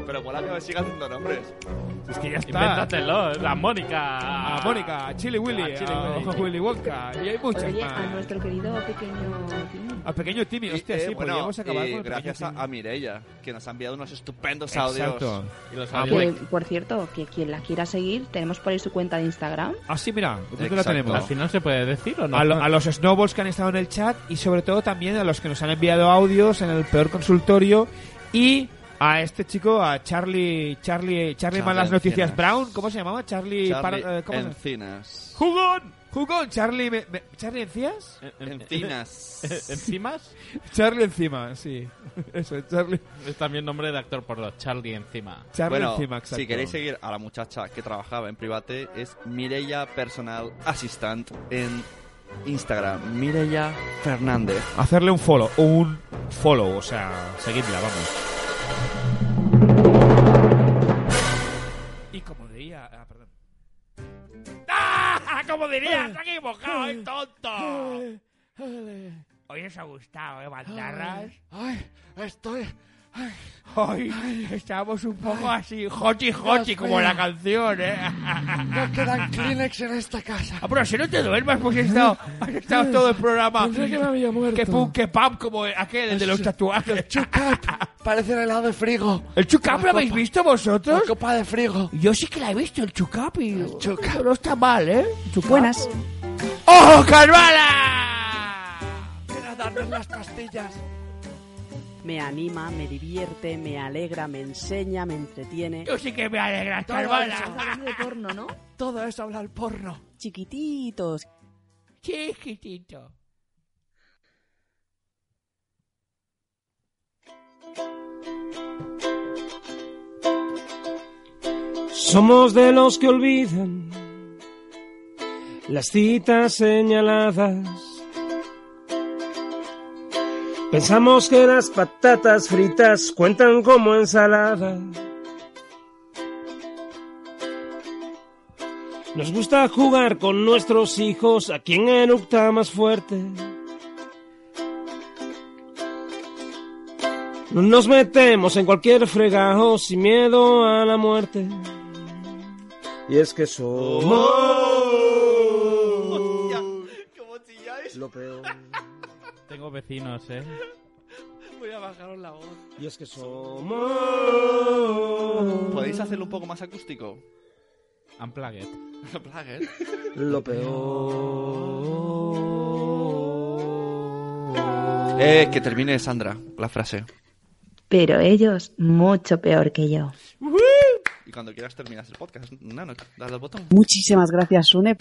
[SPEAKER 2] Pero mola que me sigan haciendo nombres.
[SPEAKER 3] Es que ya está.
[SPEAKER 1] Invéntatelo, eh. la Mónica.
[SPEAKER 3] A Mónica, a Chili Willy,
[SPEAKER 1] A
[SPEAKER 3] a,
[SPEAKER 1] Chili Willy.
[SPEAKER 3] Willy Wonka. Y hay muchas
[SPEAKER 4] Oye, a
[SPEAKER 3] más.
[SPEAKER 4] nuestro querido pequeño Timmy.
[SPEAKER 3] Al pequeño Timmy, hostia,
[SPEAKER 2] Eh,
[SPEAKER 3] sí,
[SPEAKER 2] bueno,
[SPEAKER 3] podríamos acabar
[SPEAKER 2] y
[SPEAKER 3] con el
[SPEAKER 2] gracias
[SPEAKER 3] pequeño
[SPEAKER 2] a, a Mireia, que nos ha enviado unos estupendos audios.
[SPEAKER 3] Exacto.
[SPEAKER 1] Y los
[SPEAKER 3] Ah,
[SPEAKER 4] Que, por cierto, que quien la quiera seguir, tenemos por ahí su cuenta de Instagram.
[SPEAKER 3] Ah, sí, mira, nosotros la
[SPEAKER 1] Exacto.
[SPEAKER 3] tenemos.
[SPEAKER 1] Al final se puede decir o no.
[SPEAKER 3] A, lo- a los snowballs que han estado en el chat y sobre todo también a los que nos han enviado audios en el peor consultorio y a este chico, a Charlie, Charlie, Charlie, Malas Noticias
[SPEAKER 2] Encinas.
[SPEAKER 3] Brown, ¿cómo se llamaba? Charlie,
[SPEAKER 2] Charlie
[SPEAKER 3] para- eh, ¿cómo se-
[SPEAKER 2] Encinas.
[SPEAKER 3] ¡Jugón! ¡Jugón! Charlie, me- me- ¿Charlie Encías?
[SPEAKER 2] Encinas.
[SPEAKER 1] ¿Encimas?
[SPEAKER 3] Charlie Encima, sí. Eso, Charlie.
[SPEAKER 1] Es también nombre de actor por los Charlie encima.
[SPEAKER 3] Charlie
[SPEAKER 2] bueno,
[SPEAKER 3] Encima, exacto.
[SPEAKER 2] si queréis seguir a la muchacha que trabajaba en private, es Mireia Personal Assistant en Instagram. Mireia Fernández.
[SPEAKER 3] Hacerle un follow, un follow, o sea, seguidla, vamos. Y como diría... Ah, perdón. ¡Ah! Como diría, está aquí mojado, ¿eh, tonto. Hoy os ha gustado, ¿eh, bandarras?
[SPEAKER 14] Ay, estoy. Ay,
[SPEAKER 3] Hoy estamos un poco así, hoti
[SPEAKER 14] Dios
[SPEAKER 3] hoti, como
[SPEAKER 14] mío.
[SPEAKER 3] la canción, ¿eh?
[SPEAKER 14] no quedan Kleenex en esta casa.
[SPEAKER 3] Ah, pero si no te duermas, pues he estado, has estado todo el programa.
[SPEAKER 14] Pensé que me había muerto.
[SPEAKER 3] Que pum, que pam, como aquel, el de los tatuajes. El chucap.
[SPEAKER 14] Parece el helado de frigo.
[SPEAKER 3] ¿El chucap
[SPEAKER 14] La
[SPEAKER 3] lo habéis
[SPEAKER 14] copa.
[SPEAKER 3] visto vosotros?
[SPEAKER 14] La copa de frigo.
[SPEAKER 3] Yo sí que la he visto, el chucap. Y No está mal, ¿eh?
[SPEAKER 4] Buenas.
[SPEAKER 3] ¡Oh, Carvala!
[SPEAKER 14] Ven a darnos las pastillas.
[SPEAKER 5] Me anima, me divierte, me alegra, me enseña, me entretiene.
[SPEAKER 3] Yo sí que me alegras,
[SPEAKER 14] Todo
[SPEAKER 5] Carvala.
[SPEAKER 14] eso hablar de porno, ¿no? Todo eso hablar porno.
[SPEAKER 5] Chiquititos.
[SPEAKER 3] Chiquitito.
[SPEAKER 9] Somos de los que olvidan las citas señaladas. Pensamos que las patatas fritas cuentan como ensalada. Nos gusta jugar con nuestros hijos a quien eructa más fuerte. Nos metemos en cualquier fregajo sin miedo a la muerte. Y es que somos lo peor.
[SPEAKER 1] Tengo vecinos, ¿eh?
[SPEAKER 14] Voy a bajaros la voz.
[SPEAKER 9] Y es que somos
[SPEAKER 2] ¿Podéis hacerlo un poco más acústico?
[SPEAKER 1] Unplugged.
[SPEAKER 3] ¿Eh?
[SPEAKER 2] Unplugged.
[SPEAKER 9] lo peor.
[SPEAKER 2] Eh, que termine Sandra la frase.
[SPEAKER 4] Pero ellos, mucho peor que yo.
[SPEAKER 2] Y Y cuando quieras terminas el podcast, Nano, dale al botón.
[SPEAKER 4] Muchísimas gracias, Sune,